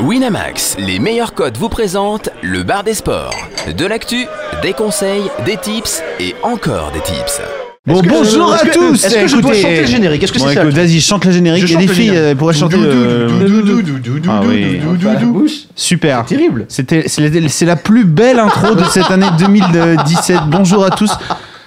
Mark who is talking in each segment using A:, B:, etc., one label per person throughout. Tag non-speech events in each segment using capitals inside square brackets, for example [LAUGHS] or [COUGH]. A: Winamax, les meilleurs codes vous présentent le bar des sports. De l'actu, des conseils, des tips et encore des tips.
B: Bon,
C: Est-ce que-
B: Oh, bonjour
C: est-ce
B: à
C: que-
B: tous
C: Est-ce que je dois
B: Écoutez,
C: chanter le générique Est-ce que
B: bon,
C: c'est ça
B: écoute, Vas-y, chante le générique.
C: Je
B: Il y a
C: chante
B: des
C: le
B: filles
C: générique.
B: euh, pourraient chanter. euh, Ah oui.
C: Pas la bouche.
B: Super.
C: Terrible.
B: C'était, c'est la- c'est la plus belle intro de cette
C: [LAUGHS]
B: année 2017. Bonjour à tous.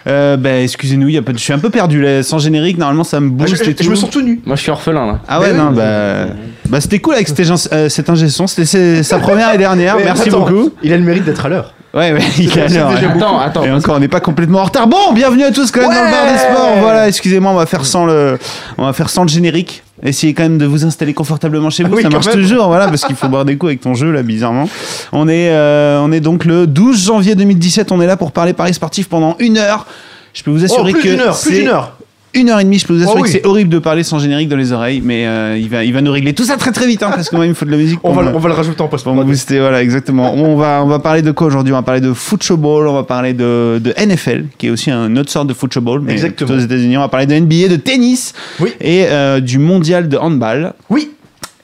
B: Euh, bah, excusez-nous, il y a pas de- je suis un peu perdu là, sans générique. Normalement, ça me
C: Ah,
B: booste
C: je,
B: et
C: je-
B: tout.
C: je me sens tout nu.
D: Moi, je suis orphelin là.
B: Ah ouais,
C: Mais
B: non,
C: oui.
B: bah, bah, c'était cool avec cet, égen- euh, cet ingé son. C'était ses- sa première et dernière.
C: Mais
B: Merci
C: attends,
B: beaucoup.
C: Il a le mérite d'être à l'heure.
B: Ouais, [LAUGHS] ouais, il a
C: c'est
B: l'heure,
C: déjà
B: ouais.
D: Attends, attends.
B: Et encore, on n'est pas complètement en retard. Bon, bienvenue à tous quand même dans le bar des sports. Voilà, excusez-moi, on va faire sans le, on va faire sans le générique. Essayez quand même de vous installer confortablement chez vous.
C: Ah Oui,
B: ça
C: quand
B: marche
C: même.
B: toujours, voilà, parce qu'il faut boire des coups avec ton jeu là, bizarrement. On est, euh, on est donc le 12 janvier 2017. On est là pour parler paris sportif pendant une heure. Je peux vous
C: Oh,
B: assurer
C: plus
B: que
C: d'une heure, plus
B: c'est
C: d'une heure.
B: une heure et demie. Je peux vous assurer
C: Oh,
B: que
C: oui.
B: c'est horrible de parler sans générique dans les oreilles, mais euh, il va, il va nous régler tout ça très très vite, hein, parce que moi il me faut de la musique.
C: On
B: pour
C: va,
B: me-
C: le- on va le rajouter en post
B: Bon, vous, c'était- voilà, exactement.
C: [LAUGHS]
B: On va, on va parler de quoi aujourd'hui On va parler de football, on va parler de, de NFL, qui est aussi une autre sorte de football, mais
C: Exactement.
B: plutôt aux États-Unis. On va parler de NBA, de tennis
C: Oui.
B: et euh, du mondial de handball.
C: Oui,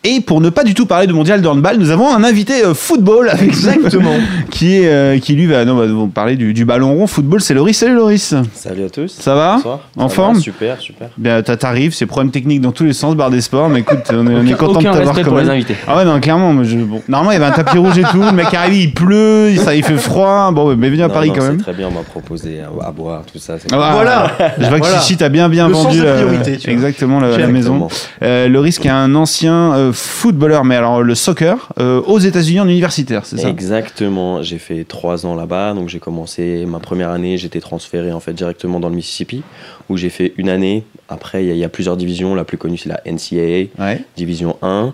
B: Et pour ne pas du tout parler de mondial de handball, nous avons un invité euh, football avec nous,
C: exactement.
B: [LAUGHS] qui, est, euh, qui lui va, non, va nous parler du, du ballon rond. Football, c'est Loris. Salut Loris.
E: Salut à tous.
B: Ça va
E: Bonsoir.
B: En
E: Ça va,
B: forme
E: Super, super.
B: Bien, Bah, t'as- T'arrives, c'est problème technique dans tous les sens, barre des sports, mais écoute, on est, on est content
D: Aucun
B: de t'avoir
D: respect
B: quand
D: pour les
B: même.
D: invités.
B: Ah ouais, non, clairement, mais je- bon. normalement il y avait un tapis rouge et tout, le mec arrive, il pleut, il, ça, il fait froid, bon, mais bienvenue à
E: Non,
B: Paris
E: non,
B: quand
E: c'est
B: même.
E: Très bien, on m'a proposé à, à boire, tout ça. c'est
B: Ah,
C: Voilà.
B: Je vois que
C: Voilà.
B: Chichi t'a bien bien
C: Le sens
B: vendu
C: des
B: euh,
C: priorités, tu vois.
B: exactement la, la
E: Exactement.
B: maison. Euh, le risque est un ancien euh, footballeur, mais alors le soccer euh, aux États-Unis en universitaire, c'est ça
E: Exactement. J'ai fait trois ans là-bas, donc j'ai commencé ma première année. J'étais transféré en fait directement dans le Mississippi, où j'ai fait une année. Après, il y, a- il y a plusieurs divisions. La plus connue, c'est la NCAA,
B: Ouais.
E: division 1.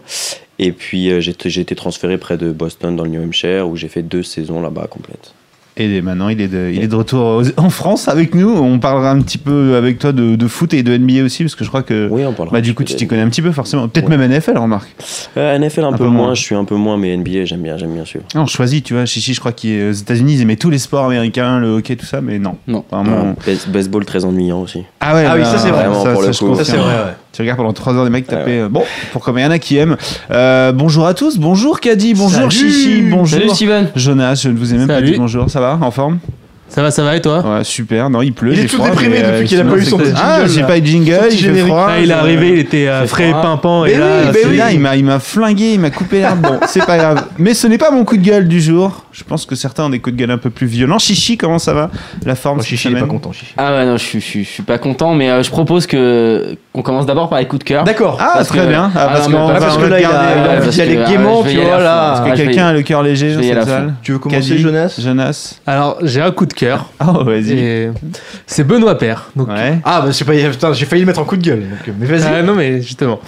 E: Et puis euh, j'ai été- j'ai été transféré près de Boston dans le New Hampshire, où j'ai fait deux saisons là-bas complètes.
B: Et maintenant il est de, il est de retour aux- en France avec nous. On parlera un petit peu avec toi de, de foot et de NBA aussi, parce que je crois que
E: Oui, on parlera.
B: bah,
E: un
B: du
E: petit
B: coup
E: peu
B: tu
E: de-
B: t'y connais un petit peu forcément. Peut-être
E: Ouais.
B: même NFL, remarque.
E: Euh, NFL un,
B: Un
E: peu,
B: peu
E: moins.
B: moins.
E: Je suis un peu moins, mais NBA, j'aime bien, j'aime bien suivre.
B: Non, on choisit, tu vois. Chichi, je crois qu'aux États-Unis, ils aimaient tous les sports américains, le hockey, tout ça, mais non.
D: Non.
B: Vraiment.
E: Ouais, base- baseball très ennuyant aussi.
B: Ah ouais,
C: Ah oui, ça, c'est vrai.
E: Vraiment, pour le coup.
C: Ça,
B: confirme.
C: c'est vrai, Ah ouais.
B: Tu regardes pendant 3 heures des mecs
E: Ouais,
B: taper. euh, Bon, pour comme il y en a qui aiment. Euh, bonjour à tous, bonjour Caddy, bonjour
C: Salut.
B: Chichi, bonjour.
D: Salut Steven.
B: Jonas, je ne vous ai même pas
D: Salut.
B: dit bonjour, ça va En forme
D: Ça va, ça va et toi
B: Ouais, super. Non, il pleut.
C: Il est
B: j'ai
C: tout
B: froid,
C: déprimé
B: mais, euh,
C: depuis qu'il a
B: sinon,
C: pas eu
B: c'est
C: son
B: cool.
C: petit
B: Ah,
C: jingle,
B: j'ai
C: là.
B: pas eu de jingle,
C: Son petit
B: il fait
C: générique.
B: froid.
F: Ah, il est
B: c'est-
F: arrivé, il était euh,
D: C'est
F: frais et
D: froid.
F: pimpant.
C: Mais
F: et là,
C: oui, mais
B: C'est
F: c'est-
C: oui.
B: là, il m'a, il m'a flingué, il m'a coupé l'herbe. Bon, c'est pas grave. Mais ce n'est pas mon coup de gueule du jour. Je pense que certains ont des coups de gueule un peu plus violents. Chichi, comment ça va La forme
C: Oh,
B: cette
C: Chichi, il est
B: semaine
C: pas content, Chichi.
D: Ah ouais, non, je suis, je suis, je suis pas content, mais euh, je propose que qu'on commence d'abord par les coups de cœur.
C: D'accord.
B: Ah,
D: Parce
B: très
D: que-
B: bien. Ah,
D: Ah,
B: parce
D: non, mais
B: qu'on
D: pas-
B: va- on
C: parce que
B: va
C: là, il a-
B: garder- euh,
C: il a-
B: parce
C: il y a les
D: que,
C: gaiements,
D: ouais, je vais
C: tu
D: y aller
C: vois,
D: à
C: là.
D: fond,
B: que
D: euh, parce je vais y-
B: quelqu'un a le cœur léger
D: je
B: dans
D: vais y
B: cette
D: aller à
B: salle.
C: Tu veux commencer,
B: Caddy
C: Jonas
B: Jonas.
F: Alors, j'ai un coup de cœur.
B: Ah, oh, vas-y.
F: et C'est Benoît Père. Donc,
B: Ouais.
C: Ah, bah, je sais pas, putain, j'ai failli le mettre en coup de gueule. donc, Mais
F: Ah,
C: vas-y.
F: non, mais justement.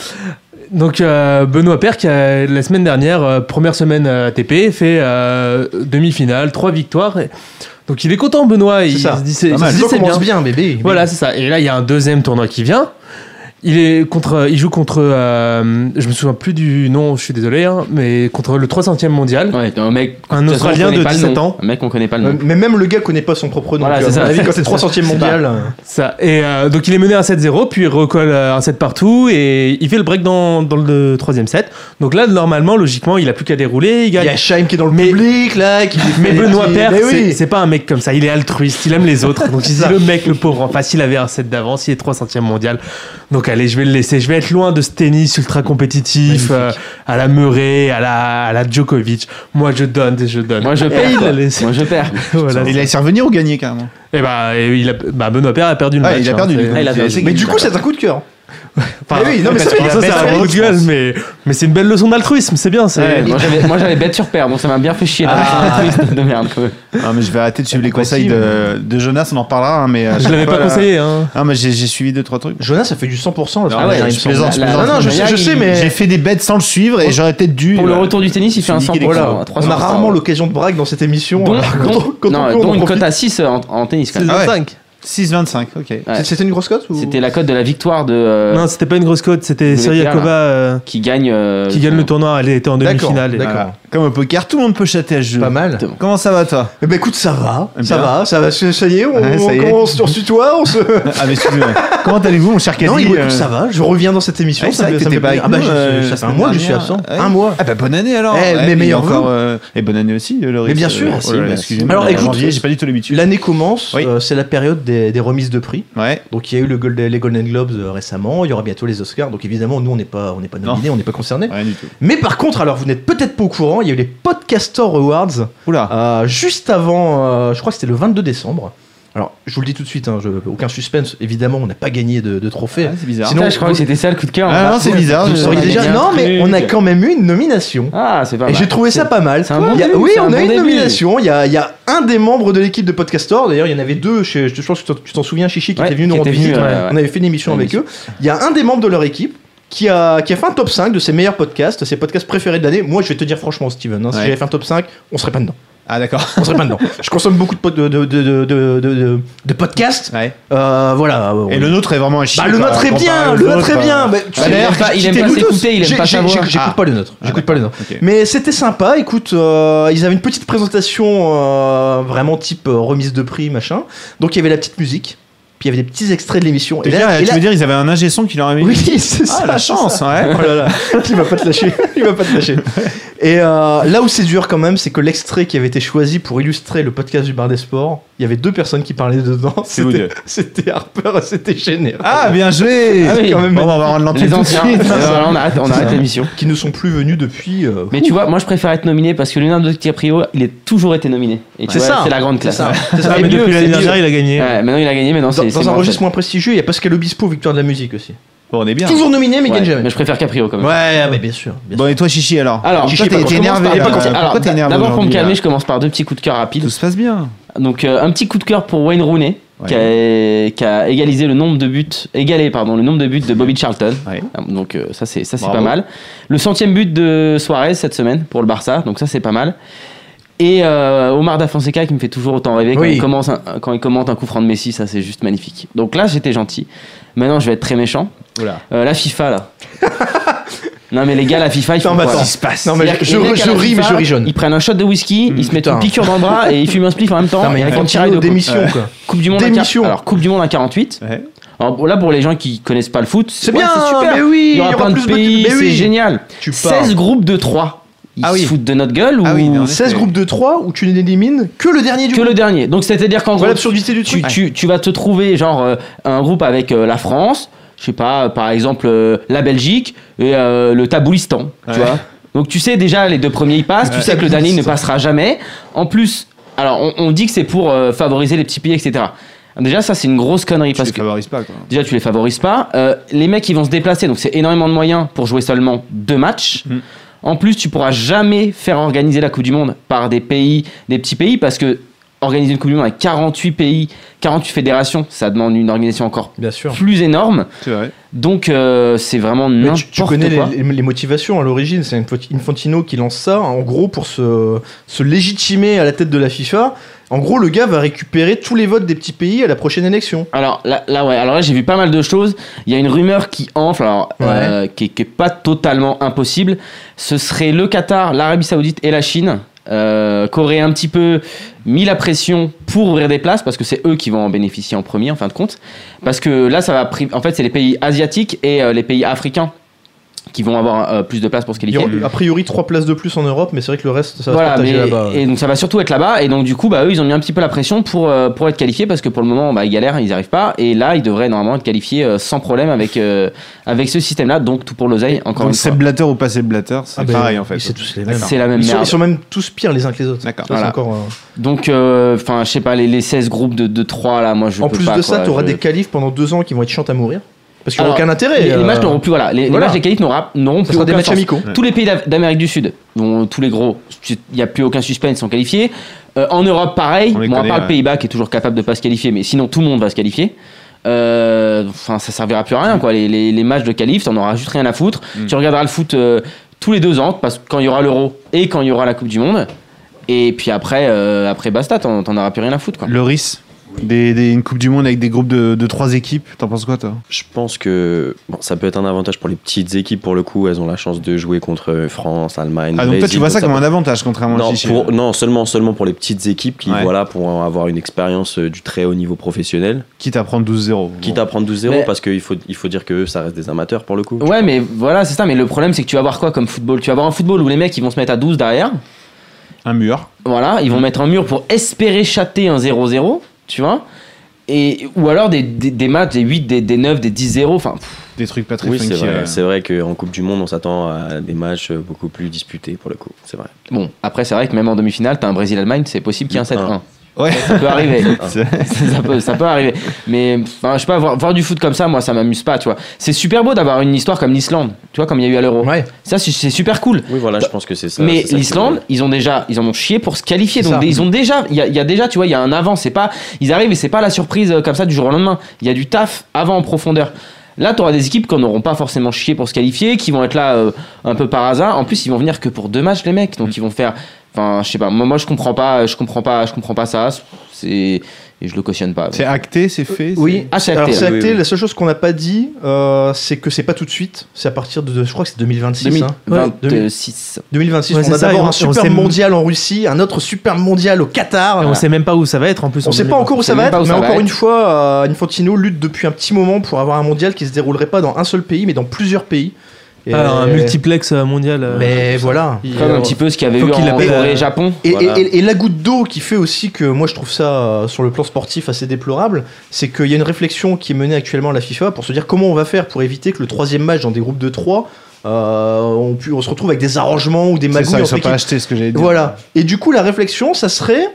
F: Donc, euh, Benoît Père, qui a, la semaine dernière, euh, première semaine euh, ATP, fait euh, demi-finale, trois victoires. et- Donc, il est content, Benoît. Il
C: ça.
F: se dit c'est
B: Pas mal.
F: il se dit,
C: Je
F: c'est bien.
C: commence bien, bébé.
F: Voilà, c'est ça. Et là, il y a un deuxième tournoi qui vient. Il, est contre, il joue contre, euh, je me souviens plus du nom, je suis désolé, hein, mais contre le 300e mondial.
D: Ouais, un mec.
F: Un
D: de toute façon, on
F: Australien
D: connaît
F: de
D: pas le
F: 17
D: nom.
F: ans.
D: Un mec, on connaît pas
C: [LAUGHS]
D: le nom.
C: Euh, Mais même le gars connaît pas son propre nom.
D: Voilà,
C: tu vois.
D: c'est
C: À
D: ça.
C: mon avis, quand [LAUGHS] c'est 300ème
D: C'est
C: mondial. euh,
F: Ça. Et euh, donc il est mené à 7-0, puis il recolle euh, un set partout et il fait le break dans, dans le troisième set. Donc là, normalement, logiquement, il a plus qu'à dérouler, il
C: Il
F: gagne.
C: y a Shaim qui est dans le
F: Mais-
C: public, là. Qui
F: Mais Benoît Père,
C: Mais
F: c'est-
C: oui.
F: c'est pas un mec comme ça, il est altruiste, il aime les autres. Donc il se
C: Ça.
F: dit, le mec, le pauvre, en face, il avait un set d'avance, il est 300ème mondial. Donc allez, je vais le laisser, je vais être loin de ce tennis ultra compétitif, euh, à la Murray, à la, à la Djokovic. Moi, je donne, je donne.
D: Moi, je
F: Et
D: perds,
F: il
D: quoi.
F: a laissé.
D: Moi, je perds.
F: [LAUGHS] Voilà.
B: Il a essayé de revenir ou gagner carrément
F: Et bah, et il a- bah, Benoît Père a perdu le
B: Ah,
F: match.
B: il a
F: hein,
B: perdu du
F: c'est-
B: coup.
D: Ah, il a perdu.
B: C'est-
C: Mais du coup, c'est un coup de cœur.
F: Enfin,
C: Mais oui, non, mais
F: parce
C: ça,
F: que
C: il a
F: ça, c'est
C: baissé la
F: un coup de
C: limite,
F: gueule, mais, mais c'est une belle leçon d'altruisme, c'est bien. c'est-
D: Ouais, moi, j'avais- moi, j'avais bête sur perdre, donc ça m'a bien fait chier.
C: Ah.
D: C'est un [LAUGHS] triste de merde, quand même.
B: Ah, mais je vais arrêter de suivre les conseils de, de Jonas, on en reparlera. hein, mais euh,
F: je l'avais pas
B: voilà.
F: conseillé. Hein.
B: Ah, mais j'ai j'ai suivi deux trois trucs.
C: Jonas, ça fait du 100%. là, ce
B: Ah
C: qu'on
B: ouais,
C: a, il me
B: je
C: semble.
B: plaisante, je plaisante.
C: Non, non, je
D: Mais
C: sais, je
D: il-
C: sais, mais.
B: J'ai fait des bêtes sans le suivre et j'aurais peut-être dû.
D: Pour le
B: euh,
D: retour du tennis, il fait un
B: Niquer
D: 100%.
B: les
C: Voilà,
D: à 300%.
C: on a rarement l'occasion de brague dans cette émission.
D: Dont,
C: alors, quand on-
D: dont-
C: quand on
D: non,
C: peut, on
D: dont
C: en
D: une
C: profite.
D: cote à 6 en, en tennis, quand même.
B: Ah ouais.
F: 25.
B: 6,25, ok.
D: Ouais.
C: C'est- C'était une grosse cote ou...
D: C'était la cote de la victoire de. euh,
F: Non, c'était pas une grosse cote, c'était
D: Vous
F: Siri
D: voulez dire,
F: Yakova euh,
D: qui gagne. euh,
F: qui gagne le tournoi. Elle était en
C: D'accord,
F: demi-finale. et-
C: D'accord.
B: Comme au poker, tout le monde peut chatter à ce jeu.
C: Pas mal.
B: Comment ça va, toi
C: Eh ben écoute, ça va,
B: Eh
C: ça
B: Mm. bien.
C: va, ça va. Ça ça y est, on,
B: Ouais, ça y est.
C: on, on se on se tutoie, on se.
B: [LAUGHS] Ah, mais excusez-moi. Comment allez-vous, mon cher Caddy
C: non, il- écoute,
B: euh,
C: ça va. Je reviens dans cette émission.
B: Ouais, c'est
C: ça
B: vrai
C: me-
B: que
C: ça me
B: t'étais
C: fait
B: pas avec
C: plaisir. Ah bah,
B: nous,
C: je-
B: euh, la
C: je- ça fait un
B: semaine
C: mois que je suis
B: dernière.
C: absent.
B: Ouais.
C: Un mois.
B: Ah bah bonne année alors.
C: Eh, mes
B: puis
C: meilleurs
B: encore.
C: vœux.
B: euh, et bonne année aussi, euh, Loris.
C: Mais bien sûr.
B: Euh, oh là là,
E: Merci,
B: excusez-moi.
C: Alors,
B: En
C: écoute,
B: janvier, j'ai pas du tout l'habitude.
C: L'année commence.
B: Oui.
C: euh, c'est la période des, des remises de prix.
B: Ouais.
C: Donc il y a eu le Gold- les Golden Globes euh, récemment. Il y aura bientôt les Oscars. Donc évidemment, nous on n'est pas, on n'est pas nominés, on n'est pas concernés.
B: Rien du tout.
C: Mais par contre, alors vous n'êtes peut-être pas au courant, il y a eu les Podcaster Awards.
B: Oula.
C: Euh, juste avant, euh, je crois que c'était le 22 décembre. Alors, je vous le dis tout de suite, hein, je- aucun suspense, évidemment, on n'a pas gagné de, de trophée.
B: Ah, c'est bizarre.
C: sinon-
D: Putain, je crois que c'était ça le coup de cœur.
B: Ah
D: Bah,
B: non, c'est bizarre.
D: vous
B: je-
C: J'aurais
D: seriez on a
C: déjà-
D: gagné un
C: non, mais
D: truc.
C: on a quand même eu une nomination.
D: Ah, c'est pas
C: Et
D: mal.
C: j'ai trouvé ça pas mal.
D: c'est un bon
C: Il y a-
D: début,
C: oui,
D: c'est
C: on
D: un
C: a eu
D: bon
C: une
D: début.
C: nomination. Il y, a, il y a un des membres de l'équipe de Podcastor. D'ailleurs, il y en avait deux. chez- Je, pense que tu t'en- tu t'en souviens, Chichi, qui
D: Ouais,
C: était venu nous
D: qui
C: rendre
D: était venu,
C: visite.
D: ouais, ouais.
C: On avait fait une émission
D: Une
C: avec eux. Il y a un des membres de leur équipe qui a, qui a fait un top 5 de ses meilleurs podcasts, ses podcasts préférés de l'année. Moi, je vais te dire franchement, Steven, hein, si
B: Ouais.
C: j'avais fait un top 5, on serait pas dedans.
B: Ah, d'accord.
C: On serait pas dedans. Je consomme beaucoup de, pod- de, de, de, de, de, de- de podcasts.
B: Ouais.
C: Euh, voilà.
B: Et le nôtre est vraiment un chien.
C: bah, le nôtre est bien, le nôtre est bien. mais tu
D: Bah,
C: sais,
D: d'ailleurs,
C: j'ai-
D: il aime
C: j'ai-
D: pas
C: j'ai-
D: s'écouter, il aime
C: j'ai-
D: pas
C: j'ai-
D: savoir.
C: J'écoute
B: Ah.
C: pas le nôtre. J'écoute pas le nôtre.
B: Ok.
C: Mais c'était sympa. Écoute, euh, ils avaient une petite présentation euh, vraiment type euh, remise de prix, machin. Donc il y avait la petite musique, puis il y avait des petits extraits de l'émission. Et là, et
B: tu
C: là-
B: veux dire, ils avaient un ingé son qui leur avait mis.
C: oui, [LAUGHS] c'est ça.
B: Ah, la chance, ouais.
C: [LAUGHS] Oh là là, il va pas te lâcher, [LAUGHS] il va pas te lâcher. Et euh, là où c'est dur quand même, c'est que l'extrait qui avait été choisi pour illustrer le podcast du bar des sports, il y avait deux personnes qui parlaient dedans.
B: C'est vous
C: C'était-
B: deux.
C: [LAUGHS] C'était Harper, et c'était Général,
B: Ah, bien joué.
D: Ah oui.
B: Quand même. Bon, bah, on va rendre l'antenne
D: Les
B: tout de
D: anciens. [LAUGHS]
B: suite.
D: Voilà, on arrête, on arrête l'émission.
C: qui ne sont plus venus depuis. euh,
D: Mais tu vois, moi je préfère être nominé parce que Leonardo DiCaprio, il a toujours été nominé. Et tu
C: C'est ça.
D: vois, c'est la grande
C: c'est
D: classe.
C: ça. C'est ça.
F: Ah,
D: Et
F: mais
D: mieux,
F: depuis l'année
D: c'est
F: dernière,
D: mieux.
F: il a gagné.
D: Ouais, maintenant il a gagné, maintenant
C: Dans,
D: c'est.
C: dans
D: c'est
C: un
D: moins
C: registre
D: fait.
C: moins prestigieux, il y a Pascal Obispo, victoire de la musique aussi.
B: Bon, on est bien.
C: Toujours nominé, mais
D: Ouais,
C: gagne jamais.
D: Mais je préfère Caprio quand même.
C: Ouais, mais bien sûr. bien
B: Bon, et toi, Chichi, alors
D: Alors,
B: Chichi,
D: je
B: t'es
D: commence
B: t'es énervé.
D: par-
B: là.
D: écoute, alors,
B: Pourquoi t'es énervé
D: D'abord pour me
B: aujourd'hui,
D: calmer,
B: là
D: je commence par deux petits coups de cœur rapides.
B: Tout se passe bien.
D: Donc euh, un petit coup de cœur pour Wayne Rooney qui, a, qui a égalisé le nombre de buts égalé pardon le nombre de buts de Bobby Charlton.
B: Ouais.
D: Ah, Donc euh, ça c'est ça c'est
B: Bravo.
D: pas mal. Le centième but de Suarez cette semaine pour le Barça donc ça c'est pas mal. Et euh, Omar Da Fonseca qui me fait toujours autant rêver quand,
C: Oui.
D: il commence un- quand il commente un coup franc de Messi ça c'est juste magnifique. Donc là j'étais gentil. Maintenant je vais être très méchant.
B: Oula.
D: Euh, la FIFA là. non mais les gars la FIFA ils
C: Putain,
D: font
C: mais
D: quoi
C: attends.
D: là
C: se passe Non, mais je,
D: C'est-à-dire
C: je-
D: que les mecs
C: je
D: à la
C: ris, mais
D: FIFA,
C: je ris jaune.
D: Ils prennent un shot de whisky, ils se mettent
C: putain.
D: une piqûre dans le bras et ils fument un spliff en même temps.
C: Non, mais il
D: et
C: y a
D: avec
C: un
D: un tirail de coupe.
C: d'émission, quoi.
D: Coupe du monde à
C: Démission.
D: 4. Alors Coupe du monde à 48.
B: Ouais.
D: Alors là pour les gens qui connaissent pas le foot,
C: C'est
D: ouais,
C: bien, hein,
D: c'est super.
C: mais oui,
D: il y aura, plein de
C: plus
D: pays,
C: mais
D: c'est
C: oui.
D: génial.
C: Tu parles.
D: 16 groupes de 3. Ils
B: Ah oui.
D: se foutent de notre gueule ou
B: Ah oui, non, mais-
C: 16 groupes de 3 où tu n'élimines que le dernier du
D: que
C: groupe.
D: le dernier. Donc c'est-à-dire qu'en gros
C: Voilà l'absurdité du
D: tu,
C: truc.
D: tu, tu vas te trouver genre euh, un groupe avec euh, la France, je sais pas, euh, par exemple euh, la Belgique et euh, le Taboulistan, tu vois. Donc tu sais déjà les deux premiers ils passent, tu sais que le dernier ne passera jamais. En plus, alors on, on dit que c'est pour euh, favoriser les petits pays, etc. Déjà ça c'est une grosse connerie
B: Tu
D: parce
B: les
D: que
B: favorises pas, quoi.
D: déjà tu les favorises pas. Euh, les mecs ils vont se déplacer donc c'est énormément de moyens pour jouer seulement deux matchs.
B: Mm.
D: En plus tu pourras jamais faire organiser la Coupe du Monde par des pays, des petits pays parce que organiser une Coupe du Monde avec 48 pays, 48 fédérations, ça demande une organisation encore
C: Bien sûr.
D: plus énorme.
B: C'est vrai.
D: Donc euh, c'est vraiment
C: Mais
D: n'importe
C: tu, tu connais les,
D: quoi.
C: les- les motivations à l'origine, c'est Infoti- Infantino qui lance ça, en gros pour se, se légitimer à la tête de la FIFA. En gros, le gars va récupérer tous les votes des petits pays à la prochaine élection.
D: Alors là, là, ouais, alors là j'ai vu pas mal de choses. Il y a une rumeur qui enfle, alors, euh, qui, est- qui est pas totalement impossible. Ce serait le Qatar, l'Arabie Saoudite et la Chine euh, qui auraient un petit peu mis la pression pour ouvrir des places parce que c'est eux qui vont en bénéficier en premier en fin de compte. Parce que là ça va, pri- en fait c'est les pays asiatiques et euh, les pays africains qui vont avoir euh, plus de places pour se
C: Il y
D: qualifier.
C: aura a priori trois places de plus en Europe, mais c'est vrai que le reste, ça va
D: Voilà,
C: se
D: mais,
C: partager là-bas.
D: et donc ça va surtout être là-bas. Et donc du coup, bah, eux, ils ont mis un petit peu la pression pour, euh, pour être qualifiés parce que pour le moment, bah, ils galèrent, ils n'y arrivent pas. Et là, ils devraient normalement être qualifiés euh, sans problème avec, euh, avec ce système-là. Donc tout pour l'oseille, encore
B: Donc,
D: une fois.
B: Seb Blatter ou pas Seb Blatter, c'est
C: Ah ben,
B: pareil, en fait.
C: C'est tous les mêmes.
D: C'est la même
C: Ils sont,
D: merde.
C: ils sont même tous pires les uns que les autres.
B: D'accord.
C: Ça, c'est
D: Voilà.
C: encore, euh,
D: Donc, enfin, je sais pas, les, les 16 groupes de, de 3 là, moi je
C: En
D: peux
C: plus
D: pas,
C: de ça,
D: quoi.
C: t'auras
D: Je-
C: des qualifs pendant deux ans qui vont être chiantes à mourir. Parce qu'il n'y aura
D: Alors,
C: aucun intérêt.
D: les, les
C: euh,
D: matchs n'auront plus, voilà, les, les
C: voilà.
D: matchs des qualifs n'auront n'auront
C: ça
D: plus
C: sera des
D: aucun
C: matchs
D: sens.
C: amicaux.
D: Tous les pays d'Af- d'Amérique du Sud, dont tous les gros, il n'y a plus aucun suspense, sont qualifiés. Euh, en Europe, pareil.
B: On les
D: Bon, à
B: connaît,
D: part
B: ouais.
D: le Pays-Bas qui est toujours capable de pas se qualifier, mais sinon tout le monde va se qualifier. Euh, Enfin, ça servira plus à
B: Mm.
D: rien, quoi. Les, les- les matchs de qualif, t'en auras juste rien à foutre. Tu regarderas le foot euh, tous les deux ans, parce quand il y aura l'Euro et quand il y aura la Coupe du Monde. Et puis après, euh, après basta, t'en t'en auras plus rien à foutre, quoi.
B: Loris, Des, des- une Coupe du Monde avec des groupes de, de trois équipes. T'en penses quoi, toi
E: Je pense que bon, ça peut être un avantage pour les petites équipes pour le coup. Elles ont la chance de jouer contre France, Allemagne.
B: Ah, donc toi,
E: Brésil,
B: tu vois ça
E: donc
B: comme un
E: peut-
B: avantage, contrairement à
E: non,
B: Chichi.
E: pour- non, seulement, seulement pour les petites équipes qui
B: Ouais.
E: voilà, pourront avoir une expérience euh, du très haut niveau professionnel.
B: Quitte à prendre 12-0.
E: Quitte à prendre 12-0
D: Mais-
E: parce qu'il faut, il faut dire que eux, ça reste des amateurs pour le coup.
D: Ouais, mais voilà, c'est ça. Mais le problème, c'est que tu vas avoir quoi comme football Tu vas avoir un football où les mecs ils vont se mettre à 12 derrière.
B: un mur.
D: Voilà, ils vont mettre un mur pour espérer chater un 0-0, tu vois. Et, ou alors des, des, des matchs, des 8, des, des 9, des 10-0. Enfin, pff,
B: Des trucs pas très
E: Oui, c'est
B: funky. euh,
E: vrai.
B: ouais.
E: C'est vrai qu'en Coupe du Monde, on s'attend à des matchs euh, beaucoup plus disputés pour le coup. C'est vrai.
D: bon, après, c'est vrai que même en demi-finale, t'as un Brésil-Allemagne, c'est possible qu'il y ait un 7-1.
B: Ouais.
D: Ça peut arriver.
B: C'est-
D: ça, peut, ça peut arriver. Mais enfin, je sais pas, voir, voir du foot comme ça, moi, ça m'amuse pas, tu vois. C'est super beau d'avoir une histoire comme l'Islande, tu vois, comme il y a eu à l'Euro.
C: Ouais.
D: Ça, c'est- c'est super cool.
E: Oui, voilà, je pense que c'est ça.
D: Bah, mais
E: c'est ça qui-
D: l'Islande, ils ont déjà, ils en ont chié pour se qualifier.
C: C'est
D: Donc
C: ça.
D: des- ils ont déjà, il y, a- il y a déjà, tu vois, il y a un avant. C'est pas, ils arrivent et c'est pas la surprise euh, comme ça du jour au lendemain. Il y a du taf avant en profondeur. Là, tu auras des équipes qui n'auront pas forcément chié pour se qualifier, qui vont être là euh, un peu par hasard. En plus, ils vont venir que pour deux matchs, les mecs.
F: Mm.
D: Donc ils vont faire, enfin, je sais pas. Moi, moi, je comprends pas, je comprends pas, je comprends pas ça. C'est, et je le cautionne pas.
B: C'est acté, c'est fait. c'est-
C: Oui,
D: Ah, c'est acté,
C: Alors, c'est
E: oui,
C: acté.
E: oui.
C: La seule chose qu'on n'a pas dit, euh, c'est que c'est pas tout de suite. C'est à partir de, je crois que c'est 2026. hein.
D: 2026.
C: 2026.
F: Ouais,
C: on
F: c'est
C: a
F: ça, et
C: d'abord
F: on-
C: un
F: on
C: super
F: sait-
C: mondial en Russie, un autre super mondial au Qatar.
F: Et on sait même pas où ça va être en plus.
C: On sait pas encore où ça
D: sait
C: va
D: même pas
C: être,
D: où
C: mais
D: ça va
C: encore
D: être.
C: une fois, euh, Infantino lutte depuis un petit moment pour avoir un mondial qui se déroulerait pas dans un seul pays, mais dans plusieurs pays. Et-
F: Ah, un multiplex euh, mondial. euh,
C: Mais voilà.
F: il-
D: Comme
F: euh,
D: un petit peu ce qu'il y avait
F: Faut
D: eu
F: qu'il
D: en
F: l'appelle, euh,
D: Corée-Japon.
C: Et, et-
E: Voilà.
C: et- et la goutte d'eau qui fait aussi que moi je trouve ça euh, sur le plan sportif assez déplorable, c'est qu'il y a une réflexion qui est menée actuellement à la FIFA pour se dire comment on va faire pour éviter que le troisième match dans des groupes de trois, euh, on, pu- on se retrouve avec des arrangements ou des
B: C'est
C: magouilles
B: ça, ils
C: entre
B: sont
C: équipes.
B: pas achetés, ce que j'allais dire.
C: Voilà. Et du coup, la réflexion, ça serait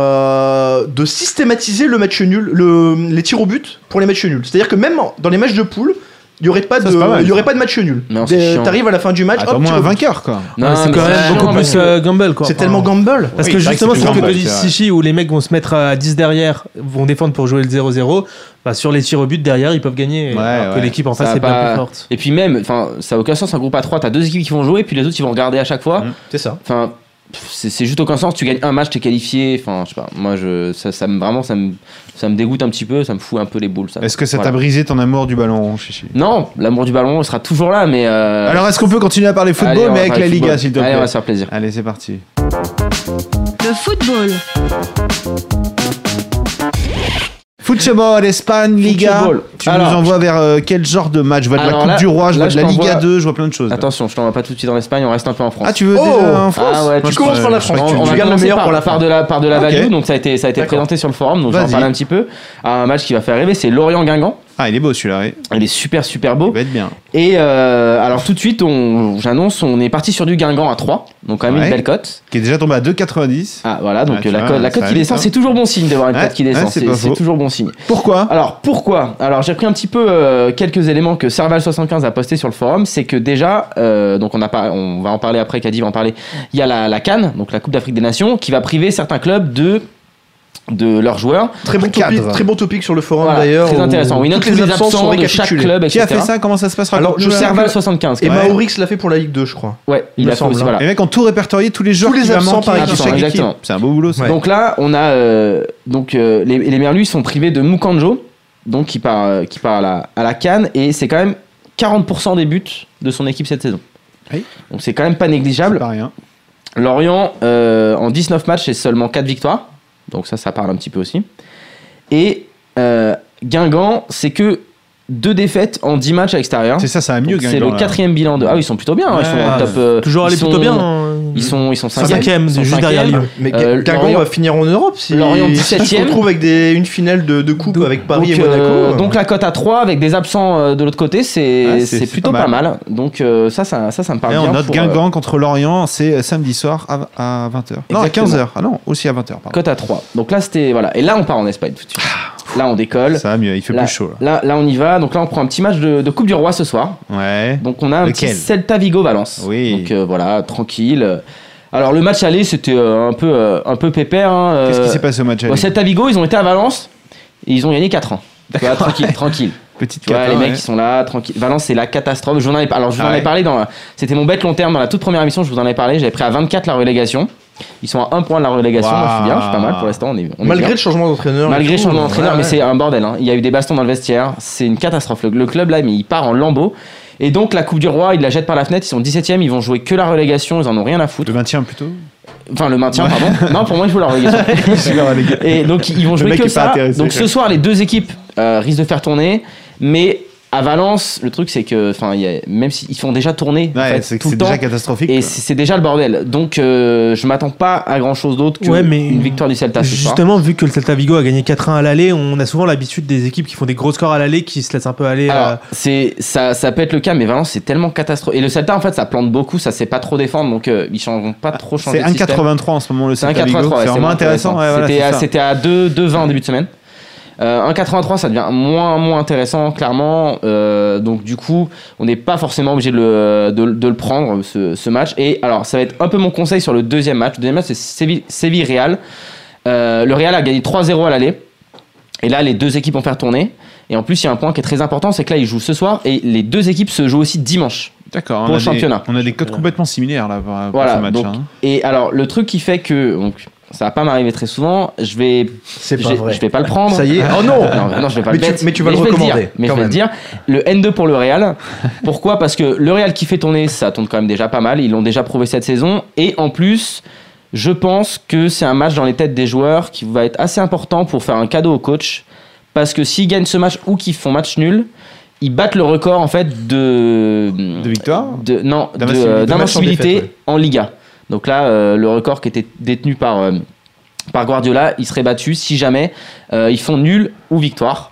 C: euh, de systématiser le match nul, le- les tirs au but pour les matchs nuls. C'est-à-dire que même en- dans les matchs de poule, il n'y aurait, pas
B: Ça,
C: de-
B: c'est pas mal,
C: il y aurait
B: ça.
C: pas de match nul.
D: Non, c'est
C: Des-
D: chiant.
C: T'arrives à la fin du match,
B: Attends, au
C: hop,
B: moins
C: tirs
B: un
C: au but.
B: vainqueur, quoi.
D: Non,
F: c'est
D: mais
F: quand
D: chiant,
F: même beaucoup
D: parce
F: plus
D: que-
F: euh, gamble quoi.
C: C'est
F: Enfin,
C: tellement gamble.
F: Parce
B: Oui,
F: que
B: c'est vrai que
F: justement,
B: c'est
F: c'est ce
B: plus
F: que te
B: gamble,
F: dit
B: c'est vrai.
F: Sichi, où les mecs vont se mettre euh, à 10 derrière, vont défendre pour jouer le 0-0. Bah, sur les tirs au but derrière, ils peuvent gagner.
B: Ouais,
F: alors que
B: ouais.
F: l'équipe en
D: Ça
F: face
D: va
F: est bien
D: pas-
F: plus forte.
D: Et puis même, enfin, ça n'a aucun sens un groupe à 3, t'as deux équipes qui vont jouer, puis les autres ils vont regarder à chaque fois.
B: Mm.
C: C'est ça.
D: Enfin, pff, c'est c'est juste aucun sens, tu gagnes un match, t'es qualifié, enfin, je sais pas, moi je, ça, ça me, vraiment ça me, ça me dégoûte un petit peu, ça me fout un peu les boules. Ça.
B: Est-ce que ça t'a
D: Voilà.
B: brisé ton amour du ballon rond, Chichi
D: Non, l'amour du ballon sera toujours là, mais. euh,
B: Alors, est-ce qu'on peut continuer à parler
D: allez, on
B: football,
D: va
B: mais avec
D: parler
B: la
D: football.
B: Liga, s'il te
D: Allez, on va
B: plaît
D: se faire plaisir.
B: Allez, c'est parti.
G: Le football.
B: Football, Espagne, Liga.
D: Football.
B: Tu
D: Alors,
B: nous envoies vers euh, quel genre de match Je vois de la
D: Alors
B: Coupe
D: là-
B: du Roi, je vois
D: là,
B: de
D: je
B: la Liga
D: t'envoie-
B: 2, je vois plein de choses. là.
D: Attention, je t'en va pas tout de suite en Espagne, on reste un peu en France.
B: Ah, tu veux déjà en France euh,
D: Ah ouais,
B: Moi,
D: tu
B: je
C: commences
B: crois-
C: par la
B: je crois que
C: France.
B: tu-
D: On
C: tu
D: va
C: gardes le
D: commencer
C: meilleur
D: par,
C: pour la fin.
D: par de la par de la
B: Ok.
D: value, donc ça a été ça a été
C: D'accord.
D: présenté sur le forum, donc j'en
B: Vas-y.
D: parle un petit peu. Un match qui va faire rêver, c'est Lorient Guingamp.
B: Ah, il est beau celui-là, oui.
D: Il est super super beau.
B: il va être bien.
D: Et euh, alors tout de suite, on, j'annonce, on est parti sur du Guingamp à 3, donc quand même
B: Ouais.
D: une belle cote.
B: Qui est déjà tombé à 2,90.
D: Ah voilà, donc
B: Ah, tu
D: euh, la
B: vois,
D: cote, la
B: ça
D: cote qui
B: arrive,
D: descend,
B: hein.
D: c'est toujours bon signe d'avoir une
B: Ouais,
D: cote qui descend,
B: ouais, c'est
D: c'est,
B: pas
D: c'est
B: faux.
D: toujours bon signe.
B: Pourquoi
D: Alors pourquoi Alors j'ai pris un petit peu euh, quelques éléments que Serval75 a posté sur le forum, c'est que déjà, euh, donc on, a pas, on va en parler après, Caddy va en parler, il y a la, la Cannes, donc la Coupe d'Afrique des Nations, qui va priver certains clubs de de leurs joueurs.
C: Très bon,
B: Cadre.
C: topic, très bon topic sur le forum
D: Voilà,
C: d'ailleurs.
D: très
C: où
D: intéressant. Oui,
C: toutes
D: note tous les absents
C: sont
D: de chaque
C: récapitulées.
D: club,
B: Qui
D: etc.
B: a fait ça Comment ça se passe
C: Alors,
B: Raconte-nous
C: je
B: la-
D: Serval75.
C: Et
D: quand même.
C: Maorix l'a fait pour la Ligue 2, je crois.
D: Ouais,
C: il
D: il
C: me
D: a fait aussi,
C: semble, hein.
D: voilà.
B: Les mecs ont tout répertorié, tous les joueurs
C: Tous les
B: qui va
C: absents
B: manquer
C: par
B: de
C: équipe,
B: chaque
D: exactement.
B: équipe. C'est un beau boulot, ça.
C: Ouais.
D: Donc là, on a euh, donc euh, les, les Merlus sont privés de Mukanjo, donc qui part euh, qui part à la, à la Cannes et c'est quand même 40% des buts de son équipe cette saison.
B: Oui.
D: Donc c'est quand même pas
B: C'est
D: négligeable.
B: pas rien.
D: Lorient euh, en 19 matchs c'est seulement 4 victoires, donc ça ça parle un petit peu aussi. Et euh, Guingamp c'est que deux défaites en 10 matchs à l'extérieur.
B: C'est ça, ça a mieux
D: Donc, C'est
B: gagné.
D: le quatrième bilan de. Ah, oui, ils sont plutôt bien. hein, ils sont
B: Ouais,
D: en top, euh,
F: Toujours aller
D: ils
F: plutôt
D: sont-
F: bien. hein.
D: Ils sont ils sont cinquième.
F: cinquième,
D: Ils sont
F: juste derrière
D: cinquième.
F: Lyon.
C: Mais
D: Euh,
C: Ga- Guingamp
D: Lorient-
C: va finir en Europe si
D: Lorient
C: si
D: 17e.
C: se retrouve avec des, une finale de, de coupe avec Paris
D: donc,
C: et Monaco.
D: euh, donc la cote à 3 avec des absents euh, de l'autre côté, c'est
B: Ah, c'est-
D: c'est
B: c'est
D: plutôt
B: pas
D: pas mal. Donc euh, ça, ça, ça, ça me parle
B: Et
D: bien.
B: on note
D: pour, euh,
B: Guingamp contre Lorient, c'est euh, samedi soir à, 20h. Non, à
D: Exactement.
B: 15h. Ah non, aussi à 20h,
D: euh,
B: pardon.
D: cote à 3. Donc là, c'était voilà. Et là, on part en Espagne tout de suite. Là, on décolle.
B: Ah, Ça va mieux, il fait
D: Là,
B: plus chaud. Là.
D: là, là, on y va. Donc là, on prend un petit match de, de Coupe du Roi ce soir.
B: Ouais.
D: Donc on a un
B: Lequel
D: petit Celta Vigo Valence.
B: Oui.
D: Donc euh, voilà, tranquille. Alors le match aller, c'était euh, un peu euh, un peu pépère. hein, euh,
B: Qu'est-ce qui s'est passé au match aller
D: ouais, Celta Vigo, ils ont été à Valence et ils ont gagné 4 ans. Tu vois, tranquille, tranquille.
B: Petite
D: Tu vois,
B: cata,
D: les mecs
B: ouais.
D: qui sont là, tranquille. Valence, c'est la catastrophe. Je vous en avais, alors, je vous en
B: Ah ouais.
D: avais parlé dans. la- C'était mon bête long terme dans la toute première émission. Je vous en avais parlé. J'avais pris à 24 la relégation. Ils sont à un point de la relégation,
B: Waouh.
D: donc c'est bien, c'est pas mal pour l'instant. On est, on est
C: Malgré
D: bien.
C: le changement d'entraîneur. et
D: Malgré le
C: tout,
D: changement
C: ouais,
D: d'entraîneur, mais
C: ouais.
D: c'est un bordel. hein. Il y a eu des bastons dans le vestiaire, c'est une catastrophe. Le, le club là, mais il part en lambeaux. Et donc la Coupe du Roi, ils la jettent par la fenêtre, ils sont 17ème, ils vont jouer que la relégation, ils en ont rien à foutre.
B: Le maintien plutôt.
D: Enfin le maintien, pardon. Non, pour moi, il faut
B: [LAUGHS]
D: la relégation. Et donc ils vont jouer
B: mec
D: que
B: est pas
D: ça.
B: intéressé.
D: Donc ce soir, les deux équipes euh, risquent de faire tourner, mais à Valence, le truc c'est que, enfin, il y a- même s'ils font déjà tourner en
B: Ouais,
D: fait,
B: c'est
D: tout le
B: c'est
D: temps,
B: déjà catastrophique.
D: et
B: quoi.
D: c'est c'est déjà le bordel. Donc euh, je m'attends pas à grand chose d'autre qu'une
F: Ouais, mais-
D: victoire du Celta ce soir.
F: Justement, vu que le Celta Vigo a gagné 4-1 à l'aller, on a souvent l'habitude des équipes qui font des gros scores à l'aller qui se laissent un peu aller.
D: Alors,
F: à-
D: c'est ça, ça peut être le cas, mais Valence c'est tellement catastrophique. Et le Celta en fait, ça plante beaucoup, ça sait pas trop défendre, donc euh, ils changeront pas trop changer
B: Ah, C'est
D: de système.
B: 1,83 en ce moment le
D: C'est un
B: Celta Vigo.
D: 4-3, ouais,
B: C'est vraiment
D: moins
B: intéressant. ouais, voilà,
D: C'était
B: c'est
D: à-
B: ça.
D: C'était à 2 2-20 en début de semaine. Euh, un 83 ça devient moins moins intéressant clairement Euh, donc du coup on n'est pas forcément obligé de le, de, le- de le prendre ce, ce match et alors ça va être un peu mon conseil sur le deuxième match le deuxième match c'est Séville- Séville-Real Euh, le Real a gagné 3-0 à l'aller et là les deux équipes vont faire tourner et en plus il y a un point qui est très important c'est que là ils jouent ce soir et les deux équipes se jouent aussi dimanche
B: D'accord. on
D: pour le
B: a des-
D: championnat.
B: On a des codes complètement similaires là pour pour
D: Voilà,
B: ce match.
D: donc,
B: hein.
D: Et alors, le truc qui fait que. donc, ça va pas m'arriver très souvent, je vais.
C: C'est pas
D: j'ai-
C: vrai.
D: Je vais pas le prendre. Ah,
C: Ça y est. Oh non
D: Non, non, je vais pas
C: Mais
D: le
C: tu-
D: mettre.
C: mais tu vas le
D: je vais
C: recommander,
D: dire, mais
C: quand
D: je vais le
C: même.
D: dire. Le N2 pour le Real. Pourquoi Parce que le Real qui fait tourner, ça tourne quand même déjà pas mal. Ils l'ont déjà prouvé cette saison. Et en plus, je pense que c'est un match dans les têtes des joueurs qui va être assez important pour faire un cadeau au coach. Parce que s'ils gagnent ce match ou qu'ils font match nul, ils battent le record en fait de.
B: De victoire
D: de- Non, de-
B: D'invincibilité.
D: d'invincibilité
C: D'invincibilité,
D: en Liga. Donc là, euh, le record qui était détenu par, euh, par Guardiola, il serait battu si jamais euh, ils font nul ou
B: [LAUGHS]
D: victoire.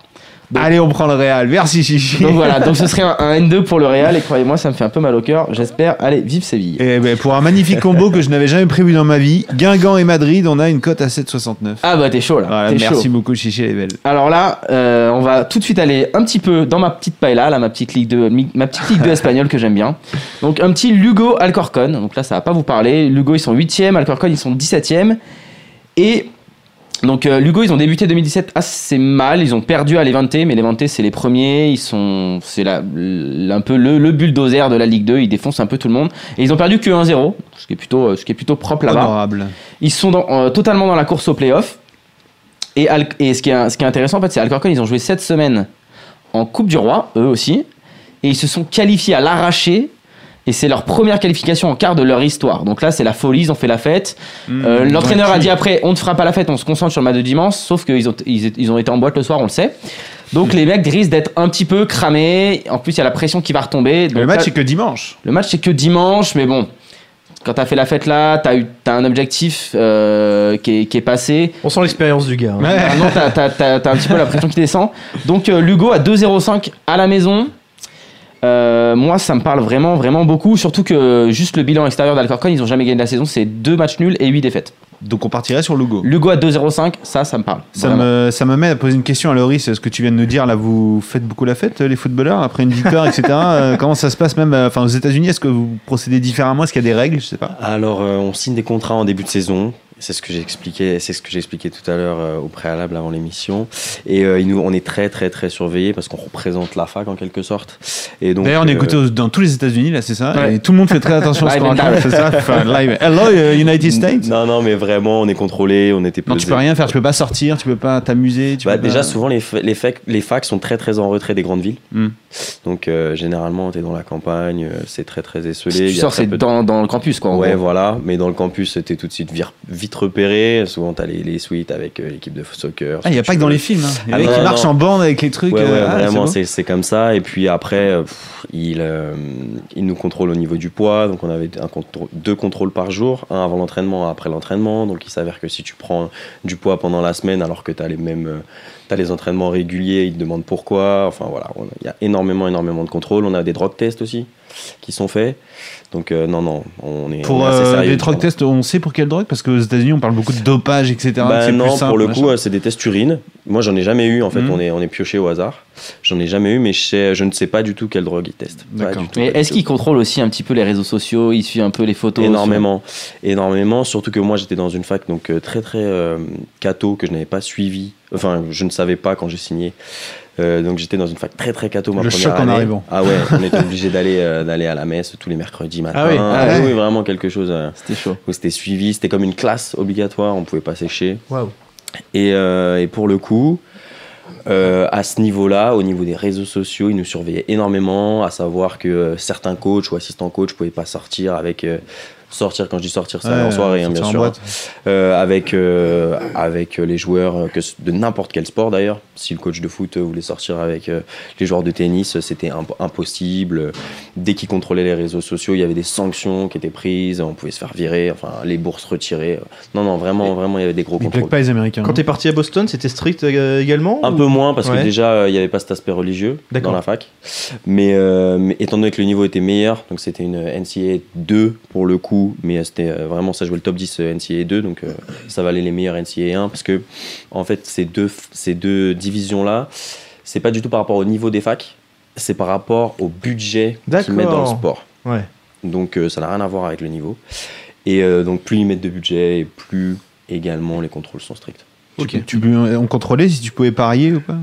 D: donc-
B: Allez, on prend le Real. Merci Chichi.
D: Donc voilà, donc ce serait un, un N2 pour le Real et croyez-moi, ça me fait un peu mal au cœur. J'espère. Allez, vive Séville.
B: Et ben, pour un magnifique combo que je n'avais jamais prévu dans ma vie, Guingamp et Madrid, on a une cote à 7,69.
D: Ah bah t'es chaud là.
B: Voilà,
D: t'es
B: merci
D: chaud.
B: beaucoup Chichi les belles.
D: Alors là, euh, on va tout de suite aller un petit peu dans ma petite paella, là, ma petite ligue de mi- ma petite ligue de espagnole que j'aime bien. Donc un petit Lugo Alcorcon. Donc là, ça va pas vous parler. Lugo ils sont 8e, Alcorcon ils sont 17e. Et donc euh, Lugo ils ont débuté 2017 assez mal, ils ont perdu à Levante, mais Levante c'est les premiers, ils sont c'est la- l- un peu le, le bulldozer de la Ligue 2, ils défoncent un peu tout le monde et ils ont perdu que 1-0, ce qui est plutôt euh, ce qui est plutôt propre là-bas.
B: Honorable.
D: Ils sont dans- euh, totalement dans la course au playoff. Et, Al- et ce, qui est, ce qui est intéressant, en fait, c'est Alcorcon, ils ont joué cette semaine en Coupe du Roi, eux aussi. Et ils se sont qualifiés à l'arraché. Et c'est leur première qualification en quart de leur histoire. Donc là, c'est la folie, ils ont fait la fête.
B: Mmh,
D: Euh, L'entraîneur a dit après, on ne fera pas la fête, on se concentre sur le match de dimanche. Sauf qu'ils ont, ils, étaient- ils ont été en boîte le soir, on le sait.
B: Mmh.
D: Donc les mecs risquent d'être un petit peu cramés. En plus, il y a la pression qui va retomber. Donc
B: Le match
D: là-
B: c'est que dimanche.
D: le match, c'est que dimanche, mais bon, quand t'as fait la fête là, t'as eu t'as un objectif euh, qui, est, qui est passé.
C: On sent l'expérience du gars. hein.
D: Maintenant, t'as- t'as t'as- t'as un petit peu la pression qui descend. Donc, euh, Lugo à 2,05 à la maison. Euh, moi, ça me parle vraiment, vraiment beaucoup. Surtout que juste le bilan extérieur d'Alcorcon, ils ont jamais gagné de la saison. C'est deux matchs nuls et 8 défaites.
B: Donc on partirait sur Lugo.
D: Lugo à 2,05, ça, ça me parle.
B: Ça
D: Vraiment.
B: me, ça me met à poser une question à Loris, ce que tu viens de nous dire, là vous faites beaucoup la fête, les footballeurs, après une victoire, etc.
D: [LAUGHS]
B: Euh, comment ça se passe même euh, enfin, aux États-Unis Est-ce que vous procédez différemment Est-ce qu'il y a des règles Je sais pas.
E: Alors, euh, on signe des contrats en début de saison. C'est ce que j'ai expliqué, c'est ce que j'ai expliqué tout à l'heure euh, au préalable avant l'émission. Et euh, il nous, on est très très très surveillés parce qu'on représente la fac en quelque sorte. Et donc
B: D'ailleurs, on est
E: euh,
B: écouté aux- dans tous les États-Unis, là, c'est ça
D: Ouais.
B: Et tout le monde fait très attention à ce qu'on
D: Live and
B: raconte, c'est ça Enfin, live. Hello, euh, United States
E: Non non, mais vraiment, on est contrôlé, on était.
B: Non, tu peux rien faire, tu peux pas sortir, tu peux pas t'amuser. tu
E: Bah,
B: peux
E: déjà,
B: pas-
E: souvent, les, fa- les, facs, les facs sont très très en retrait des grandes villes.
B: Hmm.
E: Donc, euh, généralement, tu es dans la campagne, euh, c'est très très esselé.
D: Si
E: il
D: tu
E: y a
D: sors,
E: très
D: c'est
E: peu de-
D: dans, dans le campus, quoi. en
E: Ouais,
D: gros.
E: voilà. Mais dans le campus, tu es tout de suite vir- vite repéré. Souvent, tu as les, les suites avec euh, l'équipe de soccer.
B: Ah, il n'y a pas que dans les films. Hein. Il y a
E: Ah
B: des mecs
E: non,
B: qui
E: non,
B: marchent
E: non.
B: en bande avec les trucs.
E: Ouais,
B: euh,
E: ouais,
B: ah,
E: vraiment,
B: c'est
E: c'est c'est comme ça. Et puis après, euh, pff, il, euh, il nous contrôle au niveau du poids. Donc, on avait un contrô- deux contrôles par jour, un avant l'entraînement, un après l'entraînement. Donc, il s'avère que si tu prends du poids pendant la semaine, alors que tu as les mêmes, euh, t'as les entraînements réguliers, ils te demandent pourquoi. Enfin, voilà, on- il y a énormément, énormément de contrôles. On a des drug tests aussi qui sont faits. Donc, euh, non, non, on est.
B: bon. Pour
E: on est assez
B: euh,
E: sérieux,
B: les drogues
E: pardon.
B: tests, on sait pour quelle drogue Parce qu'aux États-Unis, on parle beaucoup de dopage, etc.
E: Bah
B: c'est
E: non,
B: plus simple,
E: pour le
B: machin.
E: coup, euh, c'est des tests urines. Moi, j'en ai jamais eu. En fait,
B: Mhm.
E: on est on est pioché au hasard. J'en ai jamais eu, mais je, sais- je ne sais pas du tout quelle drogue ils testent. Pas
B: D'accord.
E: du tout,
D: Mais
E: pas du
D: est-ce
E: tout.
D: qu'ils contrôlent aussi un petit peu les réseaux sociaux Ils suivent un peu les photos
E: énormément, énormément. Surtout que moi, j'étais dans une fac donc euh, très très euh, catho que je n'avais pas suivi. Enfin, je ne savais pas quand j'ai signé. Euh, donc j'étais dans une fac très très catho ma
B: Le
E: première
B: choc en
E: année.
B: arrivant.
E: Ah ouais,
B: [LAUGHS]
E: on était obligé d'aller euh, d'aller à la messe tous les mercredis matin.
F: Ah oui, ah
B: ouais.
E: oui, vraiment quelque chose euh,
D: C'était chaud.
E: où c'était suivi, c'était comme une classe obligatoire, on pouvait pas sécher.
C: Waouh.
E: Et, euh, et pour le coup, euh, à ce niveau-là, au niveau des réseaux sociaux, ils nous surveillaient énormément, à savoir que euh, certains coachs ou assistants coachs pouvaient pas sortir avec. euh, sortir, quand je dis sortir, c'est aller en
B: Ouais,
E: soirée, hein,
B: sortir
E: bien
B: en
E: sûr.
B: boîte.
E: Euh, avec, euh, avec les joueurs euh, que, de n'importe quel sport d'ailleurs. Si le coach de foot euh, voulait sortir avec euh, les joueurs de tennis, euh, c'était imp- impossible. Dès qu'ils contrôlaient les réseaux sociaux, il y avait des sanctions qui étaient prises, on pouvait se faire virer, enfin les bourses retirées. Non, non, vraiment, vraiment, il y avait des gros
B: Ils
E: contrôles.
B: plaquent pas les Américains.
C: Quand t'es parti à Boston, c'était strict euh, également
E: Un
C: ou-
E: peu moins parce
C: Ouais.
E: que déjà euh, il n'y avait pas cet aspect religieux
C: D'accord.
E: dans la fac. Mais, euh, mais étant donné que le niveau était meilleur, donc c'était une euh, NCA 2 pour le coup, mais euh, c'était euh, vraiment ça jouait le top 10 NCA 2, donc euh, ça valait les meilleurs NCA 1 parce que en fait ces deux, f- ces deux divisions là, c'est pas du tout par rapport au niveau des facs, c'est par rapport au budget qu'ils
C: D'accord.
E: mettent dans le sport.
C: Ouais.
E: Donc euh, ça n'a rien à voir avec le niveau. Et euh, donc plus ils mettent de budget, et plus également les contrôles sont stricts.
B: Tu- tu peux- on contrôlait si tu pouvais parier ou pas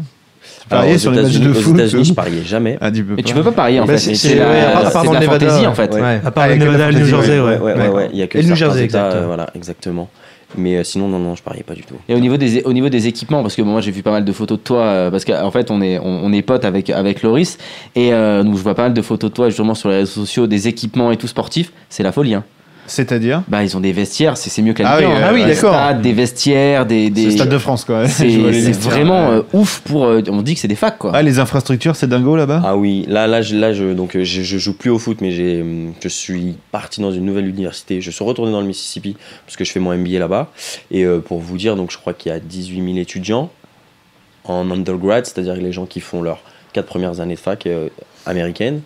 E: Alors,
B: Parier
E: Bah, aux
B: sur les matchs
E: États-Unis-
B: de
E: aux
B: foot.
E: États-Unis, je pariais jamais.
B: Ah, tu peux
D: Mais tu
B: pas.
D: peux pas parier en
C: Bah,
D: fait.
C: c'est-
D: C'est de
C: ouais, à part- à part
D: la c'est de
C: dans
D: la
C: le Nevada,
D: fantaisie en fait.
C: ouais.
F: À part
B: Ah,
F: le
B: avec la
F: Nevada et le New
B: fantaisie,
F: Jersey, ouais.
E: ouais, ouais,
C: D'accord.
E: ouais, Il y a que
C: Et le New
E: certains
C: Jersey,
E: États,
C: exactement.
E: euh, voilà, exactement. Mais euh, sinon, non, non, je pariais pas du tout.
D: Et au niveau des, au niveau des équipements, parce que bon, moi j'ai vu pas mal de photos de toi, euh, parce qu'en fait on est, on, on est potes avec, avec Loris, et euh, donc je vois pas mal de photos de toi justement sur les réseaux sociaux, des équipements et tout sportifs, c'est la folie. Hein.
B: C'est-à-dire
D: Bah ils ont des vestiaires, c'est c'est mieux que la
B: Ah
D: Ligue
B: oui,
D: 1,
B: ah oui,
D: Des
B: d'accord.
D: stades, des vestiaires, des.
B: C'est
D: des...
B: le Stade de France, quoi. ouais. [LAUGHS]
D: C'est
B: Je vois les
D: c'est
B: vestiaires.
D: vraiment euh, ouf pour. euh, on dit que c'est des facs quoi.
B: Ah, les infrastructures, c'est dingo là-bas
E: Ah oui, là, là, je, là, je, donc, euh, je, je joue plus au foot, mais j'ai, hum, je suis parti dans une nouvelle université. Je suis retourné dans le Mississippi parce que je fais mon MBA là-bas. Et euh, pour vous dire, donc, je crois qu'il y a 18 000 étudiants en undergrad, c'est-à-dire les gens qui font leurs quatre premières années de fac euh, américaine.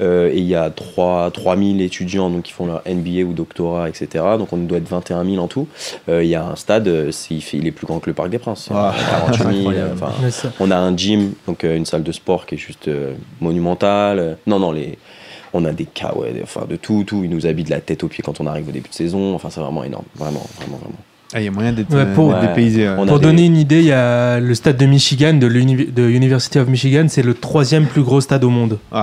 E: Euh, et il y a 3, 000 étudiants donc, qui font leur MBA ou doctorat, etc. Donc on doit être 21 000 en tout. Euh, Il y a un stade, euh, c'est- il, fait- il est plus grand que le Parc des Princes.
B: Ah,
E: 48 000,
B: [LAUGHS] incroyable.
E: euh, enfin,
F: Ouais, ça.
E: on a un gym, donc euh, une salle de sport qui est juste euh, monumentale. Euh, Non, non, les... on a des cas, ouais, des- enfin, de tout, tout. Ils nous habillent de la tête aux pieds quand on arrive au début de saison. Enfin, c'est vraiment énorme. Vraiment, vraiment, vraiment.
B: Ah, il y a moyen d'être
F: Ouais,
B: euh,
F: pour-
B: d'être dépaysé. ouais.
E: On a
F: Pour
E: des-
F: donner une idée, il y a le stade de Michigan, de l'Uni- de University of Michigan, c'est le troisième plus gros stade au monde.
B: Ok.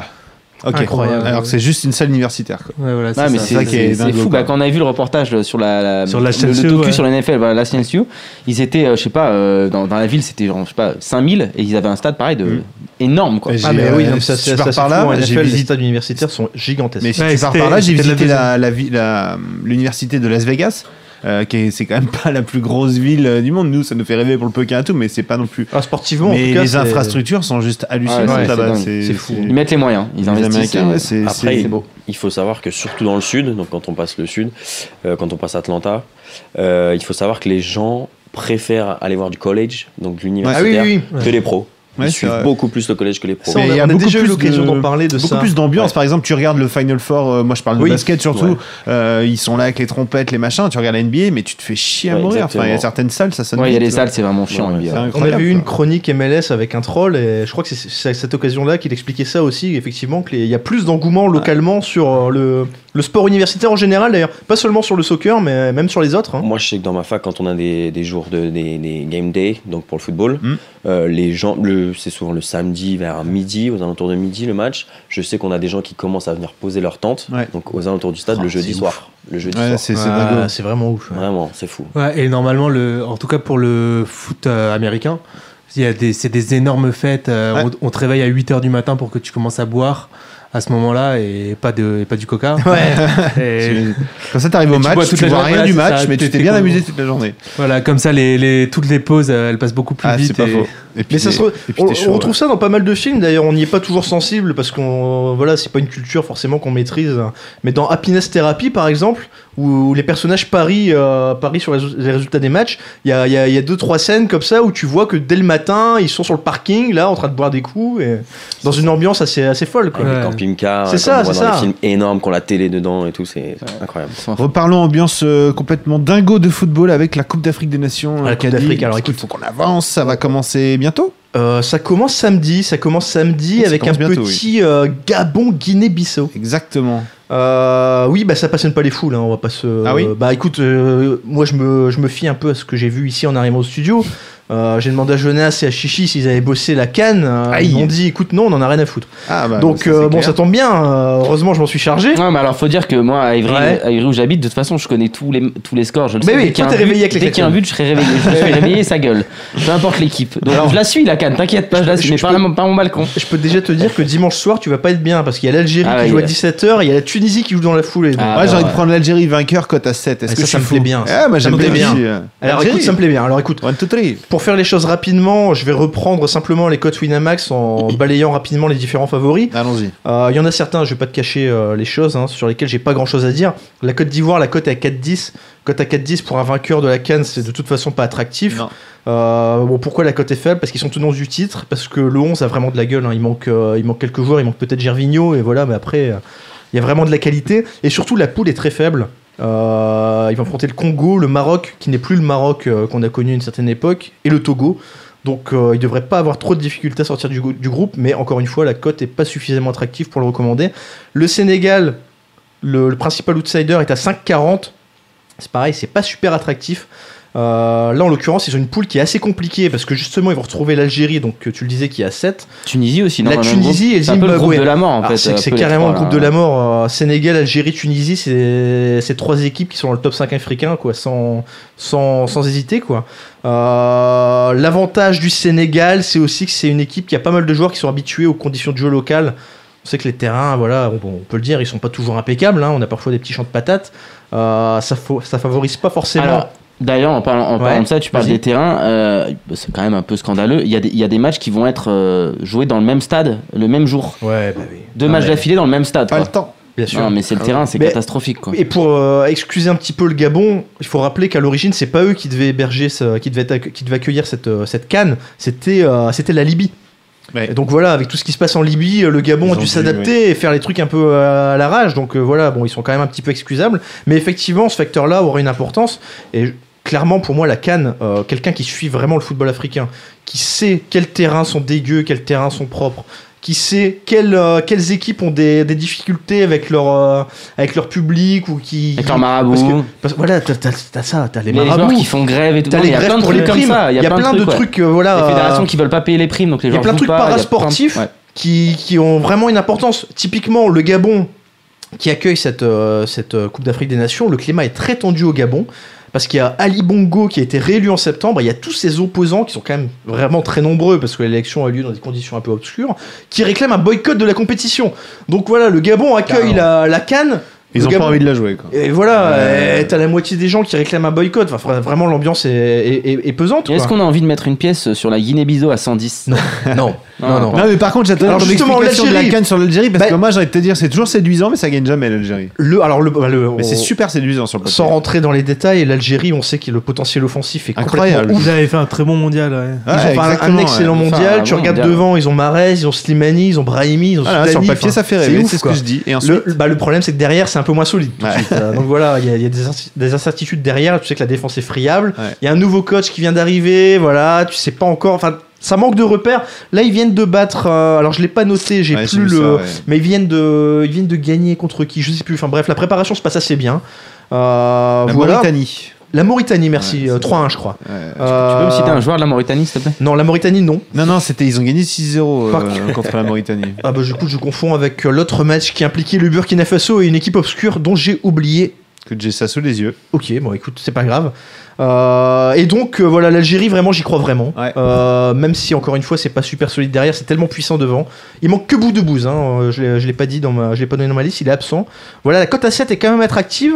F: Incroyable.
B: Alors que c'est juste une salle universitaire. quoi.
F: Ouais, voilà,
D: Ah, mais
F: ça.
D: c'est
B: ça qui est
D: c'est- c'est
B: dingo,
D: fou.
B: quoi.
D: Bah, quand on a vu le reportage sur la, la-
F: Sur la
D: le,
F: CNCU,
D: le docu
F: ouais.
D: sur la NFL, voilà, la CNCU, ils étaient, euh, je sais pas, euh, dans, dans la ville, c'était genre, je sais pas, 5000 et ils avaient un stade pareil de
B: Mm.
D: énorme quoi.
B: Et j'ai-
C: Ah, mais
B: euh,
C: oui, non, mais ça,
B: si
C: c'est
B: tu
C: ça,
B: pars
C: c'est
B: par
C: fou, hein, en
B: là, j'ai
C: NFL, les
B: visité.
C: stades universitaires sont gigantesques.
B: Mais si
F: Ouais,
B: tu pars
F: c'était-
B: par là, j'ai
F: c'était la
B: visité la- la vi- la- l'université de Las Vegas. euh, qui est- c'est quand même pas la plus grosse ville euh, du monde. Nous, ça nous fait rêver pour le peu qu'il y a à tout, mais c'est pas non plus.
C: Ah, sportivement, en
B: mais
C: tout cas,
B: les
C: c'est-
B: infrastructures sont juste hallucinantes
D: Ouais, c'est
B: là-bas.
D: dingue.
C: C'est fou.
D: Ils mettent les moyens, ils
B: Les
D: investissent.
B: Américains,
D: et-
B: ouais, c'est-
E: Après,
B: c'est-
E: il, il faut savoir que surtout dans le sud, donc quand on passe le sud, euh, quand on passe Atlanta, euh, il faut savoir que les gens préfèrent aller voir du college, donc de
C: Ah
E: l'universitaire,
C: oui, oui, oui.
E: que les pros.
B: Ouais,
E: Ils
B: c'est vrai.
E: suivent beaucoup plus le college que les pros.
C: Ça, on
B: Mais il y
C: a,
B: a
C: on a
B: beaucoup
C: déjà eu
B: plus
C: l'occasion
B: de-
C: d'en parler de
B: Beaucoup
C: ça.
B: plus d'ambiance. Par exemple, tu regardes le Final Four. euh, moi, je parle de
C: Oui.
B: basket surtout.
E: Ouais.
B: euh, ils sont là avec les trompettes, les machins. Tu regardes la NBA, mais tu te fais chier à
E: Ouais,
B: mourir. Enfin, il y a
E: exactement.
B: certaines salles, ça sonne.
D: Ouais, il y a
B: vite,
D: des
B: quoi.
D: salles, c'est vraiment chiant.
E: Ouais,
D: NBA.
B: C'est
C: On
B: incroyable,
C: avait eu une
B: quoi.
C: chronique MLS avec un troll et je crois que c'est- c'est à cette occasion-là qu'il expliquait ça aussi, effectivement, qu'il y a plus d'engouement localement sur euh, le, le sport universitaire en général d'ailleurs, pas seulement sur le soccer mais euh, même sur les autres. hein.
E: Moi, je sais que dans ma fac, quand on a des, des jours de des, des game day, donc pour le football,
C: Hmm.
B: Mm.
E: euh, les gens, le- c'est souvent le samedi vers midi, aux alentours de midi, le match. Je sais qu'on a des gens qui commencent à venir poser leur tente,
B: Ouais.
E: donc aux alentours du stade
B: Oh,
E: le
B: c'est
E: jeudi
B: ouf.
E: soir. Le jeudi
B: Ouais,
E: soir.
B: c'est c'est
C: Ah,
B: dingo.
C: c'est vraiment ouf. ouais.
E: Vraiment, c'est fou.
F: Ouais, et normalement, le, en tout cas pour le foot euh, américain, il y a des, c'est des énormes fêtes. euh,
B: Ouais.
F: on, on te réveille à 8h du matin pour que tu commences à boire à ce moment-là et pas, de, et pas du coca.
D: [LAUGHS]
F: Et
B: Comme ça, t'arrives
F: Et
B: au
F: tu
B: match,
F: vois toute
B: tu
F: la
B: vois
F: journée,
B: rien
F: voilà,
B: du
F: c'est
B: match,
F: ça,
B: mais tu
F: t'es-
B: t'es
F: t'es
B: bien
F: con-
B: amusé toute la journée.
F: voilà, comme ça, les, les- toutes les pauses, euh, elles passent beaucoup plus
B: Ah, c'est
F: vite.
B: pas
F: et-
B: faux. Et puis,
C: Mais ça se
B: t'es-
C: re-
B: et puis
C: on,
B: t'es chaud,
C: on retrouve ça dans pas mal de films d'ailleurs, on n'y est pas toujours sensible parce qu'on voilà, c'est pas une culture forcément qu'on maîtrise. Mais dans Happiness Therapy par exemple, où les personnages parient, euh, parient sur les les résultats des matchs, il y a, il y a- il y a deux trois scènes comme ça où tu vois que dès le matin ils sont sur le parking là en train de boire des coups et dans une ambiance assez, assez folle quoi.
E: Avec
F: Ouais.
E: les camping-cars,
C: C'est
E: comme
C: ça,
E: on voit
C: c'est
E: dans
C: ça.
E: les films énormes, qu'on la télé dedans et tout, c'est incroyable.
D: Sans-
B: Reparlons ambiance euh, complètement dingo de football avec la Coupe d'Afrique des Nations.
C: Ah, la
B: euh,
C: Coupe
B: qu'a dit.
C: d'Afrique, alors,
B: Parce qu'il
C: écoute.
B: faut qu'on avance, ça va commencer bientôt.
C: Euh, ça commence samedi, ça commence samedi
B: Ça
C: avec
B: commence
C: un
B: bientôt,
C: petit euh, Gabon Guinée-Bissau.
B: Exactement.
C: Euh, oui, bah ça passionne pas les foules, hein, on va pas se.
B: Ah oui
C: Bah écoute, euh, moi je me, je me fie un peu à ce que j'ai vu ici en arrivant au studio. Euh, J'ai demandé à Jonas et à Chichi s'ils avaient bossé la canne. Euh, ils m'ont dit écoute, non, on en a rien à foutre.
B: Ah, bah,
C: Donc,
B: ça, c'est
C: euh, bon,
B: clair.
C: ça tombe bien. euh, heureusement, je m'en suis chargé.
D: Non, mais alors faut dire que moi, à Ivry,
C: Ouais.
D: à Ivry où j'habite, de toute façon, je connais tous les, tous les scores. Je le
C: Mais
D: sais.
C: oui,
D: Dès qu'il
C: toi,
D: y a un
C: t'es
D: but-
C: réveillé avec les
D: Dès qu'il y a un but, je serai réveillé. Je
C: [LAUGHS]
D: suis réveillé et sa gueule. Peu importe l'équipe. Donc je la suis, la canne, t'inquiète pas, je la suis.
C: je-
D: mais
C: je
D: pas,
C: peux-
D: à mon- pas à mon balcon.
C: Je peux déjà te dire que dimanche soir, tu vas pas être bien parce qu'il y a l'Algérie
D: Ah,
C: qui
D: ouais,
C: joue à
D: il y a-
C: 17h et il y a la Tunisie qui joue dans la foulée. Donc,
D: Ah,
B: Ouais, j'ai
D: bah,
B: envie de
D: ouais.
B: prendre l'Algérie vainqueur cote à 7. Est-ce
C: ça,
B: que je
C: ça
B: suis
C: me
B: fou
C: plaît bien, ça.
B: Ah, moi
C: Ça
B: j'aime
C: me plaît
B: bien.
C: bien. Alors écoute, ça me plaît bien. Alors écoute,
B: 1, 2, 3.
C: pour faire les choses rapidement, je vais reprendre simplement les cotes Winamax en balayant rapidement les différents favoris.
B: Allons-y.
C: Euh, Il y en a certains, je vais pas te cacher euh, les choses, hein, sur lesquels j'ai pas grand chose à dire. La Côte d'Ivoire, la cote est à 4-10. Cote à 4-10 pour un vainqueur de la Cannes, c'est de toute façon pas attractif.
B: Non.
C: Euh, bon, pourquoi la cote est faible Parce qu'ils sont tenants du titre, parce que le 11 a vraiment de la gueule. hein. Il, manque, euh, il manque quelques joueurs, il manque peut-être Gervinho, et voilà, mais après, euh, il y a vraiment de la qualité. Et surtout, la poule est très faible. Euh, ils vont affronter le Congo, le Maroc, qui n'est plus le Maroc euh, qu'on a connu à une certaine époque, et le Togo. Donc euh, il ne devrait pas avoir trop de difficultés à sortir du, go- du groupe, mais encore une fois, la cote n'est pas suffisamment attractive pour le recommander. Le Sénégal, le, le principal outsider, est à 5,40. C'est pareil, c'est pas super attractif. Euh, là, en l'occurrence, ils ont une poule qui est assez compliquée parce que justement, ils vont retrouver l'Algérie, donc euh, tu le disais, qui est à 7.
D: Tunisie aussi, non
C: la
D: dans le même
C: Tunisie
D: groupe.
C: et le
D: C'est un peu le groupe
C: Zimbabwe.
D: de la mort en
C: Alors,
D: fait.
C: Ah, c'est
D: un
C: c'est
D: peu les
C: carrément
D: trois,
C: le groupe
D: là.
C: de la mort. euh, Sénégal, Algérie, Tunisie, c'est c'est trois équipes qui sont dans le top 5 africain, quoi, sans, sans, sans hésiter. quoi. Euh, L'avantage du Sénégal, c'est aussi que c'est une équipe qui a pas mal de joueurs qui sont habitués aux conditions de jeu locales. On sait que les terrains, voilà, on, on peut le dire, ils sont pas toujours impeccables. hein, on a parfois des petits champs de patates. Euh, ça, fa- ça favorise pas forcément.
D: Alors, D'ailleurs, en parlant, en
C: Ouais,
D: parlant de ça, tu parles
C: vas-y.
D: des terrains, euh, c'est quand même un peu scandaleux. Il y, a des- il y a des matchs qui vont être euh, joués dans le même stade, le même jour.
C: ouais, bah oui.
D: Deux
C: Non,
D: matchs
C: mais-
D: d'affilée dans le même stade.
B: Pas
D: quoi.
B: le temps.
C: Bien sûr.
D: Non, mais c'est le
B: Ah
D: terrain, c'est
C: Mais-
D: catastrophique. Quoi.
C: Et pour euh, excuser un petit peu le Gabon, il faut rappeler qu'à l'origine, c'est pas eux qui devaient héberger, ce- qui, devaient accue- qui devaient accueillir cette, euh, cette canne, c'était euh, c'était la Libye.
B: Ouais.
C: Et donc voilà, avec tout ce qui se passe en Libye, euh, le Gabon
B: Ils
C: a
B: ont
C: dû
B: dû,
C: s'adapter et faire les trucs un peu euh, à la rage. Donc euh, voilà, bon, ils sont quand même un petit peu excusables. Mais effectivement, ce facteur-là aurait une importance. Et je- clairement, pour moi, la canne, euh, quelqu'un qui suit vraiment le football africain, qui sait quels terrains sont dégueux, quels terrains sont propres, qui sait quelles, euh, quelles équipes ont des, des difficultés avec leur, euh, avec leur public ou qui.
D: Avec leur marabout.
C: Parce que- parce- voilà, t'as, t'as- t'as ça, t'as les
D: les
C: marabouts.
D: joueurs qui font grève et tout.
C: T'as
D: Non,
C: les
D: mais il y a
C: grèves
D: plein de
C: pour les
D: trucs comme
C: primes.
D: ça,
C: Il y a plein de
D: ouais.
C: trucs, euh, voilà.
D: Les fédérations
C: euh,
D: qui veulent pas payer les primes, donc les
C: y a
D: joueurs
C: plein de
D: jouent
C: trucs
D: pas, il y a plein
C: parasportifs.
D: ouais.
C: qui, qui ont vraiment une importance. Typiquement, le Gabon, qui accueille cette, euh, cette euh, Coupe d'Afrique des Nations, le climat est très tendu au Gabon. Parce qu'il y a Ali Bongo qui a été réélu en septembre, et il y a tous ses opposants qui sont quand même vraiment très nombreux parce que l'élection a eu lieu dans des conditions un peu obscures, qui réclament un boycott de la compétition. Donc voilà, le Gabon accueille la, la Cannes.
B: Ils
C: Le
B: ont
C: Gabon-
B: pas envie de la jouer. quoi.
C: Et voilà,
B: Euh.
C: et t'as la moitié des gens qui réclament un boycott. Enfin, fra- vraiment, l'ambiance est, est- est- est pesante.
D: Et Est-ce
C: quoi.
D: qu'on a envie de mettre une pièce sur la Guinée-Bissau à 110
C: Non, non,
D: Ah,
C: non.
B: Non, mais par contre, j'attends
C: Alors,
B: ton
C: justement,
B: explication de la
C: l'Algérie.
B: canne sur l'Algérie parce
C: Bah-
B: que moi, j'ai envie de te dire, c'est toujours séduisant, mais ça gagne jamais l'Algérie.
C: Le, alors, le, bah, le-
B: Mais c'est
C: on-
B: super séduisant sur le papier.
C: Sans rentrer dans les détails, l'Algérie, on sait que le potentiel offensif est
B: Incroyable.
C: complètement ouf.
F: Ils avaient fait un très bon mondial, ouais.
C: Ils ont
B: Ouais,
C: fait un- un
B: exactement,
C: excellent
B: ouais.
D: Enfin,
C: mondial.
D: un
C: tu
D: bon
C: regardes
D: mondial.
C: devant, ils ont Marez, ils ont Slimani, ils ont Brahimi, ils ont
B: Voilà, Ah sur le
C: Soutani,
B: papier,
C: enfin,
B: ça fait rêver.
C: ouf,
B: C'est ce
C: quoi.
B: que je dis. Et ensuite,
C: Le, le- bah, le problème, c'est que derrière, c'est un peu moins solide. tout de
B: Ouais.
C: suite. Euh, Donc voilà, il y a, il y a des, inci- des incertitudes derrière. Tu sais que la défense est friable. Il
B: Ouais.
C: y a un nouveau coach qui vient d'arriver. Voilà, tu sais pas encore. Enfin, ça manque de repères. Là, ils viennent de battre. euh, alors, je l'ai pas noté. J'ai
B: Ouais, j'ai
C: plus
B: vu
C: le.
B: ça, ouais.
C: Mais ils viennent de, ils viennent de gagner contre qui Je sais plus. Enfin bref, la préparation se passe assez bien. Euh,
B: La
C: voilà.
B: Mauritanie.
C: La Mauritanie, merci.
B: Ouais,
C: Euh,
B: c'est
C: 3-1, je crois.
B: Ouais.
D: Tu peux me
C: Euh,
D: citer un joueur de la Mauritanie, s'il te plaît
C: Non, la Mauritanie, non.
B: Non, non, c'était ils ont gagné 6-0
C: Par-
B: euh, contre la Mauritanie.
C: Ah bah, du coup, je confonds avec euh, l'autre match qui impliquait le Burkina Faso et une équipe obscure dont j'ai oublié.
B: Que j'ai ça sous les yeux.
C: Ok, bon, écoute, c'est pas grave. Euh, et donc, euh, voilà, l'Algérie, vraiment, j'y crois vraiment.
B: Ouais.
C: Euh, même si, encore une fois, c'est pas super solide derrière, c'est tellement puissant devant. Il manque que bout de bouse, hein. euh, je l'ai- je l'ai pas dit dans ma, je l'ai pas donné dans ma liste, il est absent. Voilà, la cote à 7 est quand même attractive.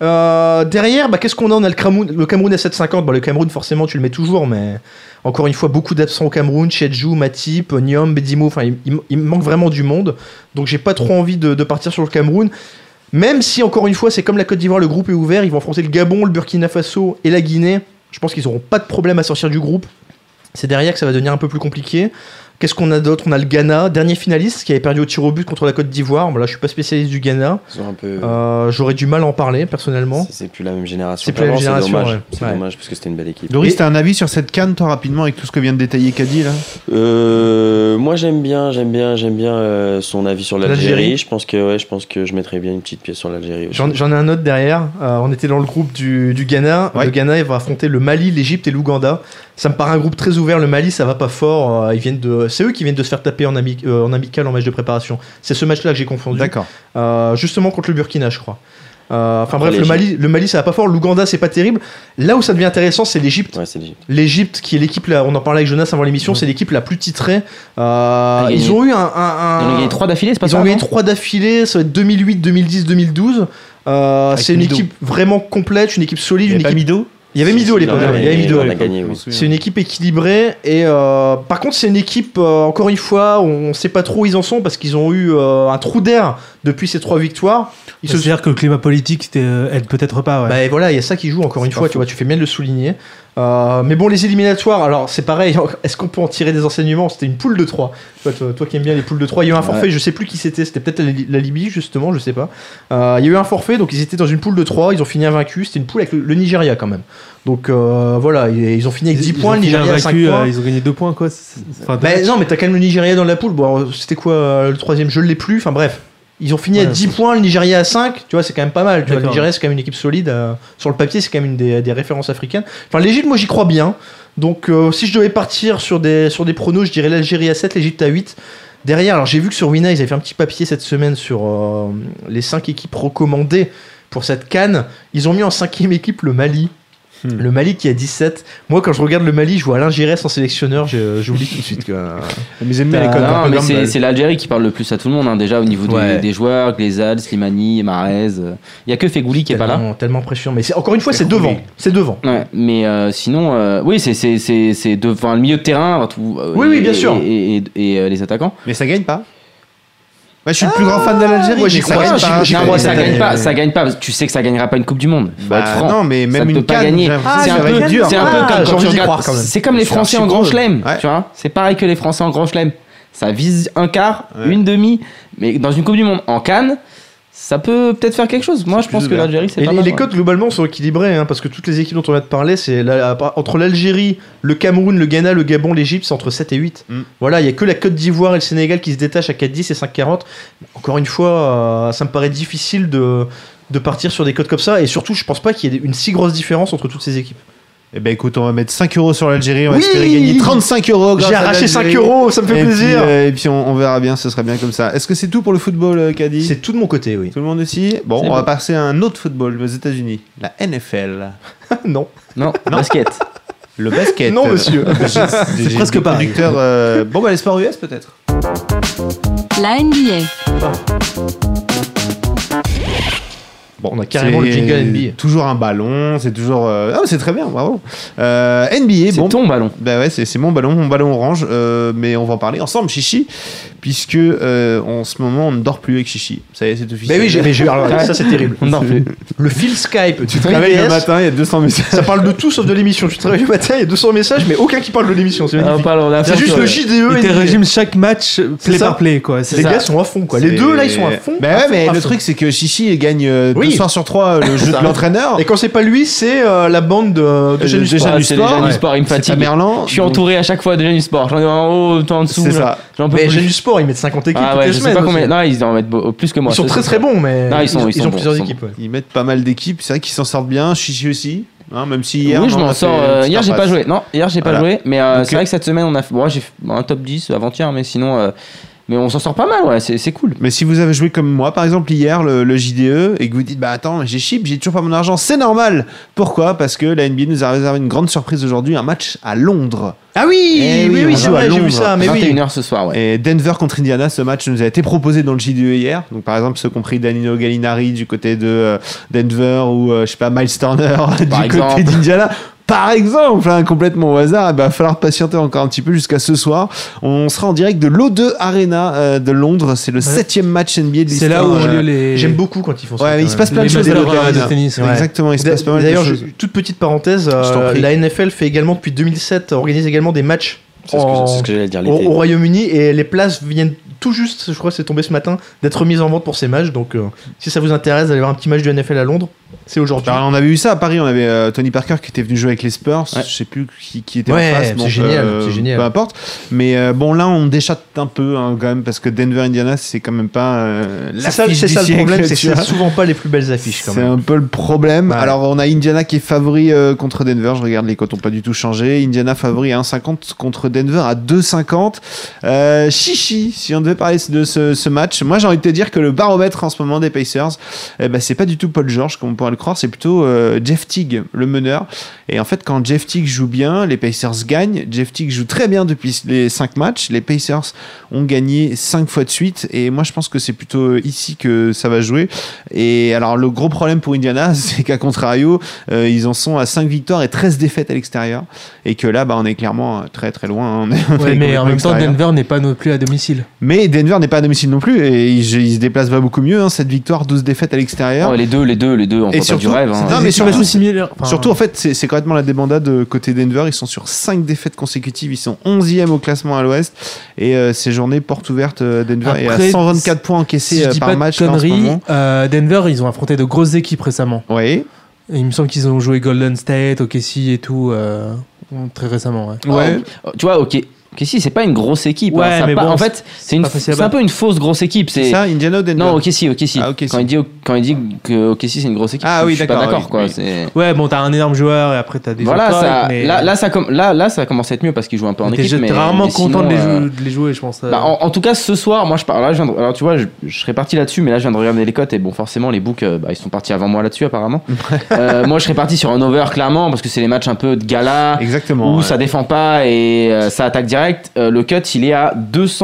C: Euh, derrière, bah, qu'est-ce qu'on a On a le Cameroun, le Cameroun à 7,50. Bah, le Cameroun, forcément, tu le mets toujours, mais encore une fois, beaucoup d'absents au Cameroun. Chedjou, Matip, Niom, Bedimo. Enfin, il, il- il me manque vraiment du monde. Donc, j'ai pas trop envie de, de partir sur le Cameroun. Même si, encore une fois, c'est comme la Côte d'Ivoire, le groupe est ouvert. Ils vont affronter le Gabon, le Burkina Faso et la Guinée. Je pense qu'ils auront pas de problème à sortir du groupe. C'est derrière que ça va devenir un peu plus compliqué. Qu'est-ce qu'on a d'autre On a le Ghana, dernier finaliste qui avait perdu au tir au but contre la Côte d'Ivoire. Bon, là, je suis pas spécialiste du Ghana.
E: Ils ont un peu.
C: Euh, J'aurais du mal à en parler personnellement.
E: c'est- C'est plus la même génération.
C: C'est plus la même
E: qu'avant,
C: génération,
E: dommage.
C: ouais.
E: C'est
C: Ouais.
E: dommage parce que c'était une belle équipe.
B: Doris, t'as un avis sur cette canne, toi, rapidement, avec tout ce que vient de détailler Caddy, là
E: Euh, moi j'aime bien, j'aime bien, j'aime bien euh, son avis sur
C: L'Algérie.
E: l'Algérie. Je pense que ouais, je pense que je mettrais bien une petite pièce sur l'Algérie. aussi.
C: J'en j'en ai un autre derrière. Euh, on était dans le groupe du, du Ghana.
B: Ouais.
C: Le Ghana il va affronter le Mali, l'Égypte et l'Ouganda. Ça me paraît un groupe très ouvert. Le Mali, ça va pas fort. Euh, ils viennent de, c'est eux qui viennent de se faire taper en, ami- euh, en amical en match de préparation. C'est ce match-là que j'ai confondu.
B: D'accord.
C: Euh, justement contre le Burkina, je crois. Euh, Enfin
E: Après
C: bref, le
E: l'Égypte.
C: Mali, le Mali, ça va pas fort. L'Ouganda, c'est pas terrible. Là où ça devient intéressant, c'est l'Égypte.
E: Ouais, c'est l'Égypte.
C: L'Égypte, qui est l'équipe, la- on en parlait avec Jonas avant l'émission, c'est l'équipe la plus titrée. Euh,
D: Elle a
C: ils
D: gagné.
C: ont eu un. un-
D: Ils
C: un-
D: ont gagné 3 d'affilée, c'est pas
C: Euh, ils
D: ça
C: ont gagné
D: non
C: trois d'affilée, ça va être 2008, 2010, 2012. Euh, c'est une
B: Mido.
C: équipe vraiment complète, une équipe solide.
B: Il y avait
C: Une
B: pas
C: équipe...
B: Mido
C: Il y avait Mido à
E: Si,
C: l'époque.
E: si,
C: ouais, Il y avait Mido.
E: on a gagné, oui.
C: C'est
F: euh,
C: une équipe équilibrée et euh, par contre c'est une équipe euh, encore une fois on sait pas trop où ils en sont parce qu'ils ont eu euh, un trou d'air depuis ces trois victoires. Ils se
F: se dire que le climat politique c'était, euh, aide peut-être pas. Ouais.
C: bah, et voilà, il y a ça qui joue encore
F: C'est
C: une
F: pas
C: fois,
F: faux.
C: tu vois, tu fais bien de le souligner. Euh, mais bon, les éliminatoires, alors c'est pareil, [LAUGHS] est-ce qu'on peut en tirer des enseignements C'était une poule de 3. Toi, toi- toi qui aimes bien les poules de 3, il y a eu un forfait, je sais plus qui c'était, c'était peut-être la, Li- la Libye justement, je sais pas. Euh, il y a eu un forfait, donc ils étaient dans une poule de 3, ils ont fini invaincus, c'était une poule avec le, le Nigeria quand même. Donc euh, voilà, ils, ils ont fini avec 10 points, le
F: ont
C: Nigeria
F: vaincu,
C: 5
F: euh,
C: points.
F: ils ont gagné 2 points quoi. c'est- c'est- enfin,
C: Bah, non, mais t'as quand même le Nigeria dans la poule. Bon, alors, c'était quoi euh, le troisième Je l'ai plus. Enfin bref, ils ont fini à
F: Ouais.
C: 10 points, le Nigeria à 5. Tu vois, c'est quand même pas mal. Tu vois, le
F: D'accord.
C: Nigeria, c'est quand même une équipe solide. euh, sur le papier, c'est quand même une des, des références africaines. Enfin, l'Égypte, moi, j'y crois bien. Donc, euh, si je devais partir sur des, sur des pronos, je dirais l'Algérie à 7, l'Égypte à 8. Derrière, alors j'ai vu que sur Wina, ils avaient fait un petit papier cette semaine sur euh, les 5 équipes recommandées pour cette canne. Ils ont mis en cinquième équipe le Mali.
D: Hmm.
C: Le Mali qui a 17. Moi, quand je regarde le Mali, je vois Alain Giresse en sélectionneur, je- j'oublie tout de suite. que- euh,
B: Mais j'aime bien les
C: T'as-
B: codes.
D: Ah,
B: euh.
D: Non,
B: un peu
D: mais
B: gamble.
D: c'est c'est l'Algérie qui parle le plus à tout le monde, hein, déjà au niveau des-
C: Ouais.
D: des, joueurs, Glezad, Slimani, Marez. [LAUGHS] Il y a que Fegouli qui est pas là.
C: Tellement- Tellement impressionnant. Mais c'est- encore une fois, c'est devant. C'est devant.
D: Ouais, mais euh, sinon, euh, oui, c'est- c'est c'est- c'est devant le milieu de terrain. avant tout, euh,
C: Oui, oui,
D: et-
C: bien sûr.
D: Et, et- et, euh, les attaquants.
B: Mais ça gagne pas Moi, je suis le plus grand fan de l'Algérie.
C: moi, j'y
B: mais ça
C: crois,
B: gagne
C: j'y-
B: pas.
C: j'y
D: Non,
C: crois,
D: mais ça
C: cette
D: gagne
C: année.
D: pas, ça gagne pas. parce que Tu sais que ça gagnera pas une Coupe du Monde. Faut
B: Bah,
D: être franc.
B: non, mais
D: Ça
B: même
D: ne peut
B: une
D: pas
B: canne,
D: gagner.
B: j'ai l'impression que
D: C'est
B: ça
D: un
B: va être
D: peu-
B: dur.
D: C'est un
C: Ah,
D: peu comme
C: j'ai envie
D: quand tu
C: d'y
D: regardes-
C: croire, quand même.
D: C'est comme les
B: Je suis
D: Français en
B: archi
D: Grand
B: creux.
D: Chelem.
B: Ouais.
D: Tu vois, c'est pareil que les Français en Grand Chelem. Ça vise un quart,
B: Ouais.
D: une demi, mais dans une Coupe du Monde en Cannes, ça peut peut-être faire quelque chose. Moi, je
B: plus
D: pense que
B: ouvert.
D: l'Algérie, c'est
C: Et
D: pas
C: les,
D: mal,
C: les
D: ouais.
C: cotes globalement sont équilibrées hein, parce que toutes les équipes dont on va te parler, c'est la- la- entre l'Algérie, le Cameroun, le Ghana, le Gabon, l'Égypte, c'est entre 7 et 8.
B: Mm.
C: Voilà, il y a que la Côte d'Ivoire et le Sénégal qui se détachent à 4-10 et 5-40. Encore une fois, euh, ça me paraît difficile de, de partir sur des cotes comme ça et surtout, je pense pas qu'il y ait une si grosse différence entre toutes ces équipes.
B: Eh ben écoute, on va mettre 5 euros sur l'Algérie, on va
C: Oui
B: espérer gagner 35 euros. Oh, grâce
C: J'ai
B: à
C: arraché 5
B: l'Algérie.
C: euros, ça me fait
B: et
C: plaisir.
B: Puis, euh, et puis on, on verra bien, ce sera bien comme ça. Est-ce que c'est tout pour le football, euh, Caddy
C: C'est tout de mon
B: [LAUGHS]
C: côté, oui.
B: Tout le monde aussi Bon,
D: C'est
B: on
D: bon.
B: va passer à un autre football, aux États-Unis. La NFL.
C: non.
D: Non, basket.
B: Le basket.
C: Non,
B: [LAUGHS]
C: monsieur.
B: c'est
C: presque pareil.
B: Producteur, euh, bon, bah, les sports US peut-être
G: La NBA.
C: Bon, on a carrément le jingle
B: C'est
C: NBA.
B: Toujours un ballon, c'est toujours. euh, Ah, mais c'est très bien, bravo. Euh, NBA,
D: C'est
B: bon.
D: ton ballon.
B: Bah ouais, c'est c'est mon ballon, mon ballon orange, euh, mais on va en parler ensemble, Chichi, puisque euh, en ce moment on ne dort plus avec Chichi. Ça y est, c'est
C: Bah
B: officiel.
C: oui, j'ai- mais j'ai- alors, ça c'est terrible.
D: On dort plus.
C: Le fil Skype, tu
B: Je
C: te
B: me réveille
C: réveilles
B: le matin, il y a 200 messages.
C: Ça parle de tout sauf de l'émission. Tu te réveilles le matin, il y a 200 messages, mais aucun qui parle de l'émission. C'est
D: Ah, on
C: magnifique.
D: parle- on a
C: C'est
D: fait
C: juste
D: sur-
C: le JDE et
F: Ils
C: les-
F: résument chaque match euh,
C: C'est
F: play
C: ça.
F: par play quoi. c'est
C: Les
F: ça.
C: gars sont à fond quoi. Les deux là, ils sont à fond.
B: Bah
C: à
B: ouais,
C: fond,
B: mais
C: à
B: le
C: fond.
B: truc c'est que Chichi il gagne euh,
C: Oui.
B: deux soirs sur trois euh, le jeu de
C: Ça.
B: l'entraîneur.
C: Et quand c'est pas lui, c'est euh, la bande de, de
B: Euh,
C: Janus.
B: déjà
D: Ah,
B: du
D: c'est
B: sport,
D: déjà du
B: ouais.
D: sport, il me
B: C'est
D: fatigue.
B: à Merlan.
D: Je suis
B: donc
D: entouré à chaque fois déjà du sport. J'en ai un en haut, tant en dessous.
B: C'est
D: là.
B: ça.
D: J'en peux
C: Mais
D: plus.
C: Janus Sport, ils mettent 50 équipes
D: Ah
C: toutes
D: ouais,
C: les
D: je sais
C: semaines.
D: pas combien.
C: aussi.
D: Non, ils en mettent beau- plus que moi.
C: Ils sont
D: ça,
C: très
D: c'est
C: très
D: vrai.
C: bons, mais
D: Non, ils sont- ils sont
C: ont
D: bons,
C: plusieurs
D: ils sont
C: équipes. ouais.
B: Ils mettent pas mal d'équipes, c'est vrai qu'ils s'en sortent bien. Chichi aussi, hein, même si hier.
D: oui, je
B: on a
D: m'en
B: fait
D: sors.
B: une
D: euh,
B: petite
D: hier, j'ai pas
B: impasse.
D: joué. Non, hier, j'ai pas
B: Voilà.
D: joué. Mais euh,
B: Donc,
D: c'est vrai que cette semaine, on a fait, bon, j'ai fait un top 10 avant-hier, mais sinon, euh, mais on s'en sort pas mal, ouais, c'est c'est cool.
B: Mais si vous avez joué comme moi, par exemple hier, le, le JDE, et que vous dites, bah attends, j'ai chip, j'ai toujours pas mon argent, c'est normal. Pourquoi Parce que la NBA nous a réservé une grande surprise aujourd'hui, un match à Londres.
C: Ah oui,
B: Eh oui,
C: oui,
B: on
C: oui, c'est
B: joue à
C: vrai, j'ai vu
B: Londres.
C: ça. Ah, Mais oui.
D: 21h ce soir, ouais.
B: Et Denver contre Indiana, ce match nous a été proposé dans le JDE hier. Donc par exemple, ceux qui ont pris Danilo Gallinari du côté de euh, Denver ou, euh, je sais pas, Miles Turner [LAUGHS] du
D: Par
B: côté
D: exemple.
B: d'Indiana. Par exemple, hein, complètement au hasard, il va falloir patienter encore un petit peu jusqu'à ce soir. On sera en direct de l'O2 Arena euh, de Londres. C'est le septième match NBA de l'histoire.
F: C'est là où ont
B: euh,
F: lieu les.
C: J'aime beaucoup quand ils font ça.
B: Ouais,
C: quand
B: il se
C: même.
B: passe plein de
F: les
B: choses à
F: matchs
B: l'O2
F: de
B: Arena.
F: tennis, ouais.
B: Exactement, il se passe pas mal de
C: D'ailleurs,
B: choses.
C: je- toute petite parenthèse,
B: t'en
C: euh,
B: prie.
C: la NFL fait également depuis 2007 organise également des matchs
E: C'est ce que,
C: en-
E: c'est ce que j'allais dire.
C: au,
E: l'été.
C: au Royaume-Uni et les places viennent tout juste, je crois que c'est tombé ce matin, d'être mises en vente pour ces matchs. Donc euh, si ça vous intéresse d'aller voir un petit match du NFL à Londres, c'est aujourd'hui.
B: Alors, Bah, on avait eu ça à Paris, on avait euh, Tony Parker qui était venu jouer avec les Spurs,
D: Ouais.
B: je sais plus qui, qui était
C: Ouais,
B: en face.
C: c'est
B: donc, euh,
C: génial, c'est génial.
B: Peu importe. Mais euh, bon, là, on déchatte un peu hein, quand même, parce que Denver-Indiana, c'est quand même pas. euh,
C: C'est ça,
B: l'affiche
C: c'est
B: du
C: ça le
B: siècle,
C: problème, c'est
B: tu
C: que c'est
B: vois.
C: souvent pas les plus belles affiches quand
B: C'est
C: même.
B: un peu le problème.
C: Ouais.
B: Alors, on a Indiana qui est favori euh, contre Denver. Je regarde, les cotes n'ont pas du tout changé. Indiana favori à 1,50 contre Denver à 2,50. Euh, chichi, si on devait parler de ce, ce match, moi j'ai envie de te dire que le baromètre en ce moment des Pacers, eh ben, c'est pas du tout Paul George comme on pourrait le croire, c'est plutôt euh, Jeff Teague, le meneur. Et en fait, quand Jeff Teague joue bien, les Pacers gagnent. Jeff Teague joue très bien depuis les 5 matchs. Les Pacers ont gagné 5 fois de suite. Et moi je pense que c'est plutôt euh, ici que ça va jouer. Et alors, le gros problème pour Indiana, [LAUGHS] c'est qu'à contrario, euh, ils en sont à 5 victoires et 13 défaites à l'extérieur. Et que là, bah, on est clairement euh, très très loin. hein. [LAUGHS] On est- on est
F: Ouais, mais en
B: complètement
F: même temps,
B: extérieur.
F: Denver n'est pas non plus à domicile.
B: Mais Denver n'est pas à domicile non plus. Et ils il se déplacent pas beaucoup mieux. Hein, 7 victoires, 12 défaites à l'extérieur.
D: Oh, les deux, les deux, les deux, on
B: Et
D: peut faire du
B: surtout,
D: rêve. hein.
B: c'est Non, dingue. mais
F: Des
B: surtout-
F: situations similaires. Enfin,
B: Surtout, en fait, c'est c'est complètement la débandade euh, côté Denver. Ils sont sur 5 défaites consécutives. Ils sont 11e au classement à l'ouest. Et euh, ces journées portes ouvertes euh, à Denver. et à
F: Après,
B: 124 points
F: si
B: encaissés
F: je
B: euh,
F: dis
B: par
F: pas
B: match
F: de
B: là, en ce
F: conneries,
B: moment.
F: euh, Denver, ils ont affronté de grosses équipes récemment.
B: Oui.
F: Et il me semble qu'ils ont joué Golden State, OKC et tout euh, très récemment. ouais.
D: Oh, Tu vois, ok. Ok, si, c'est pas une grosse équipe.
F: Ouais,
D: hein, ça
F: mais
D: pas-
F: bon,
D: en fait, c'est une-
F: pas facile à
D: c'est un
F: battre.
D: peu une fausse grosse équipe. C'est
B: C'est ça, Indiana ou Denver
D: non, ok, si, ok, si.
B: Ah, OKC.
D: Quand il dit quand il dit que ok, si, c'est une grosse équipe.
B: Ah
D: je
B: oui,
D: suis pas
B: d'accord,
D: d'accord,
B: oui,
D: quoi.
B: oui.
D: c'est-
F: Ouais, bon, t'as un énorme joueur et après t'as des
D: Voilà,
F: autres
D: ça,
F: corrects, mais-
D: là, là, ça com- là, là, ça commence à être mieux parce qu'il joue un peu en
F: mais t'es-
D: équipe. mais-
F: T'es rarement
D: mais sinon,
F: content de, les jouer,
D: euh,
F: de les jouer, je pense. euh.
D: bah, en, en tout cas, ce soir, moi je parle. Là, je viens de- alors tu vois, je, je serais parti là-dessus, mais là je viens de regarder les cotes et bon, forcément, les books, euh, bah, ils sont partis avant moi là-dessus apparemment. Euh, moi, je serais parti sur un over clairement parce que c'est les matchs un peu de gala
B: Exactement.
D: où
B: ouais.
D: ça défend pas et euh, ça attaque direct. Euh, le cut, il est à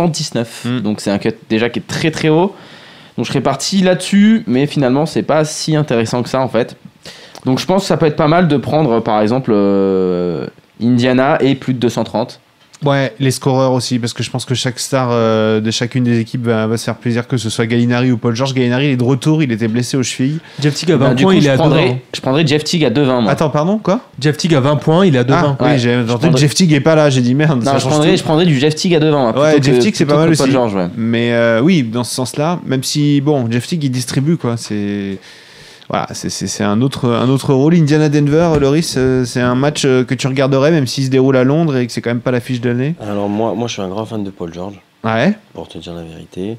D: 219,
B: Mm.
D: donc c'est un cut déjà qui est très très haut. Donc je serais parti là-dessus, mais finalement, c'est pas si intéressant que ça en fait. Donc je pense que ça peut être pas mal de prendre par exemple euh, Indiana et plus de 230.
B: Ouais, les scoreurs aussi, parce que je pense que chaque star euh, de chacune des équipes va, va se faire plaisir, que ce soit Gallinari ou Paul George. Gallinari, il est de retour, il était blessé aux chevilles.
F: Jeff Teague a
D: Bah,
F: 20
D: du
F: points,
D: coup,
F: il
D: je
F: est à hein. 2
D: prendrais, je prendrais Jeff Teague à 2,20 moi.
B: Attends, pardon, quoi
F: Jeff Teague a 20 points, il est à 2
B: Ah, oui,
D: Ouais.
B: j'ai
D: Je
B: entendu
D: prendrais-
B: Jeff Teague est pas là, j'ai dit merde.
D: Non,
B: ça
D: je
B: change
D: prendrais,
B: tout.
D: je prendrais du Jeff Teague à hein, devant.
B: Ouais, Jeff Teague, c'est pas mal aussi.
D: George, ouais.
B: Mais euh, oui, dans ce sens-là, même si, bon, Jeff Teague, il distribue, quoi. C'est. Voilà, c'est- c'est c'est un autre, un autre rôle. Indiana-Denver, Loris, euh, c'est un match euh, que tu regarderais, même s'il se déroule à Londres et que c'est quand même pas l'affiche de l'année.
E: Alors moi, moi, je suis un grand fan de Paul George.
B: Ouais.
E: pour te dire la vérité.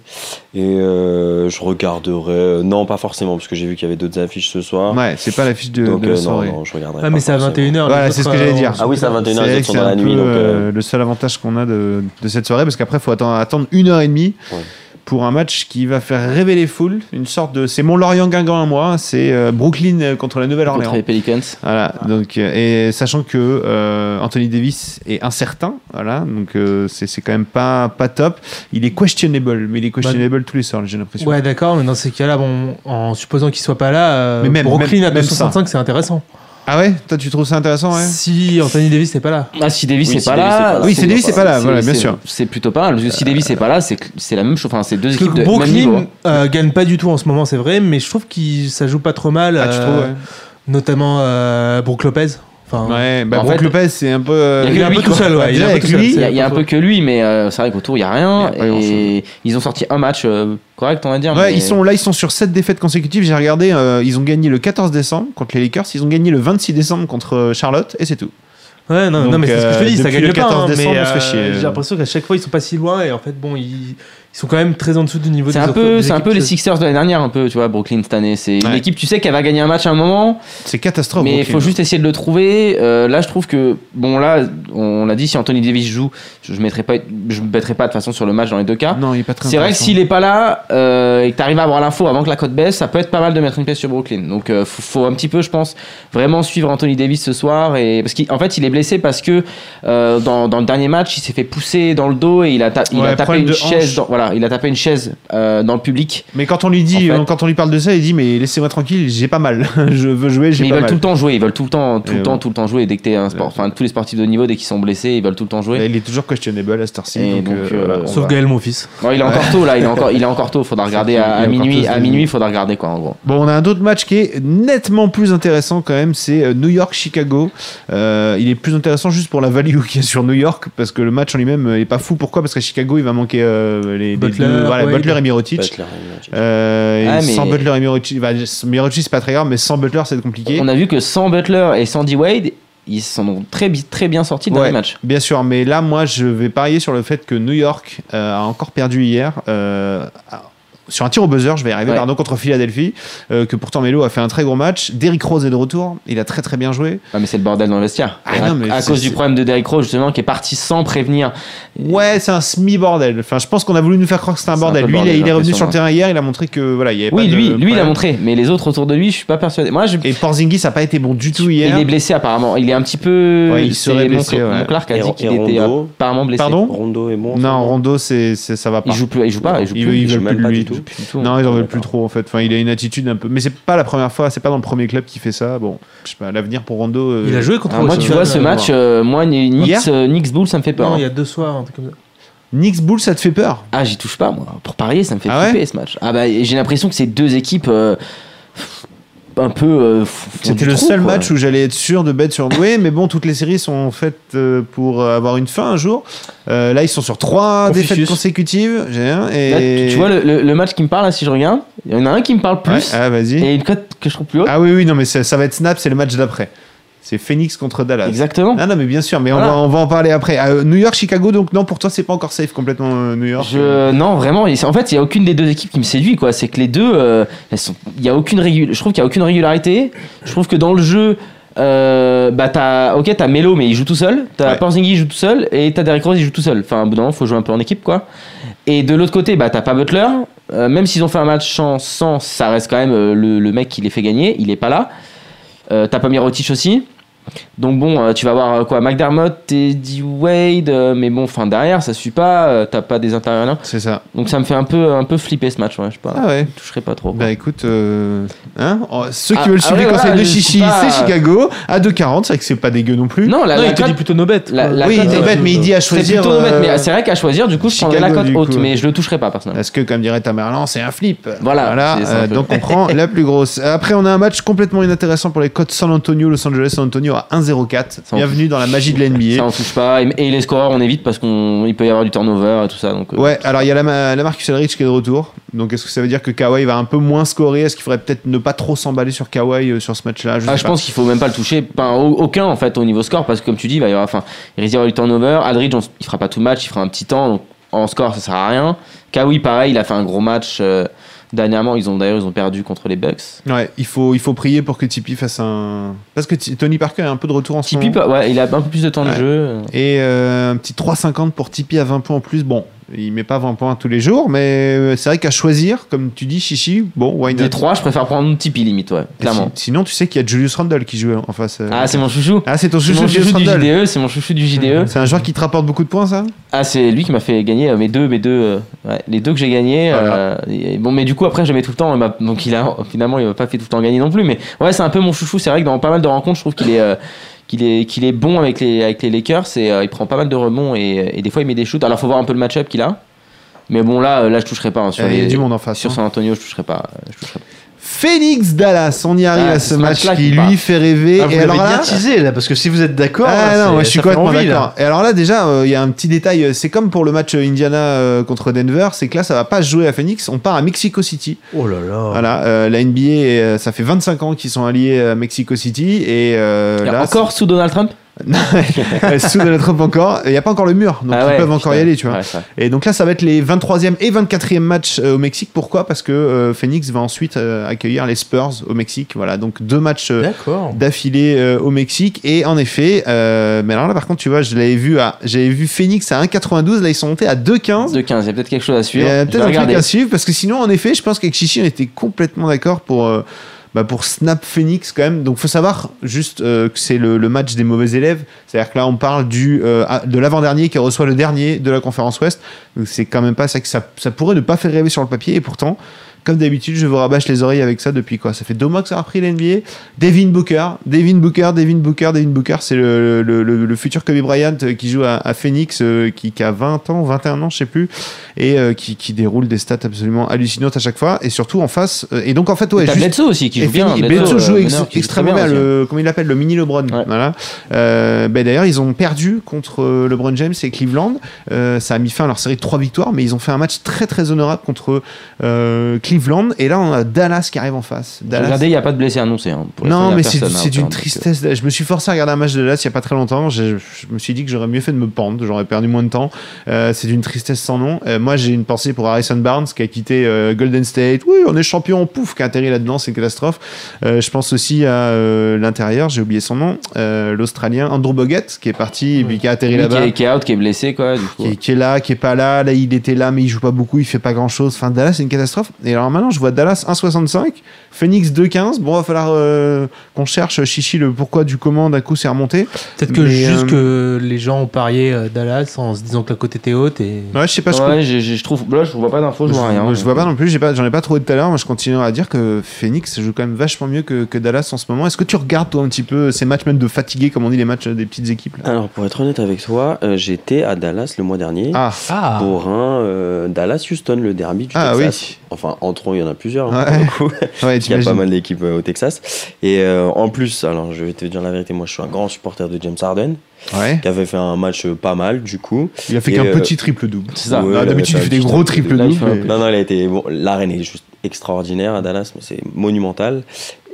E: Et euh, je regarderai. euh, Non, pas forcément, parce que j'ai vu qu'il y avait d'autres affiches ce soir.
B: Ouais, c'est pas l'affiche de,
E: donc,
B: de la
E: euh, non,
B: soirée.
E: non, je regarderai.
F: Ah,
E: pas
F: mais c'est à
E: forcément.
F: 21h.
B: Voilà, c'est ce que j'allais
F: euh,
B: dire.
E: Ah oui, c'est à 21h,
B: C'est vrai
E: ils
B: que
E: sont
B: c'est
E: dans la
B: un
E: nuit.
B: peu,
E: donc, euh,
B: euh, le seul avantage qu'on a de, de cette soirée, parce qu'après, il faut attendre, attendre une heure et demie
E: Ouais.
B: pour un match qui va faire rêver les foules. Une sorte de. C'est mon Lorient-Guingamp à moi, c'est euh, Brooklyn euh, contre la
D: Contre
B: Nouvelle-Orléans.
D: les Pelicans.
B: Voilà, donc, euh, et sachant que euh, Anthony Davis est incertain, voilà, donc euh, c'est c'est quand même pas, pas top. Il est questionable, mais il est questionable tous les soirs, j'ai l'impression.
F: Ouais, d'accord, mais dans ces cas-là, bon, en supposant qu'il soit pas là, euh,
B: Mais même-
F: Brooklyn
B: même-
F: à
B: même ça.
F: 265, c'est intéressant.
B: Ah ouais Toi, tu trouves ça intéressant, ouais
F: Si Anthony Davis n'est pas là.
D: Ah, si Davis
E: Oui,
D: c'est
E: si
D: pas
E: Davis est
D: là.
E: pas là,
B: Oui, si Davis est pas là,
D: c'est-
B: voilà, bien
D: c'est-
B: sûr.
D: C'est plutôt pas mal. Parce que si Davis est pas là, c'est que- c'est la même chose. Enfin, c'est deux
F: Parce que
D: équipes de même niveau.
F: Brooklyn euh, gagne pas du tout en ce moment, c'est vrai, mais je trouve que ça joue pas trop mal,
B: Ah, tu
F: euh,
B: trouves, ouais.
F: notamment euh, Brook Lopez. Enfin,
B: Ouais, bah,
D: En
B: Brook
D: fait,
B: Lopez, c'est un peu. euh,
D: il
F: euh, Il est un
D: lui,
F: peu tout
D: quoi.
F: seul, ouais. il est
B: Déjà,
F: un peu
B: avec
F: tout seul,
B: lui,
D: Il
F: c'est
D: y a, il y a un
F: pas
D: peu
F: faux.
D: que lui, mais euh, c'est vrai qu'autour il y a rien.
B: Il y a pas
D: et ils ont sorti un match euh, correct, on va dire.
B: Ouais,
D: mais-
B: ils sont là, ils sont sur 7 défaites consécutives. J'ai regardé, euh, ils ont gagné le 14 décembre contre les Lakers, ils ont gagné le 26 décembre contre euh, Charlotte, et c'est tout.
F: Ouais, non,
B: Donc,
F: non, mais c'est ce que je te dis,
B: euh,
F: ça
B: depuis
F: gagne
B: le
F: pas.
B: 14
F: hein,
B: décembre,
F: mais,
B: on se fait chier.
F: J'ai l'impression qu'à chaque fois, ils sont pas si loin et en fait, bon, ils, ils sont quand même très en dessous du niveau
D: C'est
F: des
D: un
F: autres-
D: peu,
F: des
D: c'est un peu les
F: équipes.
D: Sixers de l'année dernière, un peu, tu vois, Brooklyn cette année. C'est une
B: Ouais.
D: équipe, tu sais qu'elle va gagner un match à un moment,
B: C'est catastrophe.
D: mais il
B: Brooklyn.
D: faut juste essayer de le trouver. Euh, là, je trouve que, bon, là, on l'a dit, si Anthony Davis joue, je ne mettrai pas, je me mettrai pas de toute façon sur le match dans les deux cas.
B: Non, il est pas très
D: C'est vrai que
B: intéressant.
D: s'il est pas là euh, et que t'arrives à avoir l'info avant que la cote baisse, ça peut être pas mal de mettre une pièce sur Brooklyn. Donc euh, faut, faut un petit peu, je pense, vraiment suivre Anthony Davis ce soir et parce qu'en fait il est blessé parce que euh, dans, dans le dernier match il s'est fait pousser dans le dos et il a, ta- il
B: Ouais,
D: a tapé
B: problème
D: une
B: de
D: chaise.
B: hanche.
D: dans- voilà, voilà, il a tapé une chaise euh, dans le public.
B: Mais quand on lui dit,
D: En fait-
B: quand on lui parle de ça, il dit mais laissez-moi tranquille, j'ai pas mal, [LAUGHS] je veux jouer, j'ai
D: Mais ils
B: pas
D: veulent
B: mal.
D: tout le temps jouer, ils veulent tout le temps, tout
B: Et
D: le temps,
B: ouais.
D: tout le temps jouer. Dès que t'es un sport, enfin tous les sportifs de haut niveau, dès qu'ils sont blessés, ils veulent tout le temps jouer.
B: Là, il est toujours questionable à cette heure-ci.
D: Et
B: Donc,
D: donc,
B: euh,
D: euh,
B: voilà.
D: on
F: Sauf
D: va-
F: Gaël, mon fils.
D: Non, Oh, il est encore tôt là, il est encore, il est encore
B: [LAUGHS]
D: tôt. Faudra regarder à, à
B: Il est encore
D: minuit,
B: tôt,
D: à
B: c'est-
D: minuit, faudra regarder quoi en gros.
B: Bon, on a un autre match qui est nettement plus intéressant quand même, c'est euh, New York-Chicago. Euh, il est plus intéressant juste pour la value [LAUGHS] qu'il y a sur New York, parce que le match en lui-même euh, est pas fou. Pourquoi Parce qu'à Chicago, il va manquer euh, les, les
F: Butler,
B: deux- voilà,
F: Wade.
B: Butler et Mirotic.
E: Butler, euh,
B: Euh,
D: Ah,
B: et
D: mais-
B: Sans Butler et Mirotic, bah, Mirotic c'est pas très grave, mais sans Butler c'est compliqué.
D: On a vu que sans Butler et sans D Wade, ils se sont donc très, bi- très bien sortis dans
B: Ouais.
D: le match.
B: Bien sûr, mais là, moi, je vais parier sur le fait que New York euh, a encore perdu hier. euh, à- sur un tir au buzzer, je vais y arriver,
D: Ouais.
B: pardon, contre Philadelphie, euh, que pourtant Melo a fait un très gros match. Derrick Rose est de retour, il a très très bien joué.
D: Ah, mais c'est le bordel dans le vestiaire.
B: Ah,
D: à
B: non, mais
D: à
B: c'est-
D: cause du
B: c'est-
D: problème de Derrick Rose justement qui est parti sans prévenir.
B: Ouais, c'est un semi-bordel. Enfin, je pense qu'on a voulu nous faire croire que c'était un
D: C'est un
B: bordel.
D: peu
B: lui, il
D: bordel,
B: est- il est
D: j'ai
B: revenu sur
D: l'impression,
B: le terrain hier, il a montré que voilà, il y avait
D: Oui,
B: pas de
D: lui, lui il a
B: problème.
D: montré, mais les autres autour de lui, je suis pas persuadé. Moi, je-
B: Et Porzingis ça n'a pas été bon du tout hier.
D: il est blessé apparemment. Il est un petit peu.
B: Ouais, il
D: c'est
B: serait
D: mon-
B: blessé, ouais.
D: mon Clark a
E: Et-
D: dit
E: et
D: qu'il était
E: Rondo
D: apparemment blessé.
B: Pardon
E: Rondo est bon. en ce
B: Non,
E: moment
B: Rondo, c'est, c'est- ça va pas.
D: il joue plus, il joue pas, il joue
B: Ils-
D: plus.
B: ils
D: Il joue
B: veulent
E: même
B: plus
E: pas
B: de
E: du
B: lui.
E: tout.
D: plus du tout.
B: Non, ils en veulent
E: D'accord.
B: plus trop en fait. Enfin, il a une attitude un peu. Mais c'est pas la première fois, c'est pas dans le premier club qui fait ça. Bon, je sais pas, l'avenir pour Rondo. euh,
F: Il a joué contre
D: Alors, Ah, moi, tu vois ce match, euh, moi, Ni-
B: Hier
D: Knicks, euh, Knicks Bull, ça me fait peur.
F: Non,
D: hein.
F: il y a deux soirs, un truc comme ça.
B: Knicks Bull, ça te fait peur
D: Ah, j'y touche pas, moi. Pour parier, ça me fait
B: Ah ouais
D: flipper ce match. Ah, bah, j'ai l'impression que ces deux équipes. euh, un peu. euh, f- font
B: C'était
D: du
B: le
D: trou,
B: seul
D: quoi.
B: match où j'allais être sûr de bet sur Doué, mais bon, toutes les séries sont faites euh, pour avoir une fin un jour. Euh, là, ils sont sur trois
F: Confucius.
B: défaites consécutives. J'ai un,
D: Là,
B: et...
D: tu, tu vois le, le- le match qui me parle, là, si je regarde, il y en a un qui me parle
B: Ouais,
D: plus
B: ah, vas-y.
D: et une cote que je trouve plus haute.
B: Ah oui, oui, non, mais ça, ça va être snap, c'est le match d'après. C'est Phoenix contre Dallas.
D: Exactement.
B: Ah non, mais bien sûr, mais on,
D: Voilà.
B: va, on va en parler après. Ah, euh, New York, Chicago, donc non, pour toi, c'est pas encore safe complètement euh, New York.
D: Je, non, vraiment. il- En fait, il y a aucune des deux équipes qui me séduit, quoi. C'est que les deux, euh, elles sont- il y a aucune régul... Je trouve qu'il y a aucune régularité. Je trouve que dans le jeu, euh, bah t'as, ok, t'as Melo, mais il joue tout seul. T'as
B: Ouais.
D: Porzingis, il joue tout seul, et t'as Derrick Rose, il joue tout seul. Enfin, au bout d'un moment, faut jouer un peu en équipe, quoi. Et de l'autre côté, bah t'as pas Butler. Euh, même s'ils ont fait un match sans, sans, ça reste quand même euh, le, le mec qui les fait gagner. Il est pas là. Euh, t'as pas Mirotic aussi. Donc bon, euh, tu vas voir euh, quoi McDermott, Teddy Wade, euh, mais bon, enfin derrière, ça suit pas, euh, t'as pas des intérieurs là.
B: C'est ça.
D: Donc ça me fait un peu, un peu flipper ce match, ouais, je sais pas.
B: Ah ouais.
D: Je toucherai pas trop. quoi.
B: Bah écoute, euh, hein, oh, ceux qui
D: Ah,
B: veulent
D: ah
B: suivre les
D: ouais,
B: conseils
D: voilà,
B: de
D: je
B: Chichi,
D: suis pas-
B: c'est Chicago. À 2,40, c'est vrai que c'est pas dégueu Bah, non plus.
D: non, la,
F: non,
D: la
F: il te
D: cote-
F: dit plutôt nos bêtes.
D: la-
F: quoi.
D: la
B: oui,
D: cote
B: il
D: est-
B: est bête, mais il dit à
D: c'est
B: choisir.
D: plutôt bête,
B: euh,
D: mais c'est vrai qu'à choisir, du coup, je prendrais la
B: Chicago,
D: cote
B: du
D: haute,
B: coup. Ah,
D: mais je le toucherai pas personnellement.
B: Parce que, comme dirait ta Merlan, c'est un flip.
D: Voilà, c'est ça, un
B: euh,
D: peu.
B: donc on prend la plus grosse. Après, on a un match complètement inintéressant pour les codes San Antonio, Los Angeles, San Antonio à 1-0-4.
D: Ça, on-
B: Bienvenue dans la magie de
D: Ça,
B: l'NBA.
D: on touche pas. Et, et les scoreurs, on évite parce qu'on, il peut y avoir du turnover et tout ça. Donc, euh,
B: Ouais, alors il y a la, ma- la Marcus Aldridge qui est de retour. Donc est-ce que ça veut dire que Kawhi va un peu moins scorer Est-ce qu'il faudrait peut-être ne pas trop s'emballer sur Kawhi euh, sur ce match-là
D: Ah,
B: sais
D: je
B: pas.
D: pense qu'il faut même pas le toucher, pas, au- aucun en fait au niveau score, parce que comme tu dis, il va y avoir, enfin, il risque d'y avoir du turnover. Aldridge, on s- il fera pas tout le match, il fera un petit temps, donc en score ça sert à rien. Kawhi, pareil, il a fait un gros match euh, dernièrement. Ils ont d'ailleurs ils ont perdu contre les Bucks.
B: Ouais, il faut, il faut prier pour que Tipeee fasse un. Parce que Ti- Tony Parker a un peu de retour en ce
D: Tipeee,
B: moment.
D: pa- ouais, il a un peu plus de temps de
B: Ouais.
D: jeu.
B: Et euh, un petit 3,50 pour Tipeee à 20 points en plus. Bon, il met pas 20 points tous les jours, mais euh, c'est vrai qu'à choisir, comme tu dis, Chichi, bon, why not
D: Des trois, je préfère prendre Tipeee limite, ouais,
B: Et si-
D: clairement.
B: Sinon, tu sais qu'il y a Julius Randle qui joue en face. euh,
D: Ah, c'est mon chouchou.
B: Ah, c'est ton
D: C'est
B: chouchou, Mmh.
D: mon
B: Julius
D: chouchou du
B: Randle.
D: JDE, c'est mon chouchou du JDE.
B: C'est un joueur qui te rapporte beaucoup de points, ça
D: Ah, c'est lui qui m'a fait gagner euh, mes deux, mes deux, euh, ouais, les deux que j'ai gagnés. euh, et- bon, mais du coup, après, je les mets tout le temps. il m'a- donc, il a, finalement, il m'a pas fait tout le temps gagner non plus. Mais ouais, c'est un peu mon chouchou. C'est vrai que dans pas mal de rencontres, je trouve qu'il est, euh, qu'il est, qu'il est bon avec les, avec les Lakers. Et, euh, il prend pas mal de rebonds et, et des fois, il met des shoots. Alors, faut voir un peu le match-up qu'il a. Mais bon, là, euh, là, je toucherai pas. hein, sur
B: Euh, Il y a
D: les-
B: du monde en face.
D: Sur
B: hein.
D: San Antonio, je toucherai pas. euh, Je toucherai pas.
B: Phoenix Dallas, on y arrive
D: Ah,
B: à
D: c'est
B: ce
D: ce
B: match
D: match-là
B: qui
D: qui
B: lui
D: parle.
B: fait rêver.
C: Ah, vous
B: Et
C: l'avez
B: alors
C: bien
B: là,
C: teasé là, parce que si vous êtes d'accord,
B: Ah
C: là,
B: non,
C: c'est-
B: moi, je suis
C: ça fait
B: complètement
C: envie, là.
B: d'accord. Et alors là, déjà, euh, il y a un petit détail. euh, C'est comme pour le match euh, Indiana euh, contre Denver, c'est que là, ça va pas se jouer à Phoenix. On part à Mexico City.
C: Oh là là.
B: Voilà, euh, la NBA, euh, ça fait 25 ans qu'ils sont alliés à Mexico City et euh,
D: Alors,
B: là, [LAUGHS]
D: encore sous Donald Trump
B: c'est- sous Donald Trump encore. Il y a pas encore le mur, donc
D: Ah
B: ils
D: ouais,
B: peuvent encore y
D: putain.
B: aller, tu vois.
D: Ouais, c'est vrai.
B: Et donc là, ça va être les 23e et 24e matchs euh, au Mexique. Pourquoi Parce que euh, Phoenix va ensuite euh, accueillir les Spurs au Mexique. Voilà, donc deux matchs euh,
C: D'accord.
B: d'affilée euh, au Mexique. Et en effet, euh, mais alors là, par contre, tu vois, je l'avais vu à, j'avais vu Phoenix à 1,92. Là, ils sont montés à 2,15.
D: De 15, il y a peut-être quelque chose à
B: Il y
D: suivre.
B: a
D: Je vais
B: peut-être un truc
D: regarder.
B: à suivre parce que sinon, en effet, je pense qu'avec Chichi, on était complètement d'accord pour. euh, bah, pour Snap Phoenix quand même. Donc faut savoir juste euh, que c'est le, le match des mauvais élèves. C'est-à-dire que là on parle du, euh, ah, de l'avant-dernier qui reçoit le dernier de la conférence Ouest. Donc c'est quand même pas ça que ça, ça pourrait ne pas faire rêver sur le papier. Et pourtant, comme d'habitude, je vous rabâche les oreilles avec ça depuis quoi Ça fait deux mois que ça a repris l'NBA. Devin Booker, Devin Booker, Devin Booker, Devin Booker, c'est le, le, le- le futur Kobe Bryant euh, qui joue à, à Phoenix, euh, qui, qui a 20 ans, 21 ans, je sais plus, et euh, qui, qui déroule des stats absolument hallucinantes à chaque fois. Et surtout en face, euh, et donc en fait, ouais,
D: T'as
B: juste-
D: Bledsoe aussi qui
B: et
D: joue bien.
B: Fini- Bledsoe joue
D: euh,
B: ex-
D: meneur, qui joue
B: extrêmement
D: très
B: bien,
D: aussi.
B: le, comment il l'appelle, le mini LeBron.
D: Ouais.
B: Voilà. Euh, ben D'ailleurs, ils ont perdu contre euh, LeBron James et Cleveland. Euh, ça a mis fin à leur série de 3 victoires, mais ils ont fait un match très très honorable contre euh, Cleveland. Et là, on a Dallas qui arrive en face. Dallas.
D: Regardez, il n'y a pas de blessé annoncé. hein, pour l'instant,
B: Non,
D: y a
B: mais c'est
D: personne, hein,
B: c'est d'une
D: donc, euh,
B: tristesse. Je me suis forcé à regarder un match de Dallas il n'y a pas très longtemps. Je, je me suis dit que j'aurais mieux fait de me pendre, j'aurais perdu moins de temps. Euh, c'est d'une tristesse sans nom. Euh, moi, j'ai une pensée pour Harrison Barnes qui a quitté euh, Golden State. Oui, on est champion, pouf, qui a atterri là-dedans, c'est une catastrophe. Euh, je pense aussi à euh, l'intérieur, j'ai oublié son nom, euh, l'Australien Andrew Bogut qui est parti et puis qui a atterri
D: lui qui
B: là-bas.
D: est, qui est out, qui est blessé, quoi. Du coup.
B: hein. Qui est, qui est là, qui est pas là. Là, il était là, mais il joue pas beaucoup, il fait pas grand chose. Enfin, Dallas, c'est une catastrophe. Et alors maintenant, je vois Dallas 1,65, Phoenix 2,15. Bon, va falloir euh, qu'on cherche chichi le pourquoi du comment. D'un coup, c'est remonté.
F: Peut-être que
B: Mais,
F: juste
B: euh,
F: que les gens ont parié euh, Dallas en se disant que la côte était haute et.
B: Ouais, je sais pas ce
D: Ouais, j'ai- j'ai- je trouve. Là, je vois pas d'infos, je vois rien.
B: Je vois pas non plus, j'ai pas- j'en ai pas trouvé tout à l'heure. Moi, je continuerai à dire que Phoenix joue quand même vachement mieux que, que Dallas en ce moment. Est-ce que tu regardes, toi, un petit peu ces matchs, même de fatigués, comme on dit, les matchs des petites équipes là
E: Alors, pour être honnête avec toi, euh, j'étais à Dallas le mois dernier.
B: Ah,
F: Ah
E: Pour un euh, Dallas-Houston, le derby du
B: Ah,
E: Texas. Enfin, entre eux, il y en a plusieurs. hein,
B: Ouais.
E: pour le coup.
B: ouais,
E: Il y a pas
B: t'imagines.
E: mal d'équipes euh, au Texas. Et euh, en plus, alors je vais te dire la vérité, moi je suis un grand supporter de James Harden,
B: Ouais.
E: qui avait fait un match euh, pas mal du coup.
B: Il a fait
E: Et,
B: qu'un
E: euh,
B: petit triple-double.
D: C'est ça.
E: Ouais,
B: Ah, D'habitude,
E: là,
B: il fait
E: ça,
B: des
E: juste
B: gros
E: un peu de-
D: là, il fait un
B: triples-doubles. mais-
E: Non, non, elle a été. Bon, l'arène est juste extraordinaire à Dallas, mais c'est monumental.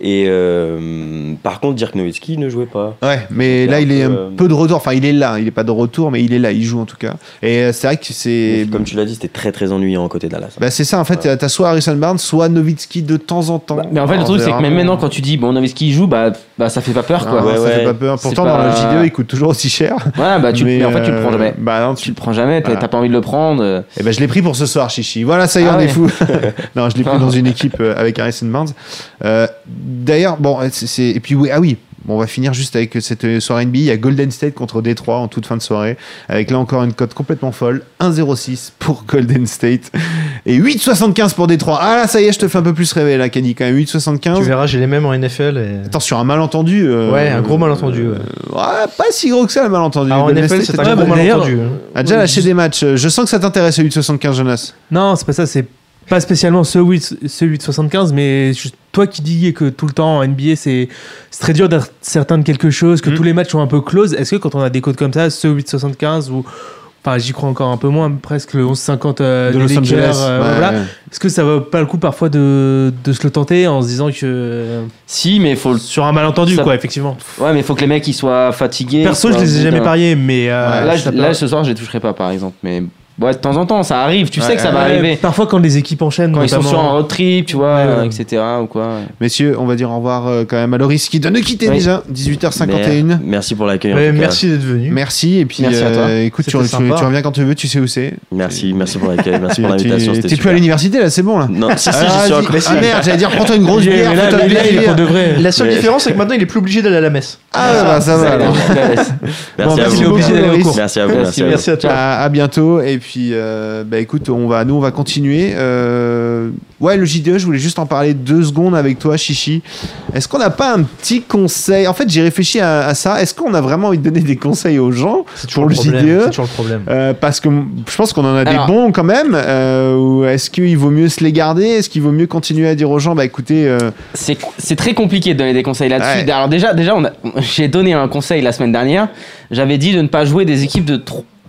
E: Et euh, par contre, Dirk Nowitzki ne jouait pas.
B: Ouais, mais
E: C'est
B: là,
E: un
B: il est
E: peu,
B: un
E: euh,
B: peu de retour. Enfin, il est là. Il est pas de retour, mais il est là. Il joue en tout cas. Et euh, c'est vrai que c'est.
E: Et comme tu l'as dit, c'était très très ennuyant côté Dallas.
B: Bah, c'est ça, en fait. t'as- T'as soit Harrison Barnes, soit Nowitzki de temps en temps.
D: Mais en fait, le
B: Alors,
D: truc, c'est que
B: verra.
D: même maintenant, quand tu dis, bon, Nowitzki joue, bah, bah ça fait pas peur,
B: Ah,
D: quoi.
E: ouais,
B: ça
E: ouais.
B: fait pas peur.
D: C'est
B: Pourtant, dans
D: pas-
B: la vidéo, il coûte toujours aussi cher.
D: Voilà, bah, tu, mais, en fait, tu le prends
B: euh,
D: jamais.
B: Bah, non,
D: Tu
B: tu...
D: le prends jamais, t'as
B: Voilà.
D: t'as pas envie de le prendre.
B: Eh ben, je l'ai pris pour ce soir, Chichi. Voilà, ça y est,
D: Ah
B: on est
D: ouais.
B: fou. [LAUGHS]
C: [LAUGHS]
B: non, je l'ai pris dans une équipe euh, avec Harrison Barnes. Euh, D'ailleurs, bon, euh, c'est- c'est. Et puis, oui, ah oui. Bon, on va finir juste avec cette euh, soirée NBA. Il y a Golden State contre Détroit en toute fin de soirée. Avec là encore une cote complètement folle. 1,06 pour Golden State. Et 8,75 pour Détroit. Ah là, ça y est, je te fais un peu plus rêver là, Kenny. Quand même,
C: Tu
B: 8,75.
C: verras, j'ai les mêmes en NFL. et-
B: Attends, sur un malentendu. euh,
C: Ouais, un gros malentendu,
B: euh, ouais, pas si gros que ça, le malentendu.
C: Ah, en
B: Golden
C: NFL,
B: State
C: c'est
B: a déjà-
C: un gros
F: bah, d'ailleurs,
C: malentendu. hein.
B: a déjà lâché des matchs. Euh, Je sens que ça t'intéresse, le 8,75, Jonas.
F: Non, c'est pas ça, c'est pas spécialement ce 8, ce 8,75, mais juste toi qui dis que tout le temps en NBA, c'est c'est très dur d'être certain de quelque chose, que
B: Mm.
F: tous les matchs sont un peu close. Est-ce que quand on a des codes comme ça, ce 8,75 ou. Enfin, j'y crois encore un peu moins, presque le 11,50 euh,
B: de
F: des
B: Los
F: Lakers,
B: Angeles.
F: euh,
B: ouais,
F: voilà.
B: ouais.
F: Est-ce que ça vaut pas le coup parfois de, de se le tenter en se disant que. euh,
D: Si, mais faut, le-
F: Sur un malentendu,
D: Ça-
F: quoi, effectivement.
D: ouais, mais faut que les mecs ils soient fatigués.
F: Perso, je
D: soient
F: les ai
D: au bout
F: jamais
D: d'un-
F: pariés, mais. euh,
B: Ouais,
D: Là, je-
F: ça peut-
D: là, ce soir, je les toucherai pas, par exemple. Mais ouais, de temps en temps, ça arrive. Tu sais que ça va
F: Ouais,
D: arriver.
F: Parfois, quand les équipes enchaînent,
D: Quand ils sont
F: notamment-
D: sur un road trip, tu vois,
F: Ouais, ouais.
D: euh, etc. ou quoi.
B: Messieurs, on va dire au revoir euh, quand même à Loris qui doit nous quitter
D: Oui.
B: déjà. 18h51.
E: Mais, euh, Merci pour l'accueil. en
C: Ouais,
E: tout cas.
C: Merci d'être venu.
B: Merci et puis
D: Merci à toi.
B: euh, écoute, tu,
C: C'était
B: tu-
C: sympa.
B: tu reviens quand tu veux, tu sais où c'est.
E: Merci, merci pour l'accueil,
B: [LAUGHS]
E: merci
B: Tu-
E: pour
B: tu-
E: l'invitation. c'était
B: T'es plus
E: super.
B: à l'université là, c'est bon là.
E: Non, [LAUGHS] si, si,
B: Ah,
E: j'y suis
B: vas-y.
E: encore.
B: Ah, merde, j'allais dire prends-toi une grosse
F: Mais
B: bière.
F: là,
B: prends-toi
F: mais
B: une
F: là, il est
B: bière.
F: pour de vrai.
C: La seule
E: Mais-
C: différence, c'est que maintenant, il est plus obligé d'aller à la messe.
B: Ah bah ça va.
D: [LAUGHS]
B: alors.
E: Merci
B: Bon,
E: à
F: Il est
E: vous.
F: obligé d'aller au
B: Loris.
F: cours.
E: Merci à vous. Merci à vous.
C: Merci à toi.
B: À, à bientôt et puis euh, bah écoute on va nous on va continuer Euh, ouais le JDE je voulais juste en parler deux secondes avec toi Chichi est-ce qu'on n'a pas un petit conseil en fait j'ai réfléchi à, à ça est-ce qu'on a vraiment envie de donner des conseils aux gens
C: C'est
B: pour le E
C: problème.
B: JDE.
C: C'est toujours le problème.
B: Euh, parce que m- je pense qu'on en a
D: Alors-
B: des bons quand même. Euh, ou est-ce qu'il vaut mieux se les garder Est-ce qu'il vaut mieux continuer à dire aux gens, bah écoutez, euh,
D: C'est c'est très compliqué de donner des conseils là-dessus.
B: Ouais.
D: Alors déjà, déjà, on a- j'ai donné un conseil la semaine dernière. J'avais dit de ne pas jouer des équipes de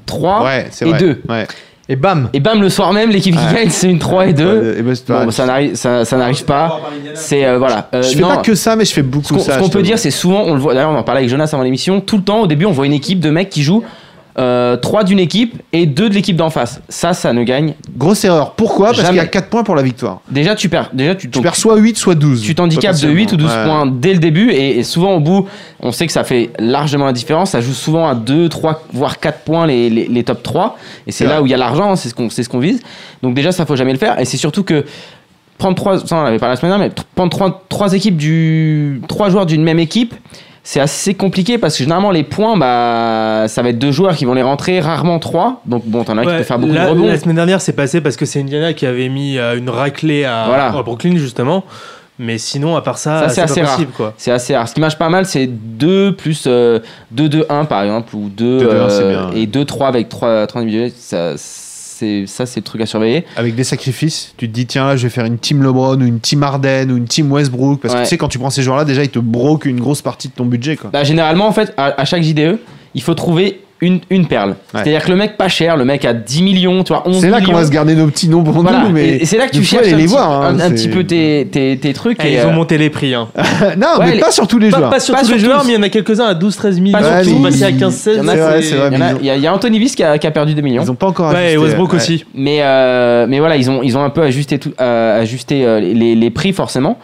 D: 3
B: ouais, c'est
D: et
B: vrai.
D: deux.
B: Ouais.
C: Et bam
D: Et bam, le soir même, l'équipe
B: Ouais.
D: qui gagne, c'est une 3 et 2.
B: Euh, eh ben, c'est
D: Bon,
B: pas-
D: bah, ça n'arrive ça, ça n'arrive pas. C'est euh, voilà. Euh,
B: je fais
D: non,
B: pas que ça, mais je fais beaucoup
D: ce qu'on,
B: ça.
D: ce qu'on
B: je
D: peut
B: t'avoue.
D: dire, c'est souvent, on le voit. D'ailleurs, on en parlait avec Jonas avant l'émission. Tout le temps, au début, on voit une équipe de mecs qui jouent. Euh, 3 d'une équipe et 2 de l'équipe d'en face. Ça, ça ne gagne.
B: Grosse erreur. Pourquoi Parce
D: Jamais.
B: qu'il y a 4 points pour la victoire.
D: Déjà, tu perds. Déjà, tu,
B: Tu
D: donc,
B: perds soit 8, soit 12.
D: tu t'handicapes de 8 ou 12
B: Ouais.
D: points dès le début et, et souvent au bout, on sait que ça fait largement la différence. Ça joue souvent à 2, 3, voire 4 points les, les, les top 3. Et
B: C'est
D: c'est là
B: vrai.
D: où il y a l'argent, c'est ce qu'on c'est ce qu'on vise. Donc déjà, ça faut jamais le faire. Et c'est surtout que prendre trois, ça on en avait parlé la semaine dernière, mais prendre trois, trois équipes du, trois joueurs d'une même équipe, c'est assez compliqué parce que généralement les points, bah, ça va être deux joueurs qui vont les rentrer, rarement trois. Donc bon, t'en as un qui
F: Ouais,
D: peut faire beaucoup
F: la,
D: de rebonds.
F: La semaine dernière, c'est passé parce que c'est Indiana qui avait mis euh, une raclée à,
D: Voilà.
F: à Brooklyn, justement. Mais sinon, à part ça,
D: Ça,
F: c'est
D: c'est
F: pas
D: assez rare.
F: possible, quoi.
D: C'est assez rare. Ce qui marche pas mal, c'est 2 plus euh, 2-2-1 par exemple, ou 2
B: 2-2-1, c'est bien, ouais.
D: et 2-3 avec 3, 3 individuels. Ça, c'est ça, c'est le truc à surveiller.
B: Avec des sacrifices, tu te dis, tiens, là, je vais faire une team LeBron ou une team Harden ou une team Westbrook. Parce que
D: Ouais.
B: tu sais, quand tu prends ces joueurs-là, déjà, ils te broquent une grosse partie de ton budget. Quoi.
D: Bah, généralement, en fait, à, à chaque JDE, il faut trouver une, une perle. C'est-à-dire que le mec pas cher, le mec à 10 millions, tu vois, 11
B: C'est là qu'on
D: millions.
B: va se garder nos petits noms pour
D: hein. Voilà.
B: nous. Mais...
D: et, et c'est là que
B: des
D: tu
B: fois,
D: cherches
B: aller les
D: un, petit,
B: voir, hein,
D: un- un
B: c'est-
D: petit peu tes, tes, tes trucs.
F: Et
D: et,
F: Eh, ils ont
D: euh,
F: monté les prix. Hein.
B: [LAUGHS] non,
D: Ouais,
B: mais
D: les-
B: pas sur tous les
F: Pas,
B: joueurs.
F: pas sur
D: Pas
F: tous
D: sur
F: les
D: tous.
F: joueurs, mais il y en a quelques-uns à 12-13 millions
D: Pas
F: qui
B: sur
F: sont
B: tous.
F: passés à
D: il y
F: 15-16.
D: en a,
B: c'est vrai,
D: c'est-
B: c'est vrai,
D: euh, il y en a-
B: mais ils ont-
D: il y a- il y a Anthony Vis qui a, qui a perdu 2 millions.
B: Ils ont pas encore
F: Ouais, et
B: ajusté,
F: Westbrook
B: ouais.
F: aussi.
D: Mais, euh, mais voilà, ils ont, ils ont un peu ajusté, tout, euh, ajusté euh, les, les prix forcément.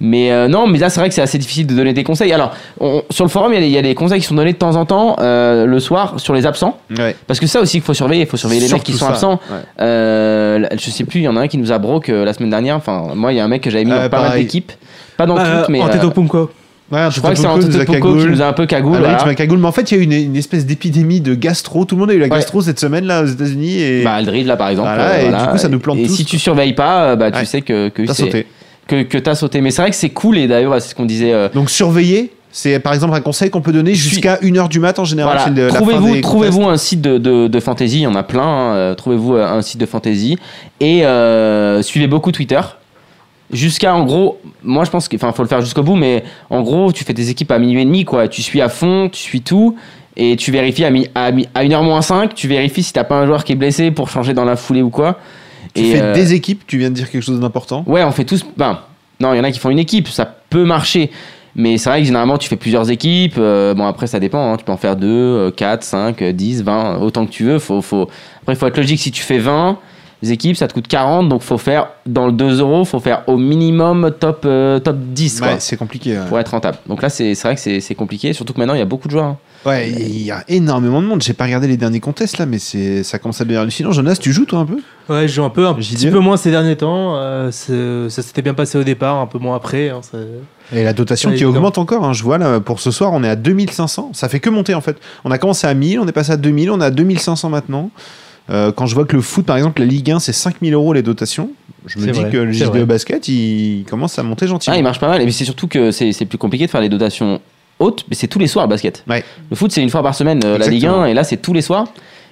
D: Mais euh, non, mais là c'est vrai que c'est assez difficile de donner des conseils. Alors, on- sur le forum, il y a des- il y, a des conseils qui sont donnés de temps en temps, euh, le soir, sur les absents.
B: Ouais.
D: Parce que ça aussi qu'il faut surveiller, il faut surveiller les mecs qui
B: Surtout
D: sont
B: ça,
D: absents.
B: ouais.
D: Euh, je sais plus, il y en a un qui nous a broc euh, la semaine dernière. Enfin, moi, il y a un mec que j'avais mis
B: Euh,
D: dans pas mal
B: pareil.
D: d'équipes. Pas dans
F: Euh,
D: toutes, mais.
F: en tête
D: euh,
F: au Pumko.
B: Ouais,
D: je crois que c'est en
B: Antetokounmpo,
D: Antetokounmpo qui
B: Zakagoul.
D: nous a un peu hein. cagoule.
B: Ah bah oui,
D: voilà.
B: tu m'as cagoule, mais en fait, il y a eu une, une espèce d'épidémie de gastro. Tout le monde a eu la gastro cette semaine là aux États-Unis et
D: Bah, Aldridge, là, par exemple. Euh,
B: Voilà, et du coup, ça nous plante
D: Et
B: tous,
D: si tu
B: quoi.
D: surveilles pas, euh, bah, tu
B: Ouais.
D: sais que, que
B: t'as
D: c'est-
B: sauté.
D: que, que t'as sauté. Mais c'est vrai que c'est cool, et d'ailleurs, c'est ce qu'on disait. euh,
B: Donc surveiller, c'est par exemple un conseil qu'on peut donner jusqu'à 1h du mat en général.
D: voilà,
B: c'est le- la fin
D: trouvez-vous
B: des
D: trouvez-vous un site de, de, de fantasy, il y en a plein. hein, euh, trouvez-vous euh, un site de fantasy et euh, suivez beaucoup Twitter. Jusqu'à en gros, moi je pense qu'il faut le faire jusqu'au bout, mais en gros, tu fais tes équipes à minuit et demi, quoi. Tu suis à fond, tu suis tout, et tu vérifies à, mi- à, mi- à 1h moins 5, tu vérifies si t'as pas un joueur qui est blessé pour changer dans la foulée ou quoi.
B: contests. Tu
D: Et,
B: fais
D: euh,
B: des équipes, tu viens de dire quelque chose d'important.
D: Ouais, on fait tous. Ben, non, il y en a qui font une équipe, ça peut marcher. Mais c'est vrai que généralement, tu fais plusieurs équipes. euh, bon, après, ça dépend. hein, Tu peux en faire 2, 4, 5, 10, 20, euh, autant que tu veux. Faut, faut... Après, il faut être logique. Si tu fais 20 équipes, ça te coûte 40. Donc, faut faire dans le 2 euros, faut faire au minimum top, euh, top 10 quoi,
B: Ouais, c'est compliqué. euh. ouais.
D: pour être rentable. Donc là, c'est c'est vrai que c'est c'est compliqué. Surtout que maintenant, il y a beaucoup de joueurs. hein.
B: Ouais, il y a énormément de monde. J'ai pas regardé les derniers contests là, mais c'est ça commence à devenir hallucinant. Jonas, tu joues toi un peu
F: Ouais, je joue un peu, un petit
B: JDE.
F: peu moins ces derniers temps. euh, c'est- ça s'était bien passé au départ, un peu moins après. hein, ça-
B: Et la dotation
F: Ouais,
B: qui
F: évidemment.
B: augmente encore, hein. je vois là, pour ce soir, on est à 2500. Ça fait que monter en fait. On a commencé à 1000, on est passé à 2000, on est à 2500 maintenant. Euh, quand je vois que le foot, par exemple, la Ligue 1, c'est 5000 euros les dotations, je me
C: C'est
B: dis
C: vrai,
B: que le
C: c'est
B: JDE
C: vrai.
B: basket, il commence à monter gentiment.
D: Ah, il marche pas mal. Et puis, c'est surtout que c'est c'est plus compliqué de faire les dotations hautes, mais c'est tous les soirs le basket.
B: Ouais.
D: Le foot, c'est une fois par semaine, euh, la Ligue
B: Exactement.
D: 1, et là, c'est tous les soirs.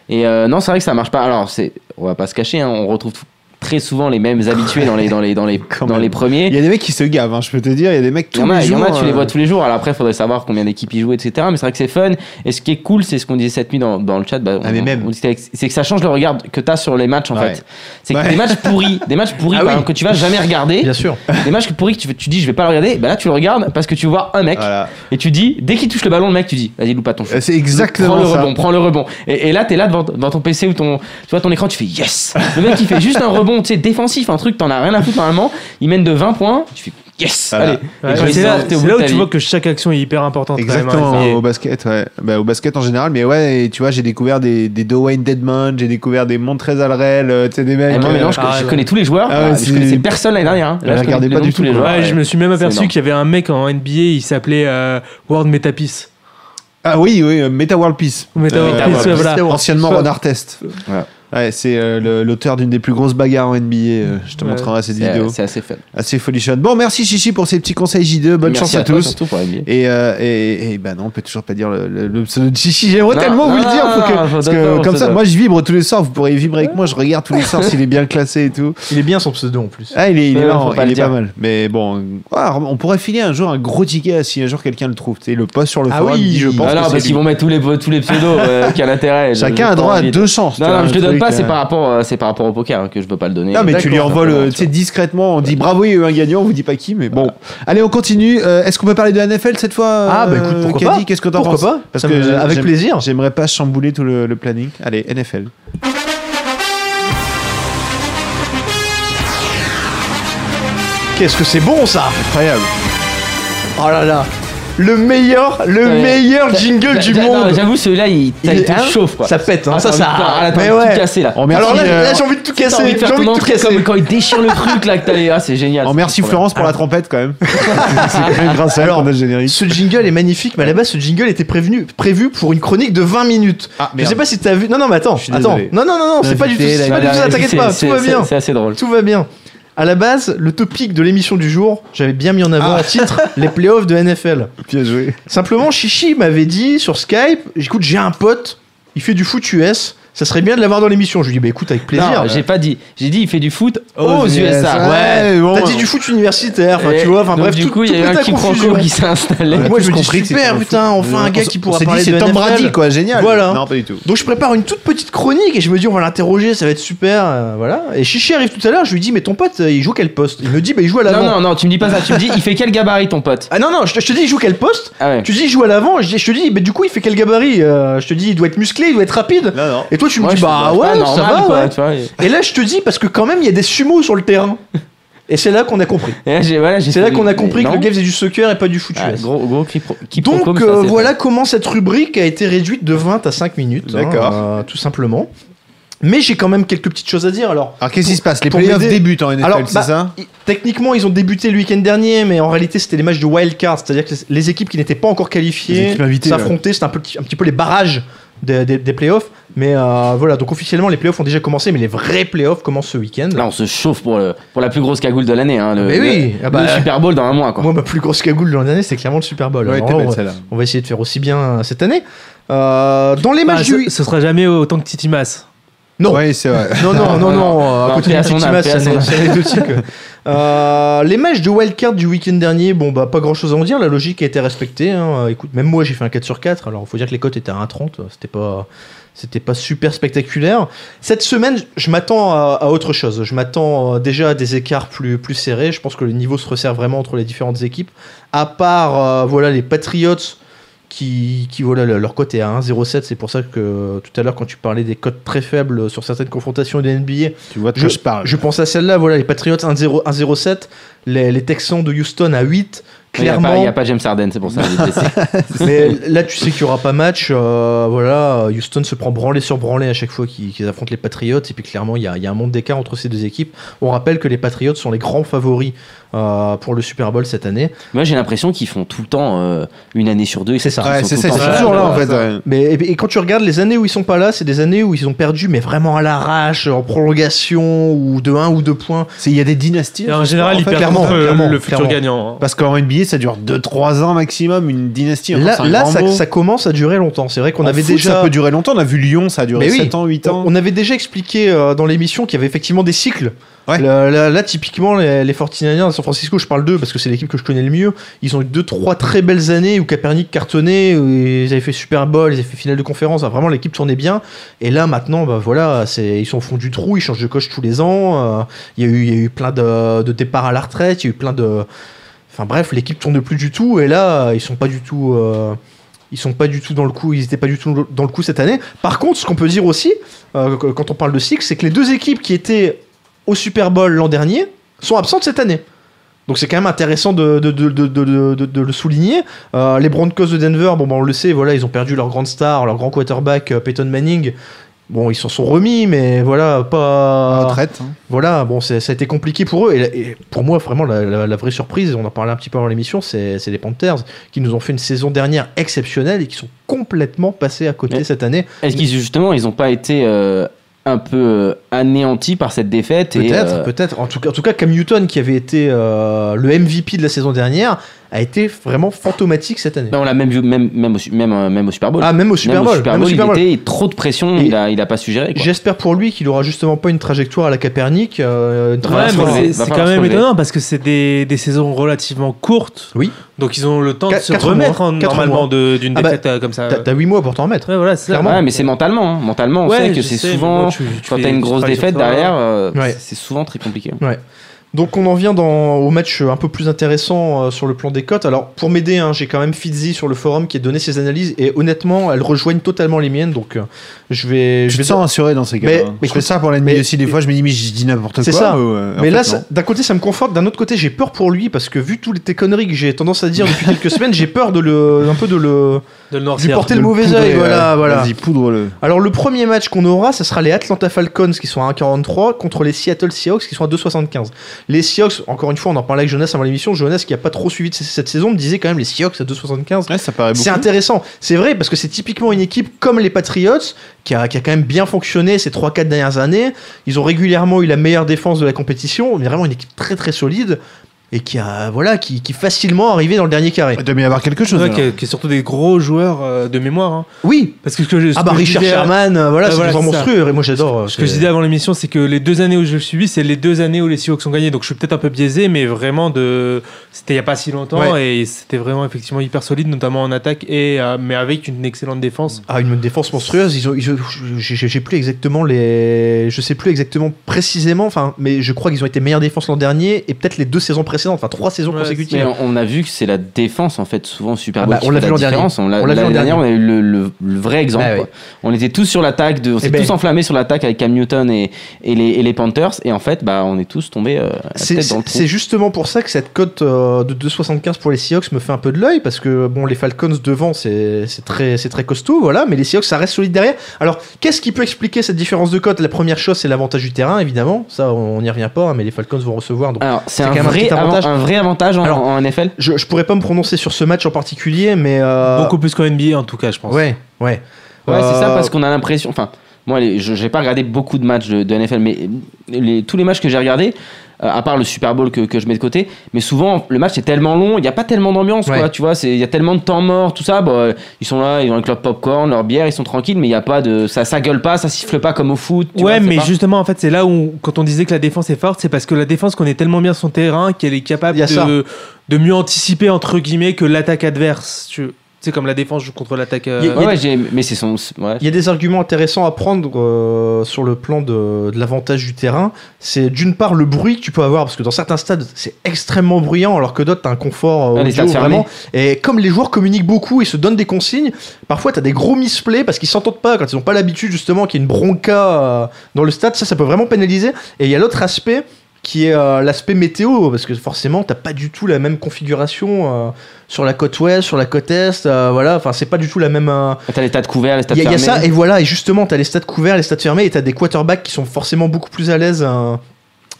D: Et euh, non, c'est vrai que ça marche pas. Alors, c'est- on va pas se cacher, hein, on retrouve très souvent les mêmes habitués dans les, dans les, dans
B: [LAUGHS]
D: les,
B: Quand
D: dans
B: même.
D: les premiers.
B: Il y a des mecs qui se gavent, hein, je peux te dire, il y a des mecs
D: Il y
B: tous
D: en a,
B: les
D: il y
B: jours.
D: en a, tu les
B: euh,
D: vois tous les jours. Alors après, faudrait savoir combien d'équipes ils jouent, etc. Mais c'est vrai que c'est fun. Et ce qui est cool, c'est ce qu'on disait cette nuit dans, dans le chat. bah,
B: Ah,
D: on-
B: mais même.
D: on- c'est c'est que ça change le regard que t'as sur les matchs, en
B: Ouais.
D: fait. C'est que
B: Ouais.
D: des matchs pourris, des matchs pourris,
B: [LAUGHS] Ah
D: par
B: oui.
D: exemple, que tu vas jamais regarder,
C: Bien sûr.
D: des matchs pourris que tu, tu dis je vais pas le regarder, bah là tu le regardes parce que tu vois un mec
B: voilà. Euh,
D: et tu dis, dès qu'il touche le ballon, le mec, tu dis, vas-y, loupe pas ton shoot.
B: C'est exactement
D: Prends le
B: ça.
D: rebond, prends le rebond. Et, et là, t'es là devant, devant ton PC ou ton, tu vois, ton écran, tu fais yes. Le mec, il fait juste un rebond, tu sais, défensif, un truc, t'en as rien à foutre normalement. Il mène de 20 points, tu fais yes.
B: Voilà.
D: Allez. Et
F: Ouais,
D: tu les
F: c'est là,
D: sors, t'es au
F: c'est
D: bout
F: là
D: de
F: où
D: ta
F: tu
D: vie.
F: vois que chaque action est hyper importante. quand même, hein.
B: Exactement,
F: Et-
B: au basket, ouais. Bah, au basket en général, mais ouais, et tu vois, j'ai découvert des, des Dwayne Deadman, j'ai découvert des Montrez Alrel, euh, tu sais, des mecs.
D: Et Eh, moi,
B: euh,
D: maintenant, je,
F: Ah,
D: je
F: ouais.
D: connais tous les joueurs.
B: Ah ouais,
D: Bah,
B: c'est-
D: je connaissais personne l'année dernière. hein.
B: Ouais,
D: je
B: regardez pas
D: connais les
B: du
D: noms de tous
B: tout,
D: les
B: quoi.
D: joueurs.
F: Ouais, je me suis même
D: C'est
F: aperçu
D: énorme.
F: qu'il y avait un mec en NBA, il s'appelait euh, World Metapeace.
B: Ah oui, oui, euh, Meta World Peace.
F: Meta World
D: Peace,
F: ouais, voilà.
B: Euh, Anciennement
F: Soit-
B: Renard Test.
D: Ouais.
B: Ouais, c'est euh, le- l'auteur d'une des plus grosses bagarres en NBA. euh, je te
F: Ouais.
B: montrerai cette
D: C'est
B: vidéo.
D: c'est assez fun.
B: Assez folichonne. Bon, merci Chichi pour ces petits conseils J2. Bonne
D: Merci
B: chance à,
D: toi,
B: tous.
D: surtout pour la NBA.
B: Et, euh, et, et bah non, on peut toujours pas dire le, le- le pseudo de Chichi. J'aimerais
D: Non,
B: tellement vous
D: non,
B: le dire.
D: non,
B: faut que-
D: non, faut
B: parce
D: donner
B: que
D: au
B: comme ça,
D: pseudo.
B: moi je vibre tous les soirs. Vous pourrez vibrer avec moi. Je regarde tous les soirs s'il est bien classé et tout.
C: Il est bien son pseudo en plus.
B: Ah, il est, il est
D: Euh,
B: marrant,
D: faut pas
B: il
D: le
B: est pas
D: dire.
B: mal. Mais bon, euh, ah, on pourrait filer un jour un gros ticket si un jour quelqu'un le trouve. Tu sais, le poste sur le
C: Ah
B: forum
C: oui.
B: dit, je pense.
D: Ah non,
B: que c'est
D: parce
B: lui.
D: qu'ils vont mettre tous les, tous les pseudos, euh,
B: [LAUGHS]
D: quel intérêt. je- j'ai
B: Chacun
D: pas
B: a droit à
D: envie de-
B: deux chances.
D: Non,
B: tu
D: non,
B: vois,
D: je te
B: un
D: donne
B: truc,
D: pas,
B: euh,
D: c'est par rapport, euh, c'est par rapport au poker hein, que je veux pas le donner.
B: Non, mais tu lui
D: D'accord,
B: envoles
D: simplement,
B: euh,
D: tu
B: tu sais,
D: vois.
B: discrètement, on dit bravo, il y a eu un gagnant, on vous dit pas qui, mais bon. Allez, on continue. Euh, Est-ce qu'on peut parler de la NFL cette fois
C: Ah, bah
B: euh,
C: écoute, pourquoi
B: Caddy
C: pas
B: Qu'est-ce que t'en
C: Pourquoi
B: penses
C: pas
B: Parce
C: Ça
B: que
C: me-
B: j'ai-
C: Avec
B: j'aime-
C: plaisir.
B: J'aimerais pas chambouler tout le, le planning. Allez, NFL.
C: Qu'est-ce que c'est bon ça
B: Incroyable.
C: Oh là là le meilleur, le
D: Ouais.
C: meilleur jingle
D: J'a-
C: du
D: j'a- non,
C: monde.
D: J'avoue, celui-là, il t'a
C: Il est-
D: été
C: hein
D: chauffe quoi.
C: Ça pète, hein,
D: Ah,
C: ça,
D: t'as
C: ça.
D: envie de- ah, là, t'as
C: Mais
D: envie de
C: ouais.
D: tout casser là.
B: On remercie,
C: Alors là,
B: euh,
C: là, j'ai envie de tout
D: T'as envie
C: casser.
D: de
C: J'ai
D: faire
C: envie
D: ton
C: de tout
D: entrée comme
C: casser.
D: quand il déchire le truc là que t'as les. Ah, c'est génial.
B: on remercie
D: c'est trop bien.
B: Florence pour la trompette quand même. [LAUGHS] c'est quand même grâce à elle qu'on a le générique.
C: Ce jingle est magnifique, mais à la base, ce jingle était prévenu, prévu pour une chronique de 20 minutes.
B: Ah,
C: Je sais pas si t'as vu. Non, non, mais attends,
B: Je suis
C: attends.
B: désolé.
C: Non, non, non, non, c'est pas du tout,
B: L'invité,
C: c'est
B: la-
C: pas du tout ça, t'inquiète
D: C'est-
C: pas,
D: c'est-
C: tout va
D: c'est-
C: bien.
D: C'est assez drôle.
C: Tout va bien. À la base, le topic de l'émission du jour, j'avais bien mis en
D: Ah.
C: avant en
D: [LAUGHS]
C: titre les playoffs de NFL.
B: Bien joué.
C: Simplement, Chichi m'avait dit sur Skype, écoute, j'ai un pote, il fait du foot US, ça serait bien de l'avoir dans l'émission. Je lui dis, bah écoute, avec plaisir.
D: Non, j'ai pas dit. J'ai dit, il fait du foot aux
B: Aux
D: USA.
B: USA.
C: ouais,
B: Ouais, bon,
C: t'as
B: bon.
C: dit du foot universitaire, enfin
D: Et
C: tu vois, enfin
D: Eh, donc,
C: bref,
D: du
C: tout-
D: coup, il y a
C: toute
D: eu un
C: la
D: quiproquo
C: confusion.
D: qui s'est installé.
C: moi, je me dis,
B: compris que c'était
C: super,
B: dans le
C: putain,
B: foot.
C: enfin, un
B: On
C: gars
B: s-
C: qui
B: on
C: pourra
B: s'est dit,
C: parler de
B: C'est Tom
C: NFL.
B: Brady quoi, génial.
C: Voilà.
B: Non, pas du tout.
C: Donc je prépare une toute petite chronique et je me dis on va l'interroger, ça va être super, euh, voilà. Et Chichi arrive tout à l'heure, je lui dis mais ton pote euh, il joue quel poste Il me dit bah il joue à l'avant.
D: Non, non, non, tu me dis pas ça. Tu me dis, il fait quel gabarit ton pote
C: Ah non non, je te, je te dis il joue quel poste
D: Ah ouais.
C: Tu dis il joue à l'avant, je, dis- je te dis mais du coup il fait quel gabarit Euh, Je te dis il doit être musclé, il doit être rapide.
B: Non, non.
C: Et toi tu me
D: Moi,
C: dis
D: je
C: bah
D: trouve
C: ouais
D: pas
C: ça
D: normal,
C: va
D: quoi,
C: ouais.
D: tu vois, et-
C: Et là je te dis parce que quand même il y a des sumo sur le terrain. Et c'est là qu'on a compris.
D: et là, Eh, j'ai- voilà, j'ai
C: C'est là
D: fait-
C: qu'on a compris
D: mais
C: que le
D: non.
C: gars faisait du soccer et pas du foot
D: Ah,
C: US.
D: Gros, gros quipro- quiproquo,
C: Donc
D: mais ça,
C: euh,
D: c'est-
C: voilà comment cette rubrique a été réduite de 20 à 5 minutes. hein,
B: D'accord.
C: euh, tout simplement. Mais j'ai quand même quelques petites choses à dire. Alors,
B: Alors qu'est-ce qui se passe Les
C: Pour
B: playoffs
C: m'aider-
B: débutent en
C: Alors,
B: NFL, c'est
C: bah,
B: ça
C: i- techniquement, ils ont débuté le week-end dernier, mais en réalité, c'était les matchs de wild card, c'est-à-dire que les équipes qui n'étaient pas encore
B: Les
C: qualifiées
B: équipes invitées,
C: s'affrontaient, c'était un, peu- un petit peu les barrages des, des- des playoffs. Mais euh, voilà, donc officiellement, les playoffs ont déjà commencé, mais les vrais playoffs commencent ce week-end.
D: Là, on se chauffe pour, le, pour la plus grosse cagoule de l'année. Hein, le,
C: Mais oui,
D: le,
C: ah bah-
D: le Super Bowl dans un mois, quoi.
C: Moi, ma plus grosse cagoule de l'an dernier, c'est clairement le Super Bowl.
B: Ouais,
C: Alors,
B: t'es
C: on,
B: belle
C: va-
B: celle-là.
C: on va essayer de faire aussi bien euh, cette année. Euh, dans
B: Bah,
C: les matchs
F: Ah,
C: du.
F: ce, ce sera jamais autant que Titi Mass.
C: Non.
B: Ouais, c'est vrai.
C: Non, non, non,
D: Non,
C: non,
D: non,
C: à côté
D: paix
C: de
D: à son
C: Titi
D: âme,
C: Mas,
D: paix à
C: c'est
D: son âme.
C: c'est anecdotique. Euh, Les matchs de wildcard du week-end dernier, bon, bah, pas grand chose à en dire, la logique a été respectée. hein. Écoute, même moi j'ai fait un 4 sur 4, alors faut dire que les cotes étaient à 1,30, c'était pas. C'était pas super spectaculaire. Cette semaine, je m'attends à, à autre chose. Je m'attends euh, déjà à des écarts plus, plus serrés. Je pense que le niveau se resserre vraiment entre les différentes équipes. À part euh, voilà les Patriots qui, qui voilà, le- leur cote est à 1,07. C'est pour ça que euh, tout à l'heure, quand tu parlais des cotes très faibles euh, sur certaines confrontations de NBA,
B: Tu vois de
C: je,
B: quoi je parle.
C: je pense à celle-là. Voilà, les Patriots 1-0 1,07, les, les Texans de Houston à 8.
D: Il n'y a, pas-
C: Clairement,
D: il y a pas James Harden, c'est pour ça. il est
C: [LAUGHS]
D: blessé.
C: mais là, tu sais qu'il n'y aura pas match. euh, voilà, Houston se prend branlé sur branlé à chaque fois qu'ils qu'ils affrontent les Patriots. Et puis, clairement, il y a, il y a un monde d'écart entre ces deux équipes. On rappelle que les Patriots sont les grands favoris euh, pour le Super Bowl cette année.
D: Moi, j'ai l'impression qu'ils font tout le temps euh, une année sur deux.
C: C'est ça.
B: Ouais, c'est ça,
D: ils sont tout le
B: c'est
D: temps-
B: toujours là en
D: Ouais,
B: fait. ouais.
C: Mais et, et quand tu regardes les années où ils sont pas là, c'est des années où ils ont perdu, mais vraiment à l'arrache, en prolongation, ou de 1 ou 2 points.
B: C'est- Il y a des dynasties. hein,
F: Et en général,
B: en
F: il
B: fait,
F: perd
B: clairement,
F: contre, euh,
B: clairement,
F: le futur
C: clairement.
F: gagnant. hein.
B: Parce qu'en NBA, ça dure 2-3 ans maximum, une dynastie. encore,
C: Là,
B: c'est un
C: là
B: grand
C: ça,
B: mot.
C: ça commence à durer longtemps. C'est vrai qu'on
B: En
C: avait
B: foot,
C: déjà.
B: Ça peut durer longtemps, on a vu Lyon, ça a duré
C: Mais oui.
B: 7 ans, 8 ans.
C: On on avait déjà expliqué euh, dans l'émission qu'il y avait effectivement des cycles.
B: Ouais.
C: Là, là- là, typiquement, les, les 49ers de San Francisco, je parle d'eux parce que c'est l'équipe que je connais le mieux. Ils ont eu deux, trois très belles années où Capernic cartonnait, où ils avaient fait Super Bowl, ils avaient fait finale de conférence. Enfin, vraiment, l'équipe tournait bien. Et là, maintenant, bah, voilà, c'est- ils sont au fond du trou, ils changent de coach tous les ans. Euh, Il y, a eu- il y a eu plein de, de départs à la retraite, il y a eu plein de. Enfin bref, l'équipe tourne plus du tout. Et là, ils sont pas du tout. euh, ils sont pas du tout dans le coup, ils étaient pas du tout dans le coup cette année. Par contre, ce qu'on peut dire aussi, euh, qu- quand on parle de cycle, c'est que les deux équipes qui étaient au Super Bowl l'an dernier sont absentes cette année. Donc c'est quand même intéressant de, de, de, de, de- de- de- de le souligner. Euh, les Broncos de Denver, bon bah, on le sait, voilà, ils ont perdu leur grande star, leur grand quarterback euh, Peyton Manning. Bon, ils s'en sont remis, mais voilà,
B: À la
C: pas.
B: retraite. hein.
C: Voilà, bon, c'est- ça a été compliqué pour eux. Et, la- et pour moi, vraiment, la, la- la vraie surprise, on en parlait un petit peu avant l'émission, c'est c'est les Panthers qui nous ont fait une saison dernière exceptionnelle et qui sont complètement passés à côté
D: Mais-
C: cette année.
D: Est-ce qu'ils, justement, ils n'ont pas été euh, un peu euh, anéantis par cette défaite et,
C: Peut-être,
D: euh,
C: peut-être. En tout, cas, en tout cas, Cam Newton, qui avait été euh, le MVP de la saison dernière, a été vraiment fantomatique cette année.
D: ben, on l'a même vu, même, même, au, su- même, euh, même au Super Bowl.
C: Ah, même au Super
D: même
C: Bowl.
D: au Super
C: même au
D: Bowl,
C: Super Bowl.
D: il était trop de pression,
C: Et-
D: il a, il a pas suggéré. Quoi.
C: J'espère pour lui qu'il aura justement pas une trajectoire à la Capernic. euh, une
D: Va falloir
F: Ouais,
D: se
F: mais
C: trajectoire-
D: relever, va
F: c'est- c'est
D: falloir
F: quand
D: se
F: même
D: relever.
F: étonnant parce que c'est des, des saisons relativement courtes.
C: Oui.
F: Donc ils ont le temps de
C: Quatre-
F: se
C: quatre
F: remettre
C: mois.
F: en-
C: Quatre
F: normalement
C: mois.
F: de- d'une
C: Ah bah,
F: défaite euh, comme ça.
C: T'as- T'as 8 mois pour t'en remettre.
F: Ouais, voilà, c'est ça.
C: Clairement.
D: Ouais, mais c'est mentalement. hein. Mentalement, on
F: Ouais,
D: sait que
F: je
D: c'est
F: sais, mais
D: souvent.
F: bon, tu- tu
D: quand
F: fais-
D: t'as une
F: tu
D: grosse
F: travailles sur
D: défaite
F: toi.
D: derrière, euh,
C: Ouais.
D: c'est souvent très compliqué.
C: Donc on en vient dans, au match un peu plus intéressant euh, sur le plan des cotes. Alors pour m'aider, hein, j'ai quand même Fizzy sur le forum qui a donné ses analyses et honnêtement, elles rejoignent totalement les miennes. Donc euh, je
B: Je
C: vais,
B: me
C: je vais
B: sens rassuré dans ces cas.
C: Mais-
B: hein.
C: mais
B: je fais ça pour l'ennemi
C: mais-
B: aussi. Des fois, je me dis, mais je dis n'importe quoi.
C: C'est ça.
B: ou, euh, en
C: Mais
B: fait,
C: là,
B: non.
C: ça- d'un côté, ça me conforte, d'un autre côté, j'ai peur pour lui parce que vu toutes les conneries que j'ai tendance à dire depuis quelques [LAUGHS] semaines, j'ai peur de le, un peu de le,
F: De le
C: lui
F: noircir.
C: porter
B: de
C: le
B: le
C: mauvais
B: poudrer,
C: œil.
B: ouais.
C: Voilà, voilà.
B: Vas-y, poudre-le.
C: Alors le premier match qu'on aura, ce sera les Atlanta Falcons qui sont à 1,43 contre les Seattle Seahawks qui sont à 2,75. Les Seahawks, encore une fois, on en parlait avec Jonas avant l'émission. Jonas qui a pas trop suivi de c- cette saison me disait quand même les Seahawks à 2,75.
B: Ouais, ça paraît
C: C'est
B: beaucoup.
C: intéressant, c'est vrai, parce que c'est typiquement une équipe comme les Patriots, qui a, qui a quand même bien fonctionné ces 3-4 dernières années. Ils ont régulièrement eu la meilleure défense de la compétition, mais vraiment une équipe très très solide, et qui a, voilà, qui, qui est facilement arrivée dans le dernier carré.
B: Il doit bien y avoir quelque chose. hein.
F: Ouais,
B: alors.
F: qui, est- qui est surtout des gros joueurs euh, de mémoire. hein.
C: Oui
F: Parce que ce que je, ce
C: Ah bah
F: que je
C: Richard
F: disais-
C: Sherman, euh, voilà,
F: Ah,
C: c'est
F: voilà,
C: toujours
F: c'est ça.
C: monstrueux, et moi j'adore. euh,
F: Ce que je
C: c'est-
F: disais avant l'émission, c'est que les deux années où je le suivi, c'est les deux années où les Seahawks ont gagné. Donc je suis peut-être un peu biaisé, mais vraiment, de... c'était il n'y a pas si longtemps et c'était vraiment effectivement hyper solide, notamment en attaque, et, euh, mais avec une excellente défense.
C: Ah, une défense monstrueuse. Ils ont, ils ont- j'ai- j'ai j'ai plus exactement les, je sais plus exactement précisément, enfin, mais je crois qu'ils ont été meilleure défense l'an dernier et peut-être les deux saisons précédentes, enfin trois saisons
F: Ouais,
C: consécutives.
D: Mais on, on a vu que c'est la défense en fait souvent super
C: Ah bah,
D: bonne qui
C: on l'a
D: fait
C: vu
D: la
C: l'an dernier.
D: différence. On l'a
C: On l'a vu l'an
D: l'année dernière, on a eu le, le- le vrai exemple.
C: Bah
D: quoi. On était tous sur l'attaque, de- on s'est
C: ben.
D: tous enflammés sur l'attaque avec Cam Newton et, et les, et les Panthers et en fait bah on est tous tombés euh, la
C: C'est-
D: tête dans le
C: C'est
D: trou.
C: c'est justement pour ça que cette cote euh, de 2,75 pour les Seahawks me fait un peu de l'œil parce que bon, les Falcons devant c'est c'est très c'est très costaud, voilà, mais les Seahawks ça reste solide derrière. Alors qu'est-ce qui peut expliquer cette différence de cote La première chose c'est l'avantage du terrain évidemment, ça on n'y revient pas, hein, mais les Falcons vont recevoir donc
D: Alors c'est
C: c'est
D: un,
C: quand même un
D: vrai
C: petit
D: avan-
C: avantage.
D: un vrai avantage en,
C: Alors,
D: en NFL.
C: je, je pourrais pas me prononcer sur ce match en particulier, mais euh,
F: Beaucoup plus qu'en NBA, en tout cas, je pense.
C: ouais ouais
D: Ouais, c'est ça,
C: Euh,
D: parce qu'on a l'impression. Enfin, moi, les- je j'ai pas regardé beaucoup de matchs de, de NFL, mais les- tous les matchs que j'ai regardés, euh, à part le Super Bowl que, que je mets de côté, mais souvent, le match est tellement long, il n'y a pas tellement d'ambiance,
C: Ouais.
D: quoi. Tu vois, c'est- il y a tellement de temps mort, tout ça. bah, euh, ils sont là, ils ont avec leur popcorn, leur bière, ils sont tranquilles, mais il n'y a pas de. Ça, ça gueule pas, ça siffle pas comme au foot. tu vois,
F: ouais,
D: c'est
F: mais
D: pas-
F: justement, en fait, c'est là où, quand on disait que la défense est forte, c'est parce que la défense connaît tellement bien son terrain qu'elle est capable
C: Il y a ça.
F: de, de mieux anticiper, entre guillemets, que l'attaque adverse. Tu sais, comme la défense joue contre l'attaque. euh,
C: Il y a-
D: Ouais, ouais, j'ai- mais c'est son. Ouais.
C: Il y a des arguments intéressants à prendre euh, sur le plan de, de l'avantage du terrain. C'est d'une part le bruit que tu peux avoir, parce que dans certains stades, c'est extrêmement bruyant, alors que d'autres, t'as un confort euh,
D: Ah, les
C: audio
D: stades fermés.
C: vraiment. Et comme les joueurs communiquent beaucoup et se donnent des consignes, parfois t'as des gros misplays parce qu'ils s'entendent pas, quand ils n'ont pas l'habitude justement qu'il y ait une bronca euh, dans le stade, ça, ça peut vraiment pénaliser. Et il y a l'autre aspect qui est euh, l'aspect météo, parce que forcément, t'as pas du tout la même configuration euh, sur la côte ouest, sur la côte est, euh, voilà, enfin, c'est pas du tout la même... euh,
D: T'as les tas de couverts, les tas
C: il y, a- il y a
D: fermés.
C: ça, et voilà, et justement, t'as les stades couverts, les stades fermés, et t'as des quarterbacks qui sont forcément beaucoup plus à l'aise euh,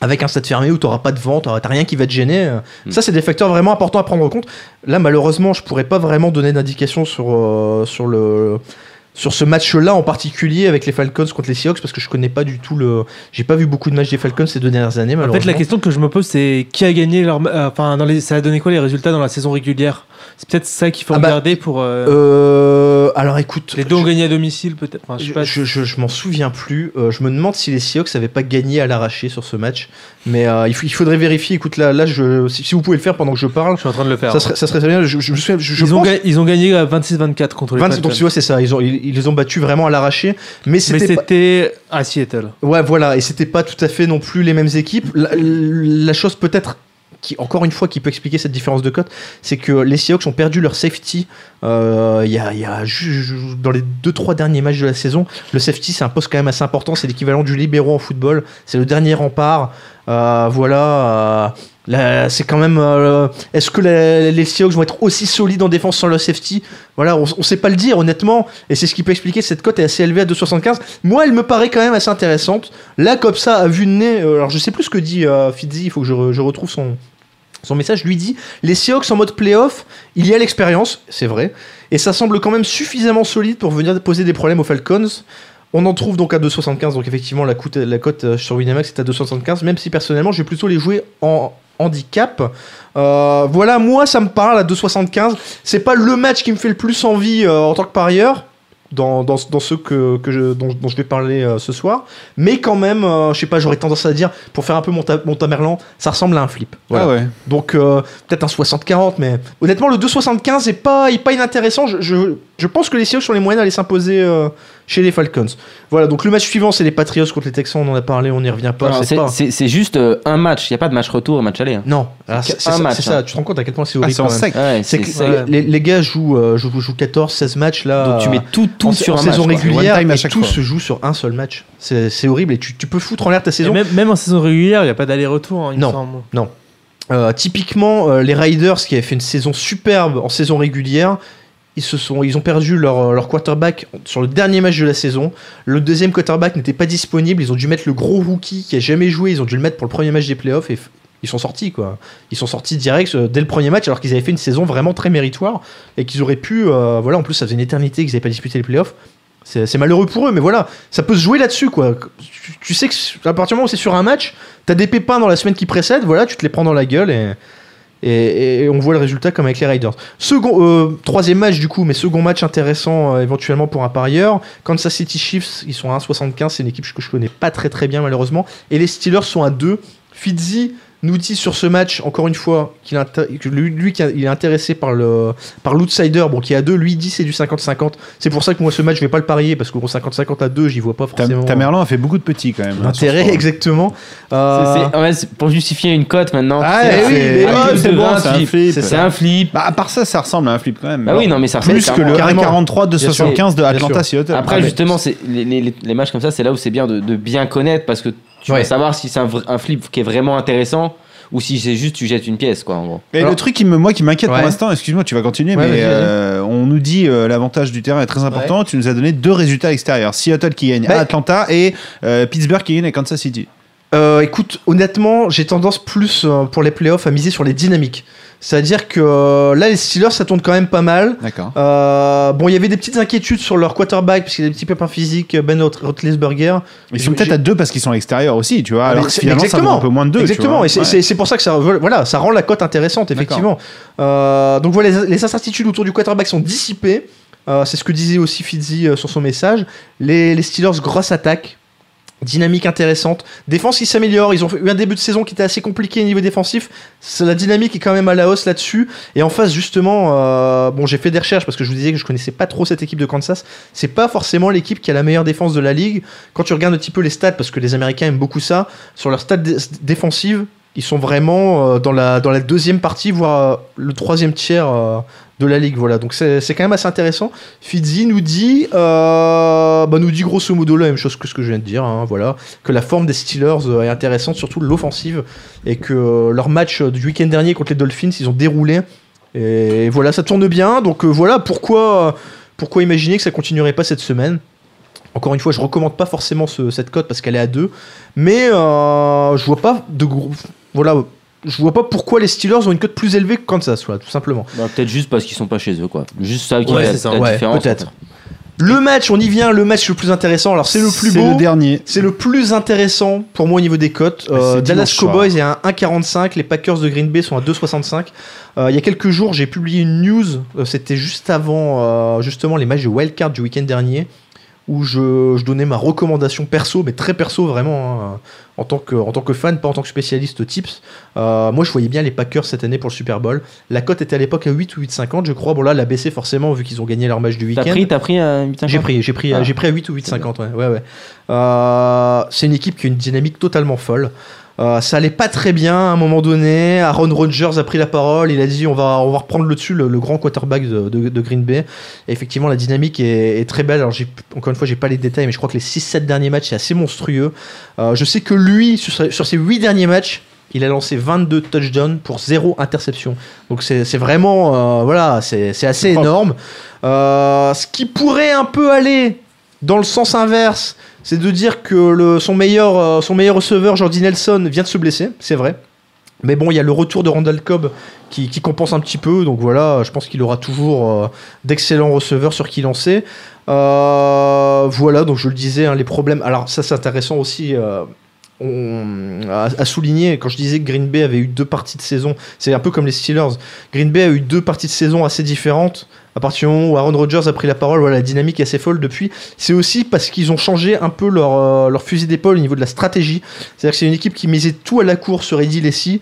C: avec un stade fermé où t'auras pas de vent, t'auras t'as rien qui va te gêner. euh.
D: Mm.
C: Ça, c'est des facteurs vraiment importants à prendre en compte. Là, malheureusement, je pourrais pas vraiment donner d'indication sur, euh, sur le. Sur ce match-là en particulier avec les Falcons contre les Seahawks, parce que je connais pas du tout le. J'ai pas vu beaucoup de matchs des Falcons ces deux dernières années,
F: En fait,
C: malheureusement.
F: la question que je me pose, c'est qui a gagné leur. euh, Enfin, dans les... ça a donné quoi les résultats dans la saison régulière C'est peut-être ça qu'il faut
C: Ah bah,
F: regarder pour. euh,
C: Euh, alors écoute.
F: Les deux ont
C: je-
F: gagné à domicile, peut-être. Enfin, je sais
C: Je,
F: pas.
C: je, je- je m'en souviens plus. Euh, je me demande si les Seahawks n'avaient pas gagné à l'arraché sur ce match. Mais euh, il, faut- il faudrait vérifier. Écoute, là, là je, si, si vous pouvez le faire pendant que je parle,
F: Je suis en train de le faire.
C: ça serait, ça serait très bien. Je, je me souviens, je, je
F: ils, ont
C: pense-
F: ga- ils ont gagné à 26-24 contre les
C: 26, donc, tu
F: Falcons.
C: vois, c'est ça. Ils, ont, ils, ils les ont battus vraiment à l'arraché. Mais
F: Mais
C: c'était. pas-
F: c'était à Seattle.
C: Ouais, voilà. Et c'était pas tout à fait non plus les mêmes équipes. La, la chose peut-être. Qui, encore une fois, qui peut expliquer cette différence de cote, c'est que les Seahawks ont perdu leur safety. Euh, Il y a, il y a ju- ju- dans les deux trois derniers matchs de la saison, le safety c'est un poste quand même assez important. C'est l'équivalent du libéro en football. C'est le dernier rempart. Euh, voilà. euh, là, c'est quand même. euh, Est-ce que la- les Seahawks vont être aussi solides en défense sans le safety Voilà, on, on sait pas le dire honnêtement. Et c'est ce qui peut expliquer que cette cote est assez élevée à 2,75. Moi, elle me paraît quand même assez intéressante. Là, comme ça, à vue de nez. euh, alors, je sais plus ce que dit euh, Fidzi. Il faut que je, re- je retrouve son. Son message lui dit Les Seahawks en mode playoff, il y a l'expérience, c'est vrai, et ça semble quand même suffisamment solide pour venir poser des problèmes aux Falcons. On en trouve donc à 2,75, donc effectivement la, coûte- la cote euh, sur Winamax est à 2,75, même si personnellement je vais plutôt les jouer en handicap. Euh, voilà, moi ça me parle à 2,75. C'est pas le match qui me fait le plus envie euh, en tant que parieur, dans, dans, dans ceux que, que je, dont, dont je vais parler euh, ce soir, mais quand même, euh, je sais pas, j'aurais tendance à dire, pour faire un peu mon, ta- mon Tamerlan, ça ressemble à un flip. Voilà.
B: Ah ouais.
C: Donc euh, peut-être un 60-40, mais honnêtement, le 2,75 est pas, est pas inintéressant. Je, je, je pense que les Seahawks ont les moyens d'aller s'imposer euh, chez les Falcons. Voilà, donc le match suivant, c'est les Patriots contre les Texans, on en a parlé, on n'y revient pas.
D: Alors,
C: c'est
D: C'est
C: pas...
D: c'est- c'est juste euh, un match, il n'y a pas de match retour, match aller. hein.
C: Non, Alors, c'est
D: un
C: c'est ça,
D: match,
C: c'est ça.
D: hein.
C: tu te rends compte à quel point c'est
B: Ah,
C: horrible.
B: c'est en
C: quand même.
B: sec.
D: Ouais,
C: C'est
D: c'est-
C: que
D: c'est-
C: euh, les, les gars jouent, euh, jouent, jouent 14, 16 matchs là. euh,
D: Donc tu mets tout, tout
C: en,
D: sur
C: en
D: un match.
C: saison
D: quoi.
B: One
C: régulière
B: time à
C: et
B: chaque
C: tout
B: fois.
C: se joue sur un seul match. C'est c'est horrible et tu, tu peux foutre en l'air ta
F: Et
C: saison.
F: même, même en saison régulière, il n'y a pas d'aller-retour, hein, il
C: Non.
F: me semble.
C: Euh, typiquement, euh, les Riders qui avaient fait une saison superbe en saison régulière, ils, se sont, ils ont perdu leur, leur quarterback sur le dernier match de la saison. Le deuxième quarterback n'était pas disponible. Ils ont dû mettre le gros rookie qui a jamais joué. Ils ont dû le mettre pour le premier match des playoffs et f- ils sont sortis quoi. Ils sont sortis direct euh, dès le premier match alors qu'ils avaient fait une saison vraiment très méritoire et qu'ils auraient pu. euh, voilà, en plus ça faisait une éternité qu'ils n'avaient pas disputé les playoffs. C'est c'est malheureux pour eux, mais voilà, ça peut se jouer là-dessus quoi. Tu, tu sais que à partir du moment où c'est sur un match, T'as des pépins dans la semaine qui précède, voilà, tu te les prends dans la gueule et, et, et on voit le résultat comme avec les Riders. Second, euh, troisième match du coup, mais second match intéressant euh, éventuellement pour un parieur. Kansas City Chiefs, ils sont à 1,75, c'est une équipe que je connais pas très très bien malheureusement. Et les Steelers sont à 2. Fitzy nous dit sur ce match, encore une fois, qu'il est inté- que lui, lui qui a- il est intéressé par le par l'outsider, bon qui est à 2, lui il dit c'est du 50-50. C'est pour ça que moi ce match je vais pas le parier parce que bon 50-50 à 2, j'y vois pas
B: Ta,
C: forcément
B: ta Merlan a fait beaucoup de petits quand même. hein, sur
C: l'intérêt
B: ce point.
C: exactement.
D: C'est-
C: Euh,
D: c'est- ouais, c'est pour justifier une cote maintenant.
B: Ah,
D: C'est-
B: eh oui,
D: c'est-
B: mais
D: à
B: ouais,
D: plus
B: c'est
D: de
B: bon,
D: 20,
B: c'est un flip.
D: C'est un flip.
B: Bah, à part ça, ça ressemble à un flip quand même.
D: Bah oui, non, mais ça
B: Plus
D: ressemble
B: que le
D: carrément.
B: 1,43 de
D: Bien sûr.
B: 75 de
C: Bien
B: Atlanta
C: sûr.
B: Seattle.
D: Après,
B: Ah, mais-
D: justement, c'est les, les- les- les matchs comme ça, c'est là où c'est bien de, de bien connaître parce que tu
C: Ouais.
D: vas savoir si c'est un, vr- un flip qui est vraiment intéressant ou si c'est juste tu jettes une pièce, quoi, en gros.
B: Et le
C: Alors-
B: truc qui me, moi qui m'inquiète
C: Ouais.
B: pour l'instant, excuse-moi, tu vas continuer,
C: Ouais,
B: mais
C: vas-y, vas-y.
B: euh, on nous dit euh, l'avantage du terrain est très important. Tu nous as donné deux résultats à l'extérieur Seattle qui gagne
C: Bah-
B: à Atlanta et euh, Pittsburgh qui gagne à Kansas City.
C: Euh, écoute, honnêtement, j'ai tendance plus euh, pour les playoffs à miser sur les dynamiques. C'est-à-dire que euh, là, les Steelers, ça tourne quand même pas mal.
B: D'accord.
C: Euh, bon, il y avait des petites inquiétudes sur leur quarterback, parce qu'il y a des petits pépins physiques, Ben Roth- Roethlisberger.
B: Ils
C: Je-
B: sont peut-être
C: j'ai- Ah,
B: à deux parce qu'ils sont à l'extérieur aussi, tu vois. Alors
C: Mais
B: que
C: c'est-
B: finalement, ça vaut un peu moins de deux. tu
C: Exactement,
B: vois.
C: et c'est
B: Ouais.
C: c'est- c'est pour ça que ça, voilà, ça rend la cote intéressante, effectivement. Euh, donc voilà, les, les incertitudes autour du quarterback sont dissipées. Euh, c'est ce que disait aussi Fizzy euh, sur son message. Les, les Steelers, grosse attaque. Dynamique intéressante. Défense qui s'améliore. Ils ont eu un début de saison qui était assez compliqué au niveau défensif. C'est- La dynamique est quand même à la hausse là-dessus. Et en face, justement, euh, bon, j'ai fait des recherches parce que je vous disais que je connaissais pas trop cette équipe de Kansas. C'est pas forcément l'équipe qui a la meilleure défense de la ligue. Quand tu regardes un petit peu les stats, parce que les Américains aiment beaucoup ça, sur leur stade dé- défensive, ils sont vraiment euh, dans, la, dans la deuxième partie, voire euh, le troisième tiers euh, de la ligue. Voilà, donc c'est c'est quand même assez intéressant. Fidzi nous dit, euh, bah, nous dit grosso modo la même chose que ce que je viens de dire. hein, voilà, que la forme des Steelers euh, est intéressante, surtout l'offensive, et que euh, leur match euh, du week-end dernier contre les Dolphins, ils ont déroulé. Et voilà, ça tourne bien. Donc euh, voilà pourquoi, euh, pourquoi imaginer que ça continuerait pas cette semaine. Encore une fois, je recommande pas forcément ce- cette cote parce qu'elle est à 2. Mais euh, je vois pas de gros. Voilà. Je vois pas pourquoi les Steelers ont une cote plus élevée que Kansas, voilà, tout simplement.
D: Bah, peut-être juste parce qu'ils sont pas chez eux, quoi. Juste ça qui
F: Ouais,
D: fait
F: c'est ça,
D: la
C: ouais,
D: différence.
C: peut-être.
D: en fait.
C: Le match, on y vient, le match le plus intéressant. Alors, c'est le plus
B: C'est
C: beau.
B: le dernier.
C: C'est le plus intéressant pour moi au niveau des cotes. Euh,
B: Ah, C'est
C: Dallas
B: dimanche soir.
C: Cowboys est à 1,45. Les Packers de Green Bay sont à 2,65. Euh, il y a quelques jours, j'ai publié une news. euh, C'était juste avant euh, justement les matchs de wildcard du week-end dernier où je, je donnais ma recommandation perso, mais très perso vraiment, hein, en, tant que, en tant que fan, pas en tant que spécialiste tips. Euh, moi, je voyais bien les Packers cette année pour le Super Bowl. La cote était à l'époque à 8 ou 8,50, je crois. Bon, là, elle a baissé forcément vu qu'ils ont gagné leur match du
D: T'as
C: week-end.
D: pris, t'as pris euh, 8,50?
C: J'ai pris, j'ai pris,
D: Ah.
C: j'ai pris à 8 ou
D: C'est
C: 8,50. Ouais, ouais, ouais. Euh, c'est une équipe qui a une dynamique totalement folle. Euh, ça allait pas très bien à un moment donné. Aaron Rodgers a pris la parole. Il a dit on va, on va reprendre le dessus, le, le grand quarterback de, de- de Green Bay. Et effectivement, la dynamique est, est très belle. Alors, j'ai- encore une fois, j'ai pas les détails, mais je crois que les 6-7 derniers matchs, c'est assez monstrueux. Euh, je sais que lui, sur, sa- sur ses 8 derniers matchs, il a lancé 22 touchdowns pour 0 interception. Donc c'est c'est vraiment, euh, voilà, c'est c'est assez énorme. Euh, ce qui pourrait un peu aller dans le sens inverse, c'est de dire que le, son, meilleur, euh, son meilleur receveur, Jordi Nelson, vient de se blesser, c'est vrai. Mais bon, il y a le retour de Randall Cobb qui, qui compense un petit peu, donc voilà, je pense qu'il aura toujours euh, d'excellents receveurs sur qui lancer. Euh, voilà, donc je le disais, hein, les problèmes. Alors ça, c'est intéressant aussi. euh, on, à, à souligner, quand je disais que Green Bay avait eu deux parties de saison, c'est un peu comme les Steelers. Green Bay a eu deux parties de saison assez différentes. À partir du moment où Aaron Rodgers a pris la parole, voilà, la dynamique est assez folle depuis. C'est aussi parce qu'ils ont changé un peu leur, euh, leur fusil d'épaule au niveau de la stratégie. C'est-à-dire que c'est une équipe qui misait tout à la course sur Eddie Lacy.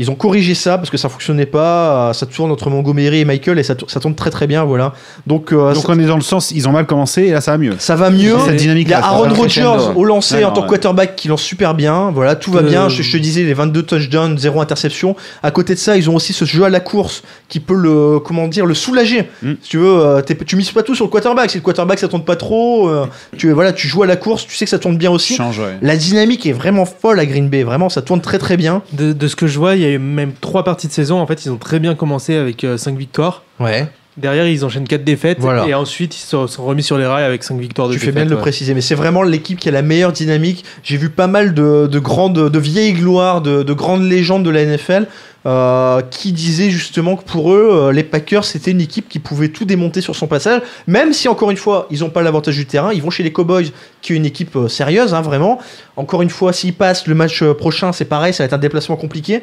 C: Ils ont corrigé ça parce que ça fonctionnait pas. euh, Ça tourne entre Montgomery et Michael et ça, tour- ça tourne très très bien. Voilà. Donc, euh,
B: Donc
C: ça,
B: on est dans le sens, ils ont mal commencé et là ça va mieux.
C: ça va mieux.
B: Cette
C: Il y
B: dynamique-là.
C: a
B: ça va.
C: Aaron Rodgers
D: crescendo.
C: au lancer
B: Non,
C: en tant
B: ouais.
C: que quarterback qui lance super bien. Voilà, tout va
F: Euh,
C: bien. Je, je te disais les 22 touchdowns, 0 interception. À côté de ça, ils ont aussi ce jeu à la course qui peut le comment dire le soulager.
B: Mm.
C: Si tu veux, euh, t'es- tu mises pas tout sur le quarterback. Si le quarterback ça tourne pas trop, euh, tu voilà, tu joues à la course. Tu sais que ça tourne bien aussi.
B: Change, ouais.
C: La dynamique est vraiment folle à Green Bay. Vraiment, ça tourne très très bien.
F: De, de ce que je vois, il y a eu même trois parties de saison. En fait, ils ont très bien commencé avec 5 victoires.
C: Ouais.
F: Derrière, ils enchaînent 4 défaites.
C: Voilà.
F: Et ensuite, ils se sont, sont remis sur les rails avec 5 victoires de
C: Tu fais bien
F: défaites,
C: de le
F: ouais.
C: préciser, mais c'est vraiment l'équipe qui a la meilleure dynamique. J'ai vu pas mal de, de grandes, de vieilles gloires, de, de grandes légendes de la NFL euh, qui disaient justement que pour eux, euh, les Packers, c'était une équipe qui pouvait tout démonter sur son passage, même si encore une fois, ils n'ont pas l'avantage du terrain. Ils vont chez les Cowboys, qui est une équipe euh, sérieuse, hein, vraiment. Encore une fois, s'ils passent le match euh, prochain, c'est pareil, ça va être un déplacement compliqué.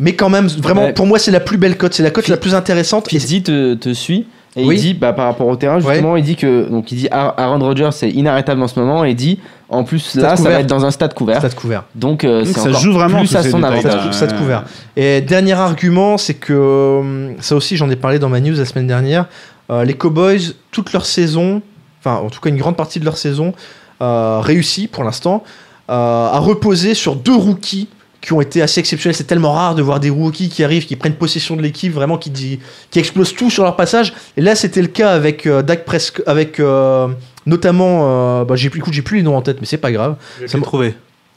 C: Mais quand même, vraiment,
D: Ouais.
C: pour moi, c'est la plus belle cote, c'est la cote
D: Fi-
C: la plus intéressante. Et
D: Fitzy te, euh, te suit et
C: Oui.
D: il dit bah, par rapport au terrain justement il dit que donc il dit Ar- Aaron Rodgers c'est inarrêtable en ce moment et il dit en plus là ça
C: couvert.
D: va être dans un stade couvert
C: stade couvert.
D: donc euh, c'est
B: ça
D: encore
B: joue vraiment
D: plus
B: sur
D: à
B: ces
D: son
B: détails-là.
D: avantage.
C: Ça,
B: Ouais.
C: ça te couvert. Et dernier argument, c'est que euh, ça aussi, j'en ai parlé dans ma news la semaine dernière. euh, les Cowboys, toute leur saison, enfin en tout cas une grande partie de leur saison, euh, réussie pour l'instant, euh, à reposer sur deux rookies qui ont été assez exceptionnels. C'est tellement rare de voir des rookies qui arrivent, qui prennent possession de l'équipe, vraiment qui, dit, qui explosent tout sur leur passage. Et là, c'était le cas avec euh, Dak Prescott, avec euh, notamment, euh, bah, j'ai plus, écoute, j'ai plus les noms en tête, mais c'est pas grave.
F: Je
C: Ça
F: l'ai
C: me-
F: trouvé.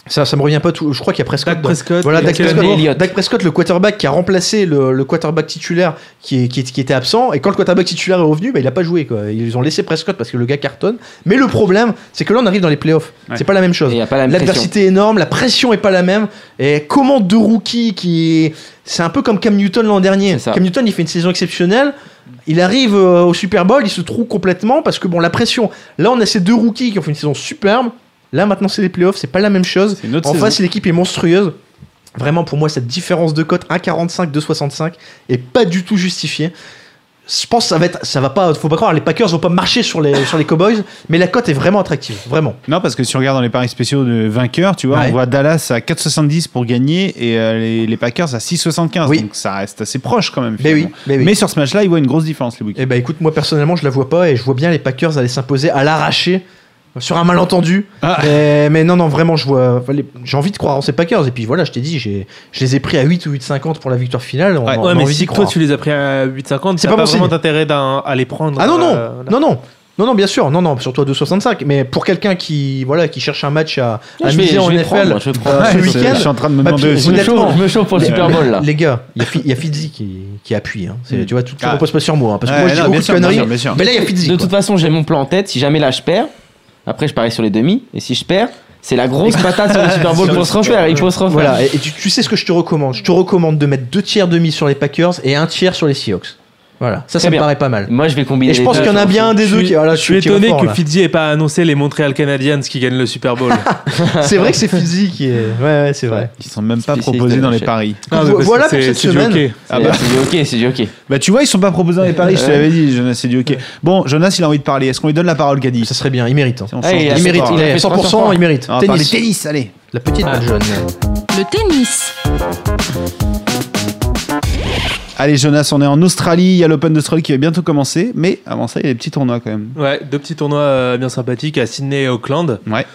C: Ça, ça me revient pas tout. Je crois qu'il y a Prescott.
F: Dak
C: dans-
F: Prescott.
C: voilà, Dak
F: Kellen
C: Prescott,
F: Moore.
D: Elliott.
C: Dak Prescott, le quarterback qui a remplacé le, le quarterback titulaire qui, est- qui, est- qui était absent. Et quand le quarterback titulaire est revenu, bah, il a pas joué. Quoi. Ils ont laissé Prescott parce que le gars cartonne. Mais le problème, c'est que là, on arrive dans les playoffs.
B: Ouais.
C: C'est pas la même chose.
D: Et il y a pas la même pression.
C: L'adversité est énorme, la pression est pas la même. Et comment deux rookies qui. C'est un peu comme Cam Newton l'an dernier.
D: C'est ça.
C: Cam Newton, il fait une saison exceptionnelle. Il arrive euh, au Super Bowl, il se trouve complètement parce que bon, la pression. Là, on a ces deux rookies qui ont fait une saison superbe. Là, maintenant, c'est les playoffs, c'est pas la même chose.
B: C'est une autre
C: En
B: saison.
C: face, l'équipe est monstrueuse. Vraiment, pour moi, cette différence de cote 1,45-2,65 est pas du tout justifiée. Je pense que ça va être, ça va pas, faut pas croire, les Packers vont pas marcher sur les, sur les Cowboys, mais la cote est vraiment attractive, vraiment.
B: Non, parce que si on regarde dans les paris spéciaux de vainqueurs, tu vois,
C: Ouais.
B: on voit Dallas à 4,70 pour gagner et euh, les, les Packers à 6,75.
C: Oui.
B: Donc ça reste assez proche quand même.
C: Mais oui,
B: finalement.
C: mais oui.
B: Mais sur ce match-là, ils voient une grosse différence, les Bucks.
C: Eh ben écoute, moi personnellement, je la vois pas et je vois bien les Packers aller s'imposer à l'arraché sur un malentendu.
B: Ah.
C: Mais, mais non, non, vraiment, je vois. enfin, les- J'ai envie de croire en ces Packers. Et puis voilà, je t'ai dit, j'ai- je les ai pris à 8 ou 8,50 pour la victoire finale. On,
B: Ouais.
C: on
F: Ouais,
C: a
F: mais
C: envie d'y
F: si toi
C: croire.
F: tu les as pris à 8,50,
C: C'est
F: c'est
C: pas
F: pas,
C: mon
F: vraiment
C: signe.
F: d'intérêt d'un- à les prendre.
C: Ah non, non,
F: euh, là.
C: non, non. Non, non, bien sûr, non, non, surtout à 2,65. Mais pour quelqu'un qui, voilà, qui cherche un match à, à
D: Ah, je vais,
C: miser en
D: je vais prendre,
C: NFL
D: moi, je vais prendre.
C: euh,
D: [LAUGHS]
B: Ouais,
C: ce
B: c'est- je suis
C: week-end,
B: en train de me
C: Bah,
B: demander
C: puis,
B: aussi.
D: je, me
C: honnêtement,
D: chauffe, je me chauffe pour le
C: les-
D: Super Bowl là
C: les gars, il y a Fi- il y a Fidzi qui, qui appuie. Hein. C'est- Tu vois, tout, tout
B: Ah.
C: repose pas sur moi. hein, parce que
B: Ouais,
C: moi, je
B: non,
C: dis beaucoup
B: bien
C: de
B: sûr, bien
C: conneries.
B: sûr, bien sûr.
C: Mais là, il y a Fidzi.
D: de
C: quoi.
D: toute façon j'ai mon plan en tête si jamais là je perds après je parie sur les demi et si je perds c'est la grosse patate sur le Super Bowl pour se refaire il faut se refaire
C: Voilà, et, et tu, tu sais ce que je te recommande. Je te recommande de mettre deux tiers demi sur les Packers et un tiers sur les Seahawks. Voilà, ça, ça
D: Très
C: me
D: bien.
C: paraît pas mal.
D: moi je vais combiner
C: Et je
D: les
C: pense
D: deux,
C: qu'il y en a
D: pense.
C: bien un des
F: Je
C: deux
F: suis,
C: qui. voilà,
F: je suis
C: qui est
F: étonné
C: fort,
F: que
C: là.
F: Fidji ait pas annoncé les Montréal Canadiens qui gagnent le Super
C: [LAUGHS]
F: Bowl.
C: C'est vrai que c'est Fidzi qui est. Ouais, ouais, c'est vrai.
B: Ils sont même pas
D: Spécialiste
B: proposés
D: de
B: dans
D: la
B: les
D: chaîne.
B: paris.
F: Non, mais
C: Vo-
F: parce
C: voilà
F: que
C: pour
F: c'est-
C: cette
F: c'est du
C: semaine.
F: hockey.
B: Ah
D: C'est
B: bah.
D: c'est du ok, c'est du ok.
B: Bah tu vois, ils sont pas proposés dans les paris, je te l'avais dit, Jonas, c'est dit ok. Bon, Jonas, il a envie de parler. Est-ce qu'on lui donne la parole, Gadi
C: Ça serait bien, il mérite. hein.
B: On
D: Ah,
B: change
D: il
B: de
D: a
C: Il
B: sport.
C: mérite, il
D: a
C: est
D: fait
C: 100%, il mérite.
B: On va parler
C: Tennis, Ah. Euh,
B: tennis, allez.
C: la petite balle jaune.
G: Le tennis.
B: Allez, Jonas, on est en Australie. Il y a l'Open d'Australie qui va bientôt commencer. Mais avant ça, il y a des petits tournois quand même.
F: Ouais, deux petits tournois euh, bien sympathiques à Sydney et Auckland.
B: Ouais.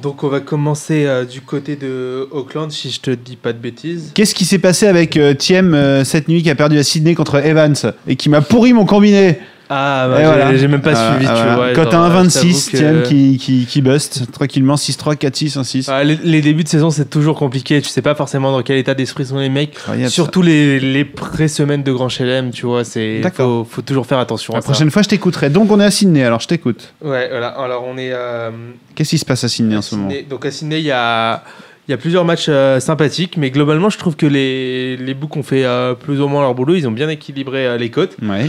F: Donc on va commencer euh, du côté de Auckland si je te dis pas de bêtises.
B: Qu'est-ce qui s'est passé avec euh, Thiem euh, cette nuit qui a perdu à Sydney contre Evans et qui m'a pourri mon combiné
F: Ah,
B: Et
F: bah, j'ai
B: voilà.
F: j'ai même pas
B: Ah,
F: suivi,
B: ah,
F: tu
B: voilà.
F: vois.
B: Cote
F: genre,
B: à
F: euh,
B: 1,26,
F: je t'avoue
B: Thiem
F: que-
B: qui, qui, qui bust tranquillement 6-3, 4-6, 1-6.
F: Ah, les, les débuts de saison, c'est toujours compliqué. Tu sais pas forcément dans quel état d'esprit sont les mecs.
B: Incroyable,
F: Surtout les, les pré-semaines de Grand Chelem, tu vois. C'est
B: D'accord.
F: faut, faut toujours faire attention
B: La
F: à ça.
B: prochaine fois, je t'écouterai. Donc, on est à Sydney, alors je t'écoute.
F: Ouais, voilà. Alors on est. euh,
B: Qu'est-ce qui se passe à Sydney en ce moment
F: Sydney- Donc à Sydney, il y a, il y a plusieurs matchs euh, sympathiques, mais globalement, je trouve que les, les Books ont fait euh, plus ou moins leur boulot. Ils ont bien équilibré euh, les côtes.
B: Ouais.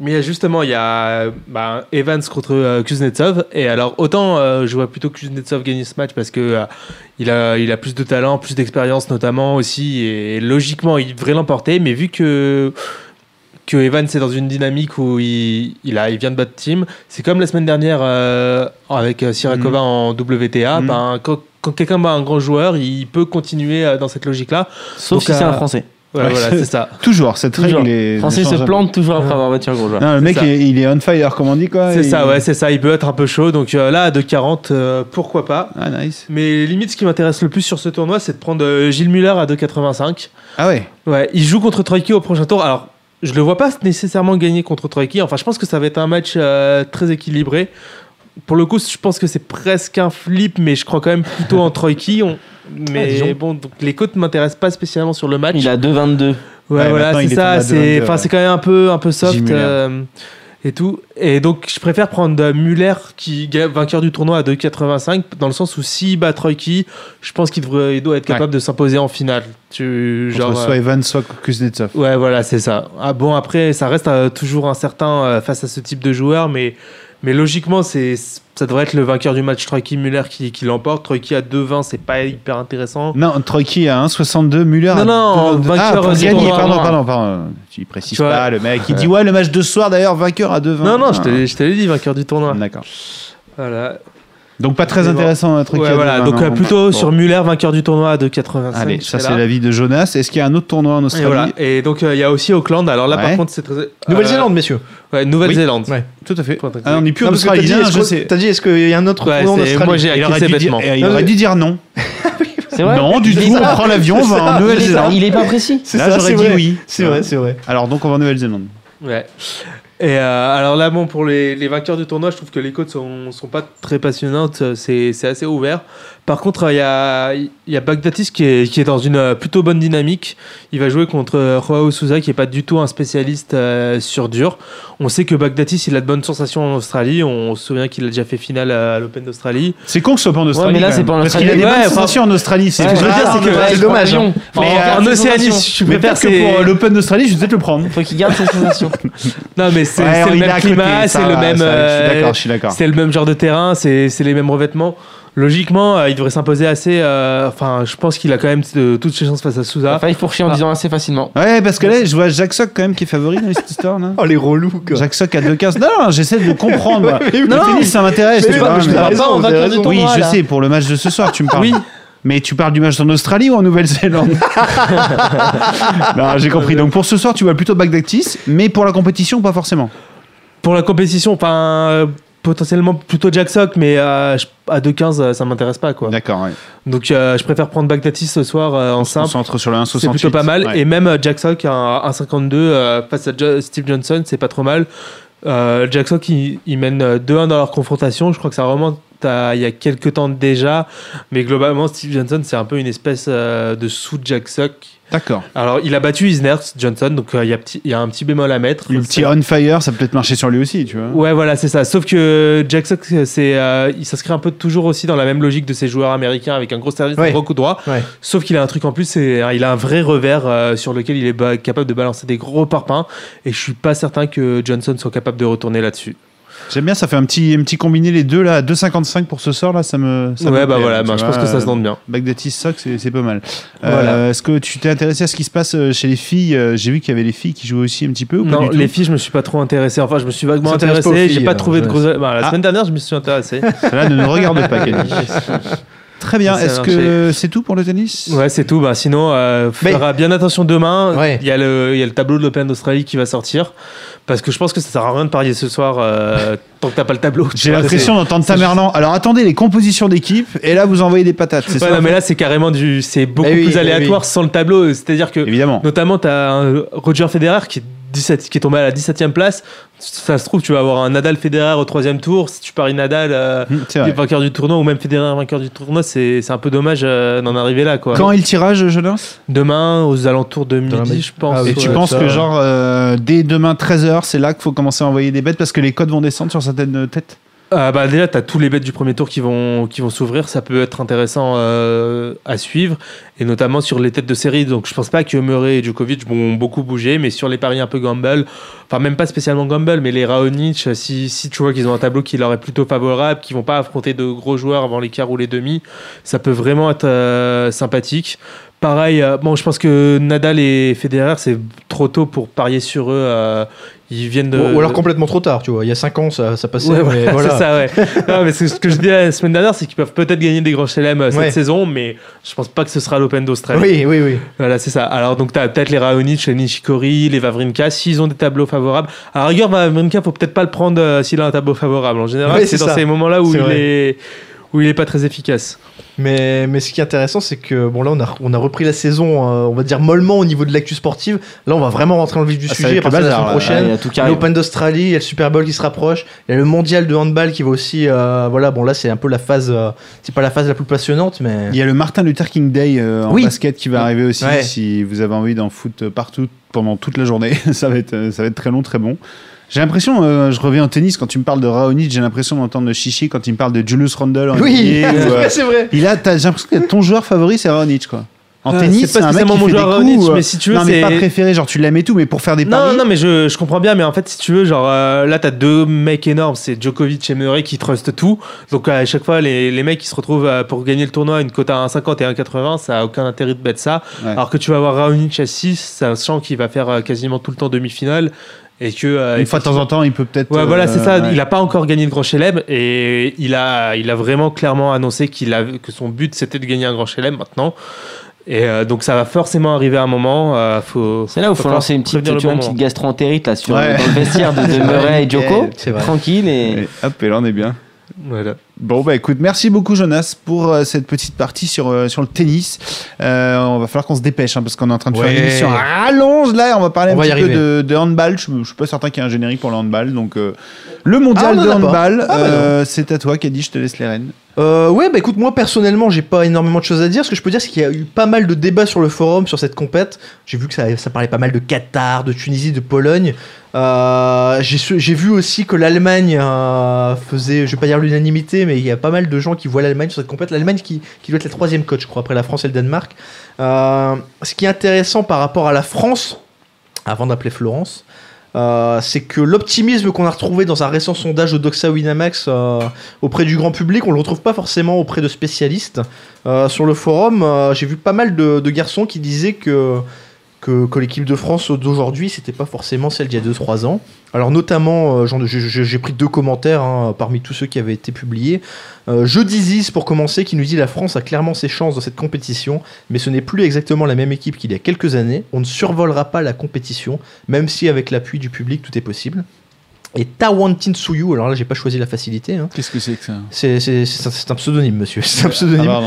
F: Mais euh, justement, il y a euh, bah, Evans contre euh, Kuznetsov. Et alors, autant euh, je vois plutôt Kuznetsov gagner ce match parce que euh, il, a, il a plus de talent, plus d'expérience notamment aussi. Et logiquement, il devrait l'emporter. Mais vu que que Evans est dans une dynamique où il, il, a, il vient de battre Team. C'est comme la semaine dernière euh, avec euh, Sirakova en WTA.
B: Mhm.
F: Ben, quand, quand quelqu'un bat un grand joueur, il peut continuer euh, dans cette logique-là.
D: Sauf
F: Donc,
D: si c'est
F: euh,
D: un Français.
F: Ouais,
B: Ouais.
F: voilà, c'est ça.
B: Toujours, cette
D: Toujours.
B: règle est.
D: Français se
B: changeable.
D: plante toujours après avoir battu un gros joueur.
B: Non, le mec,
F: ça.
B: il, il est on fire, comme on dit, quoi.
F: C'est
B: il-
F: ça, ouais, c'est ça. Il peut être un peu chaud. Donc euh, là, à 2,40, euh, pourquoi pas
B: Ah, nice.
F: Mais limite, ce qui m'intéresse le plus sur ce tournoi, c'est de prendre euh, Gilles Muller à 2,85.
B: Ah ouais.
F: Ouais, il joue contre Troiki au prochain tour. Alors, je le vois pas nécessairement gagner contre Troiki. Enfin, je pense que ça va être un match euh, très équilibré. Pour le coup, je pense que c'est presque un flip, mais je crois quand même plutôt en Troiki. On... Mais
B: disons.
F: bon, donc les côtes m'intéressent pas spécialement sur le match.
D: Il a 2,22.
F: Ouais,
B: Ouais,
F: voilà,
B: maintenant, il
F: c'est
B: est tombé
F: ça.
B: à
F: C'est
B: 22,
F: enfin,
B: ouais.
F: c'est quand même un peu, un peu
B: Jim
F: soft
B: Muller.
F: euh, et tout. Et donc, je préfère prendre euh, Muller, qui gagne- vainqueur du tournoi à 2,85, dans le sens où s'il bat Troiki, je pense qu'il devrait- il doit être capable de s'imposer en finale. Tu,
B: Genre,
F: genre, euh,
B: soit Evan, soit Kuznetsov.
F: Ouais, voilà, c'est ça. Ah bon, après, ça reste euh, toujours incertain euh, face à ce type de joueur, mais, mais logiquement, c'est, ça devrait être le vainqueur du match Troiki Muller qui, qui l'emporte. Troiki à 2-20, c'est pas hyper intéressant.
B: Non, Troiki à 1,62, Muller
F: Non,
B: à
F: non, en
B: 2,22.
F: vainqueur,
B: Ah, pour
F: c'est
B: gagner,
F: pour
B: pardon,
F: avoir.
B: pardon, pardon. Tu précises
F: Tu vois.
B: pas, le mec. Il dit, ouais, le match de ce soir, d'ailleurs, vainqueur à 2,20.
F: Non, non, je te, l'ai- je te l'ai dit, vainqueur du tournoi.
B: D'accord.
F: Voilà.
B: Donc, pas
F: Mais
B: très
F: bon.
B: intéressant, un truc.
F: Ouais,
B: à
F: voilà.
B: 2,20,
F: Donc euh,
B: non.
F: plutôt
B: Bon.
F: sur Muller, vainqueur du tournoi à 2,85.
B: Allez,
F: je
B: ça,
F: serai
B: c'est
F: là.
B: l'avis de Jonas. Est-ce qu'il y a un autre tournoi en
F: Et
B: Australie
F: voilà. Et donc euh, il y a aussi Auckland. Alors là,
B: Ouais.
F: par contre, c'est très.
C: Nouvelle-Zélande, messieurs.
F: Euh, ouais, Nouvelle-Zélande.
C: Oui.
B: Tout à fait.
F: Point très
B: Ah, on n'est plus en
C: Non, parce que t'as
B: Australie,
C: dit, est-ce
B: je
C: que-
B: sais.
C: T'as dit, est-ce qu'il y a un autre
F: Ouais,
C: tournoi en
F: c'est-
C: Australie
F: moi j'ai
B: Il
F: acquis
B: aurait
F: ces
B: dû dire-
C: eh,
F: vêtements.
B: il aurait dû dire non.
D: C'est vrai
B: Non, du tout, on
D: ça.
B: prend l'avion, on va en
D: Il est-
B: Nouvelle-Zélande.
D: Il est pas précis.
C: C'est
B: Là,
C: ça,
B: j'aurais
C: c'est
B: dit
C: vrai.
B: oui.
C: C'est vrai, c'est vrai.
B: Alors, donc, on va en Nouvelle-Zélande.
F: Ouais. Et euh, alors là, bon, pour les, les vainqueurs du tournoi, je trouve que les côtes sont, sont pas très passionnantes. euh, C'est c'est assez ouvert. Par contre, euh, il y a, il y a Bagdatis qui est, qui est dans une euh, plutôt bonne dynamique. Il va jouer contre euh, Joao Souza, qui est pas du tout un spécialiste euh, sur dur. On sait que Bagdatis, il a de bonnes sensations en Australie. On se souvient qu'il a déjà fait finale à l'Open d'Australie.
B: C'est con que ce soit pas en Australie.
D: mais là,
B: quand
D: c'est
B: même.
D: pas en
B: Parce
D: Australie.
B: qu'il a des
F: Ouais,
B: bonnes
F: enfin-
B: sensations en Australie. C'est
D: Ouais,
B: ce que je veux
D: voilà,
B: dire, c'est que-
D: ouais,
C: c'est
D: je
C: dommage,
D: prends l'avion.
B: Mais,
D: En-
B: euh,
D: en
F: en
D: Océanie,
F: Océanie,
D: il
F: je
B: Mais
F: préfère
B: peut-être
F: c'est-
B: que pour euh, l'Open d'Australie, je vais peut-être le prendre.
D: faut qu'il garde ses sensations.
F: Non, mais c'est
B: Ouais,
F: c'est
B: il
F: le
B: est à
F: même
B: côté,
F: climat,
B: ça
F: c'est le
B: va,
F: même.
B: ça va, Je
F: euh,
B: suis d'accord, je suis d'accord.
F: C'est le même genre de terrain, c'est c'est les mêmes revêtements. Logiquement, euh, il devrait s'imposer assez. euh, Enfin, je pense qu'il a quand même euh, toutes ses chances face à Souza.
D: Enfin, il fourchit en
F: Ah.
D: disant assez facilement.
B: Ouais, parce que là, je vois Jack Sock quand même qui est favori dans cette histoire. là.
C: Oh, les relous, quoi.
B: Jacques Sock à 2,15. Non, non, j'essaie de le comprendre.
F: [LAUGHS]
B: moi.
C: Mais oui,
B: Le
C: mais
B: tennis,
C: oui.
B: ça m'intéresse.
C: Mais
B: tu
C: oui,
B: vois,
C: mais je
B: mais-
C: l'ai
D: Attends, on
C: raison,
D: va
C: j'ai
D: faire
C: raison.
D: du tour.
B: Oui,
D: tournoi,
B: je
D: là.
B: sais, pour le match de ce soir, tu me parles.
F: hein. Oui.
B: Mais tu parles du match en Australie ou en
F: [LAUGHS]
B: Nouvelle-Zélande Non, j'ai
F: Euh,
B: compris. Donc pour ce soir, tu vois plutôt Bagdactis, mais pour la compétition, pas forcément.
F: Pour la compétition, enfin, euh, potentiellement plutôt Jack Sock, mais euh, je- à 2-15, euh, ça m'intéresse pas quoi.
B: D'accord, ouais.
F: Donc, euh, je préfère prendre Bagdatis ce soir euh, en
B: On
F: simple.
B: centre sur le 1,68.
F: C'est plutôt pas mal.
B: Ouais.
F: Et même euh, Jack Sock, un, un 52 euh, face à Jo- Steve Johnson, c'est pas trop mal. Euh, Jack Sock, il, il mène euh, 2-1 dans leur confrontation. Je crois que ça remonte à il y a quelques temps déjà. Mais globalement, Steve Johnson, c'est un peu une espèce euh, de sous-Jack Sock.
B: D'accord.
F: Alors, il a battu Isner, Johnson, donc euh, il y a petit- il y, a un petit bémol à mettre.
B: Le petit on fire, ça peut peut-être marcher sur lui aussi, tu vois.
F: Ouais, voilà, c'est ça. Sauf que Jack Sock, c'est, euh, il s'inscrit un peu toujours aussi dans la même logique de ces joueurs américains avec un gros service,
C: Ouais.
F: un gros coup droit.
C: Ouais.
F: Sauf qu'il a un truc en plus, c'est euh, il a un vrai revers euh, sur lequel il est ba- capable de balancer des gros parpaings. Et je suis pas certain que Johnson soit capable de retourner là-dessus.
B: J'aime bien, ça fait un petit, un petit combiné les deux là, à 2,55 pour ce sort là, ça me. Ça
F: ouais,
B: me
F: bah
B: plaît,
F: voilà,
B: tu
F: ben, je
B: vois,
F: pense que ça se
B: euh,
F: tente bien.
B: Bagdatis Sock, c'est c'est pas mal. Euh,
F: Voilà.
B: Est-ce que tu t'es intéressé à ce qui se passe euh, chez les filles Euh, J'ai vu qu'il y avait les filles qui jouaient aussi un petit peu ou pas
F: Non,
B: du tout
F: les filles, je me suis pas trop intéressé. Enfin, je me suis vaguement
C: Ça t'intéresse pas aux
F: intéressé. J'ai
C: filles,
F: pas
C: euh,
F: trouvé de
C: je-
F: gros. Bah, la
B: Ah.
F: semaine dernière, je me
B: [LAUGHS]
F: suis intéressé.
B: Cela ne nous regarde
F: [LAUGHS]
B: pas, Kelly. Très bien,
F: Ça a
B: est-ce que c'est tout pour le tennis
F: Ouais, c'est tout. Bah, sinon, euh,
C: Mais-
F: fera bien attention demain.
C: Ouais.
F: Il y a le, il y a le tableau de l'Open d'Australie qui va sortir. Parce que je pense que ça sert à rien de parier ce soir euh, tant que t'as pas le tableau. tu
B: J'ai
F: vois,
B: l'impression d'entendre Tamerlan. Alors attendez, les compositions d'équipe, et là vous envoyez des patates, c'est
F: c'est- Ouais,
B: ça
F: non, mais là, c'est carrément du.
B: Eh
F: C'est beaucoup
C: oui,
F: plus
C: bah
F: aléatoire sans le tableau. C'est-à-dire que,
B: Évidemment.
F: [LAUGHS] notamment, t'as un Roger Federer qui est, 17 qui est tombé à la 17 e place. Ça se trouve, tu vas avoir un Nadal Federer au troisième tour. Si tu paries Nadal. euh,
B: Hum, c'est vrai.
F: vainqueur du tournoi ou même Federer vainqueur du tournoi c'est c'est un peu dommage euh, d'en arriver là quoi
B: Quand est le tirage, Jonas
F: demain aux alentours de
C: Dans la
F: midi
C: midi.
F: je pense
C: Ah oui,
B: Et tu
C: ouais,
B: penses
C: ça-
B: que genre euh, dès demain 13h, c'est là qu'il faut commencer à envoyer des bêtes parce que les codes vont descendre sur certaines euh, têtes
F: Ah bah déjà, tu as tous les bêtes du premier tour qui vont, qui vont s'ouvrir. Ça peut être intéressant euh, à suivre, et notamment sur les têtes de série. Donc je pense pas que Murray et Djokovic vont beaucoup bouger, mais sur les paris un peu gamble, enfin même pas spécialement gamble, mais les Raonic, si, si tu vois qu'ils ont un tableau qui leur est plutôt favorable, qui vont pas affronter de gros joueurs avant les quarts ou les demi, ça peut vraiment être euh, sympathique. Pareil, euh, bon, je pense que Nadal et Federer, c'est trop tôt pour parier sur eux. euh, ils viennent de.
C: Ou, ou alors complètement trop tard, tu vois. Il y a 5 ans, ça, ça passait.
F: Ouais,
C: mais
F: voilà,
C: voilà.
F: [LAUGHS] c'est ça, ouais. non, mais ce, ce que je disais la semaine dernière, c'est qu'ils peuvent peut-être gagner des grands chelems euh, cette
C: Ouais.
F: saison, mais je pense pas que ce sera l'Open d'Australie.
C: Oui, oui, oui.
F: Voilà, c'est ça. Alors, donc, t'as peut-être les Raonic, les Nishikori, les Vavrinka, s'ils ont des tableaux favorables. À la rigueur, Vavrinka, faut peut-être pas le prendre euh, s'il a un tableau favorable. En général,
C: Ouais,
F: c'est
C: c'est
F: dans
C: ça.
F: ces moments-là où
C: C'est
F: il
C: vrai.
F: est, où il est pas très efficace.
C: Mais, mais ce qui est intéressant, c'est que bon là, on a, on a repris la saison, euh, on va dire mollement au niveau de l'actu sportive. Là, on va vraiment rentrer dans le vif du
B: Ah, ça va
C: sujet.
B: être
C: À partir
B: le
C: de la
B: bazar,
C: semaine
D: Ah,
C: prochaine,
D: il y a tout qui arrive.
C: l'Open d'Australie, il y a le Super Bowl qui se rapproche, il y a le Mondial de handball qui va aussi. euh, voilà, bon là, c'est un peu la phase, euh, c'est pas la phase la plus passionnante, mais
B: Il y a le Martin Luther King Day euh, en
C: Oui.
B: basket qui va arriver aussi.
C: Ouais.
B: Si vous avez envie d'en foutre partout pendant toute la journée, [LAUGHS] ça va être, euh, ça va être très long, très bon. J'ai l'impression, euh, je reviens au tennis, quand tu me parles de Raonic, j'ai l'impression d'entendre Chichi quand il me parle de Julius Randle. en
C: oui,
B: NBA,
F: [LAUGHS]
B: ou, euh,
C: Ouais, c'est vrai.
B: il a, t'as- j'ai l'impression que ton joueur favori c'est Raonic quoi. En
F: Ah,
B: tennis,
F: c'est
B: c'est
F: pas
B: un mec
F: spécialement
B: qui
F: mon
B: fait
F: joueur
B: des coups.
F: Raonic,
B: euh,
F: mais si tu veux,
B: non mais
F: c'est-
B: pas préféré, genre tu l'aimes et tout, mais pour faire des
F: Non,
B: paris.
F: non, mais je, je comprends bien, mais en fait, si tu veux, genre, euh, là, t'as deux mecs énormes, c'est Djokovic et Murray qui trustent tout. Donc, à chaque fois, les, les mecs qui se retrouvent euh, pour gagner le tournoi à une cote à 1,50 et 1,80, ça a aucun intérêt de battre ça.
B: Ouais.
F: Alors que tu vas avoir Raonic à 6, sachant qu'il va faire euh, quasiment tout le temps demi-finale. Et que. euh,
B: Une fois de temps en temps, il peut peut-être.
F: Ouais,
B: euh,
F: voilà, c'est ça.
B: ouais.
F: Il a pas encore gagné le Grand Chelem et il a, il a vraiment clairement annoncé qu'il a, que son but c'était de gagner un Grand Chelem maintenant. Et euh, donc ça va forcément arriver à un moment. euh, faut,
D: C'est là où il faut
F: falloir
D: lancer une petite, tu
F: prévenir le
D: vois, une
F: moment.
D: petite gastro-entérite là, sur,
B: Ouais.
D: dans le vestiaire
B: [LAUGHS]
D: de, de Murray et Joko.
C: C'est vrai.
D: Tranquille et.
B: Et hop, et là on est bien.
F: Voilà.
B: Bon bah écoute, merci beaucoup Jonas pour euh, cette petite partie sur, euh, sur le tennis. Euh, on va falloir qu'on se dépêche hein, parce qu'on est en train de faire
C: Ouais.
B: une émission à rallonge là et on va parler un
C: On va y
B: petit peu
C: arriver.
B: de, de handball. Je, je suis pas certain qu'il y ait un générique pour le handball donc euh, le mondial
C: Ah, on en
B: de
C: a pas.
B: handball,
C: Ah, bah non.
B: euh, c'est à toi qui a dit je te laisse les rênes.
C: Euh, ouais, bah écoute, moi personnellement, j'ai pas énormément de choses à dire. Ce que je peux dire, c'est qu'il y a eu pas mal de débats sur le forum sur cette compète. J'ai vu que ça, ça parlait pas mal de Qatar, de Tunisie, de Pologne. Euh, j'ai su- j'ai vu aussi que l'Allemagne euh, faisait, je vais pas dire l'unanimité, mais il y a pas mal de gens qui voient l'Allemagne sur cette compète. L'Allemagne qui, qui doit être la troisième coach, je crois, après la France et le Danemark. Euh, ce qui est intéressant par rapport à la France, avant d'appeler Florence, euh, c'est que l'optimisme qu'on a retrouvé dans un récent sondage au Doxa Winamax euh, auprès du grand public, on le retrouve pas forcément auprès de spécialistes. Euh, sur le forum, euh, j'ai vu pas mal de, de garçons qui disaient que que, que l'équipe de France d'aujourd'hui, c'était pas forcément celle d'il y a 2-3 ans. Alors notamment, euh, j'en- j'ai- j'ai j'ai pris deux commentaires hein, parmi tous ceux qui avaient été publiés. Euh, je Isis pour commencer, qui nous dit la France a clairement ses chances dans cette compétition, mais ce n'est plus exactement la même équipe qu'il y a quelques années. On ne survolera pas la compétition, même si avec l'appui du public, tout est possible. Et Tawantin Suyu, alors là j'ai pas choisi la facilité, hein.
B: Qu'est-ce que c'est que ça
C: C'est- C'est c'est un- c'est un pseudonyme, monsieur. [LAUGHS] C'est un
B: Ah
C: pseudonyme
B: bah.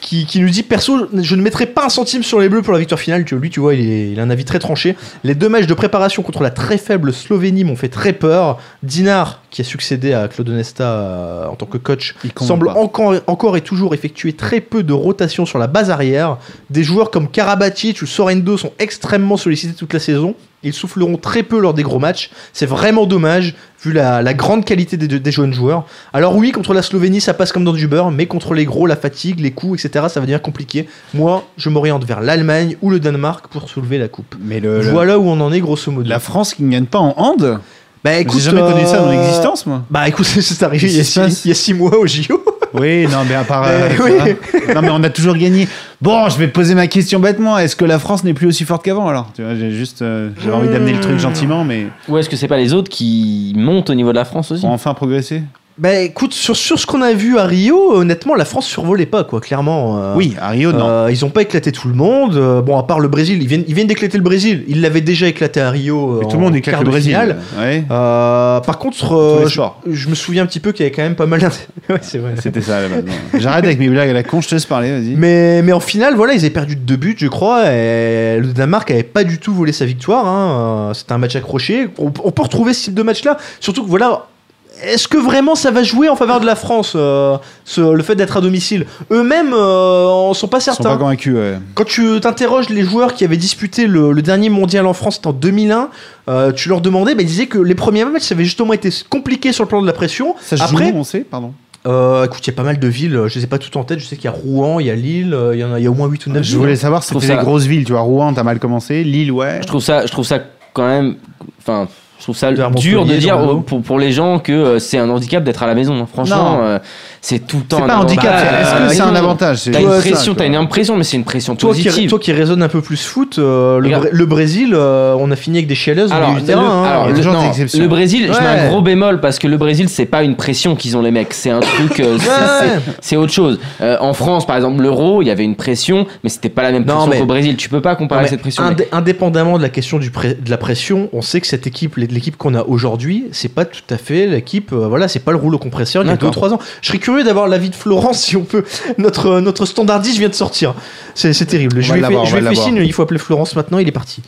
C: qui, qui nous dit perso, je ne mettrai pas un centime sur les bleus pour la victoire finale. Tu- Lui, tu vois, il, est- il a un avis très tranché. Les deux matchs de préparation contre la très faible Slovénie m'ont fait très peur. Dinar, qui a succédé à Claude Onesta euh, en tant que coach,
B: [LAUGHS] Il compte
C: semble
B: pas.
C: encore, encore et toujours effectuer très peu de rotation sur la base arrière. Des joueurs comme Karabatic ou Sorendo sont extrêmement sollicités toute la saison. Ils souffleront très peu lors des gros matchs. C'est vraiment dommage, vu la, la grande qualité des, des jeunes joueurs. Alors oui, contre la Slovénie, ça passe comme dans du beurre, mais contre les gros, la fatigue, les coups, etc., ça va devenir compliqué. Moi, je m'oriente vers l'Allemagne ou le Danemark pour soulever la coupe.
B: Mais le, le-
C: Voilà où on en est grosso modo.
B: Euh, la France qui ne gagne pas en hand.
C: Bah
B: J'ai jamais connu ça dans
C: euh,
B: l'existence moi.
C: Bah écoute, [LAUGHS] c'est arrivé il y, a
B: Qu'est-ce qui se
C: six,
B: passe
C: il y a six mois au JO.
B: Oui, non, mais à part.
C: Euh,
B: tu
C: oui.
B: vois. non, mais on a toujours gagné. Bon, je vais poser ma question bêtement. Est-ce que la France n'est plus aussi forte qu'avant alors Tu vois, j'ai juste. euh, J'avais envie d'amener le truc gentiment, mais
D: Ou est-ce que c'est pas les autres qui montent au niveau de la France aussi
B: pour enfin progresser.
C: Bah écoute, sur, sur ce qu'on a vu à Rio, honnêtement, la France survolait pas, quoi, clairement. euh,
B: oui, à Rio, non.
C: euh, ils ont pas éclaté tout le monde. euh, bon, à part le Brésil, ils viennent, ils viennent d'éclater le Brésil. Ils l'avaient déjà éclaté à Rio.
B: Mais
C: euh,
B: tout le monde
C: en
B: éclate
C: quart
B: le
C: de
B: Brésil.
C: finale.
B: Ouais,
C: Euh, par contre,
B: Tous
C: euh,
B: les
C: je,
B: soirs.
C: je me souviens un petit peu qu'il y avait quand même pas mal. d'int- [LAUGHS] ouais, c'est vrai.
B: C'était ça là [LAUGHS] J'arrête avec mes blagues à la con, je te laisse parler, vas-y.
C: Mais, mais en finale, voilà, ils avaient perdu de deux buts, je crois. Et le Danemark avait pas du tout volé sa victoire. hein, euh, C'était un match accroché. On, on peut retrouver ce type de match-là. Surtout que voilà. Est-ce que vraiment ça va jouer en faveur de la France, euh, ce- le fait d'être à domicile Eux-mêmes euh, en sont pas
B: Ils sont pas
C: certains.
B: convaincus. ouais.
C: Quand tu t'interroges les joueurs qui avaient disputé le, le dernier mondial en France, c'était en 2001, euh, tu leur demandais, bah, ils disaient que les premiers matchs, ça avait justement été compliqué sur le plan de la pression.
B: Ça se
C: Après,
B: joue, où, on sait, pardon.
C: euh, écoute, il y a pas mal de villes, euh, je les ai pas toutes en tête, je sais qu'il y a Rouen, il y a Lille, euh, il y en a, hein. il y a au moins 8 ou 9
B: Je
C: villes.
B: voulais savoir si
D: Je trouve
B: c'était des
D: ça-
B: grosses villes, tu vois. Rouen, t'as mal commencé. Lille, ouais.
D: Je trouve ça, je trouve ça quand même, enfin, je trouve ça
C: Vers
D: dur de
C: Montpellier,
D: dire
C: dans le
D: aux-
C: lot.
D: pour, pour les gens que euh, c'est un handicap d'être à la maison. hein. Franchement,
B: Non.
D: euh, c'est tout le temps.
B: C'est pas un
D: avant-
B: handicap,
D: Bah,
B: c'est- est-ce
C: Ah,
D: euh,
B: que c'est un
D: non.
B: avantage C'est-
D: T'as une
B: Ouais,
D: pression,
B: ça,
D: t'as une énorme pression, mais c'est une pression
C: Toi qui,
D: positive.
C: toi qui raisonnes un peu plus foot, euh, le,
D: Regarde.
C: Bré- le Brésil, euh, on a fini avec des chialeuses, on a eu
D: Alors,
C: le
D: le,
C: terrain, hein.
D: alors,
B: il y a
D: le-
B: toujours des
D: non,
B: exceptions.
D: le Brésil, je mets
C: Ouais.
D: un gros bémol parce que le Brésil, c'est pas une pression qu'ils ont les mecs, c'est un truc, euh, c'est-
C: Ouais.
D: c'est- c'est autre chose. Euh, en France, par exemple, l'euro, il y avait une pression, mais c'était pas la même
C: Non,
D: pression
C: mais-
D: qu'au Brésil. Tu peux pas
C: Non,
D: comparer
C: mais
D: cette pression.
C: indé- Indépendamment de la question du pré- de la pression, on sait que cette équipe, l'é- l'équipe qu'on a aujourd'hui, c'est pas tout à fait l'équipe. euh, voilà, c'est pas le rouleau compresseur il y a deux ou
D: D'accord.
C: trois ans. Je serais curieux d'avoir l'avis de Florence si on peut. Notre euh, notre standardiste vient de sortir. C'est c'est terrible. Je
B: va
C: lui ai
B: l'avoir,
C: fait,
B: on
C: je lui ai
B: va
C: fait
B: l'avoir.
C: signe. Il faut appeler Florence maintenant. Il est parti.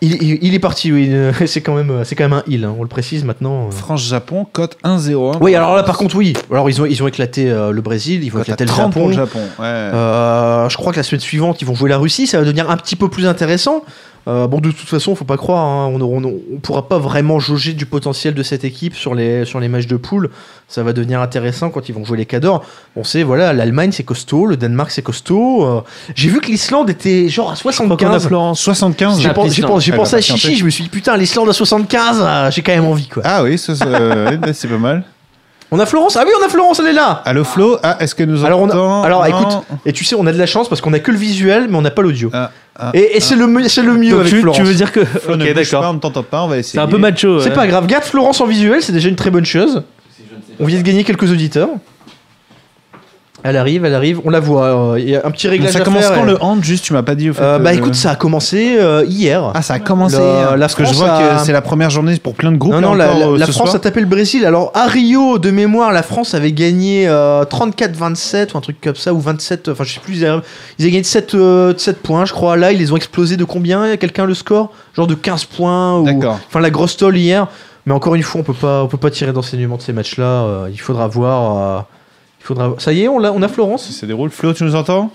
C: Il, il- il est parti. Oui, [LAUGHS] euh, c'est quand même euh, c'est quand même un il. hein, on le précise maintenant. euh.
B: France-Japon, cote hein. 1-0.
C: Oui, alors là par contre oui. Alors ils ont ils ont éclaté euh, le Brésil. Ils vont
B: cote à
C: éclater le
B: 30 pour
C: Japon.
B: le Japon. ouais.
C: Euh, je crois que la semaine suivante, ils vont jouer la Russie. Ça va devenir un petit peu plus intéressant. Euh, bon, de toute façon, faut pas croire. hein, on, on, on pourra pas vraiment jauger du potentiel de cette équipe sur les sur les matchs de poule. Ça va devenir intéressant quand ils vont jouer les cadors. On sait, voilà, l'Allemagne c'est costaud, le Danemark c'est costaud. euh, J'ai vu que l'Islande était genre à
F: Quand on a
C: 75.
F: Florence.
B: 75.
C: J'ai
D: La
C: pensé,
D: piste,
C: j'ai
D: non.
C: pensé- j'ai
B: Ah, Elle
C: pensé
B: va
C: à
B: patienter.
C: Chichi. Je me suis dit putain, l'Islande à 75. euh, J'ai quand même envie quoi.
B: Ah oui, ça, ça, euh, ouais, c'est pas mal.
C: On a Florence. Ah oui, on a Florence. Elle est là.
B: Allô Flo, ah, est-ce que nous
C: Alors, on a-
B: entend
C: alors,
B: Non.
C: Et tu sais, on a de la chance parce qu'on a que le visuel, mais on n'a pas l'audio.
B: Ah, ah,
C: et et c'est le me- c'est le mieux
F: Donc
C: avec
F: tu,
C: Florence.
F: tu veux dire que.
B: Flo ne
F: ok,
B: bouge pas,
F: d'accord.
B: on ne t'entend pas, on va essayer.
F: C'est un peu macho.
C: C'est
F: ouais.
C: pas grave, garde Florence en visuel, c'est déjà une très bonne chose. On vient de gagner quelques auditeurs. Elle arrive, elle arrive, on la voit. euh, Il y a un petit
B: Mais
C: réglage
B: ça
C: à
B: commence
C: faire,
B: quand
C: et-
B: le hand juste Tu m'as pas dit au fait.
C: Euh, Bah
B: euh,
C: écoute, ça a commencé euh, hier.
B: Ah, ça a commencé.
C: Le-
B: hein,
C: la
B: parce que je
C: France
B: vois
C: a-
B: que c'est la première journée pour plein de groupes.
C: non,
B: là,
C: non, la,
B: encore,
C: la-
B: euh,
C: la
B: ce
C: France a
B: soir.
C: tapé le Brésil. Alors à Rio, de mémoire, la France avait gagné euh, 34-27 ou un truc comme ça, ou 27, enfin je sais plus, ils avaient, ils avaient gagné 7, euh, 7 points, je crois. Là, ils les ont explosés de combien Quelqu'un le score Genre de 15 points ou,
B: D'accord.
C: Enfin, la grosse tolle hier. Mais encore une fois, on peut pas, on peut pas tirer d'enseignement de ces matchs-là. Euh, il faudra voir. euh, il faudra. Ça y est, on, l'a- on a Florence.
B: Ça se déroule. Flo, tu nous entends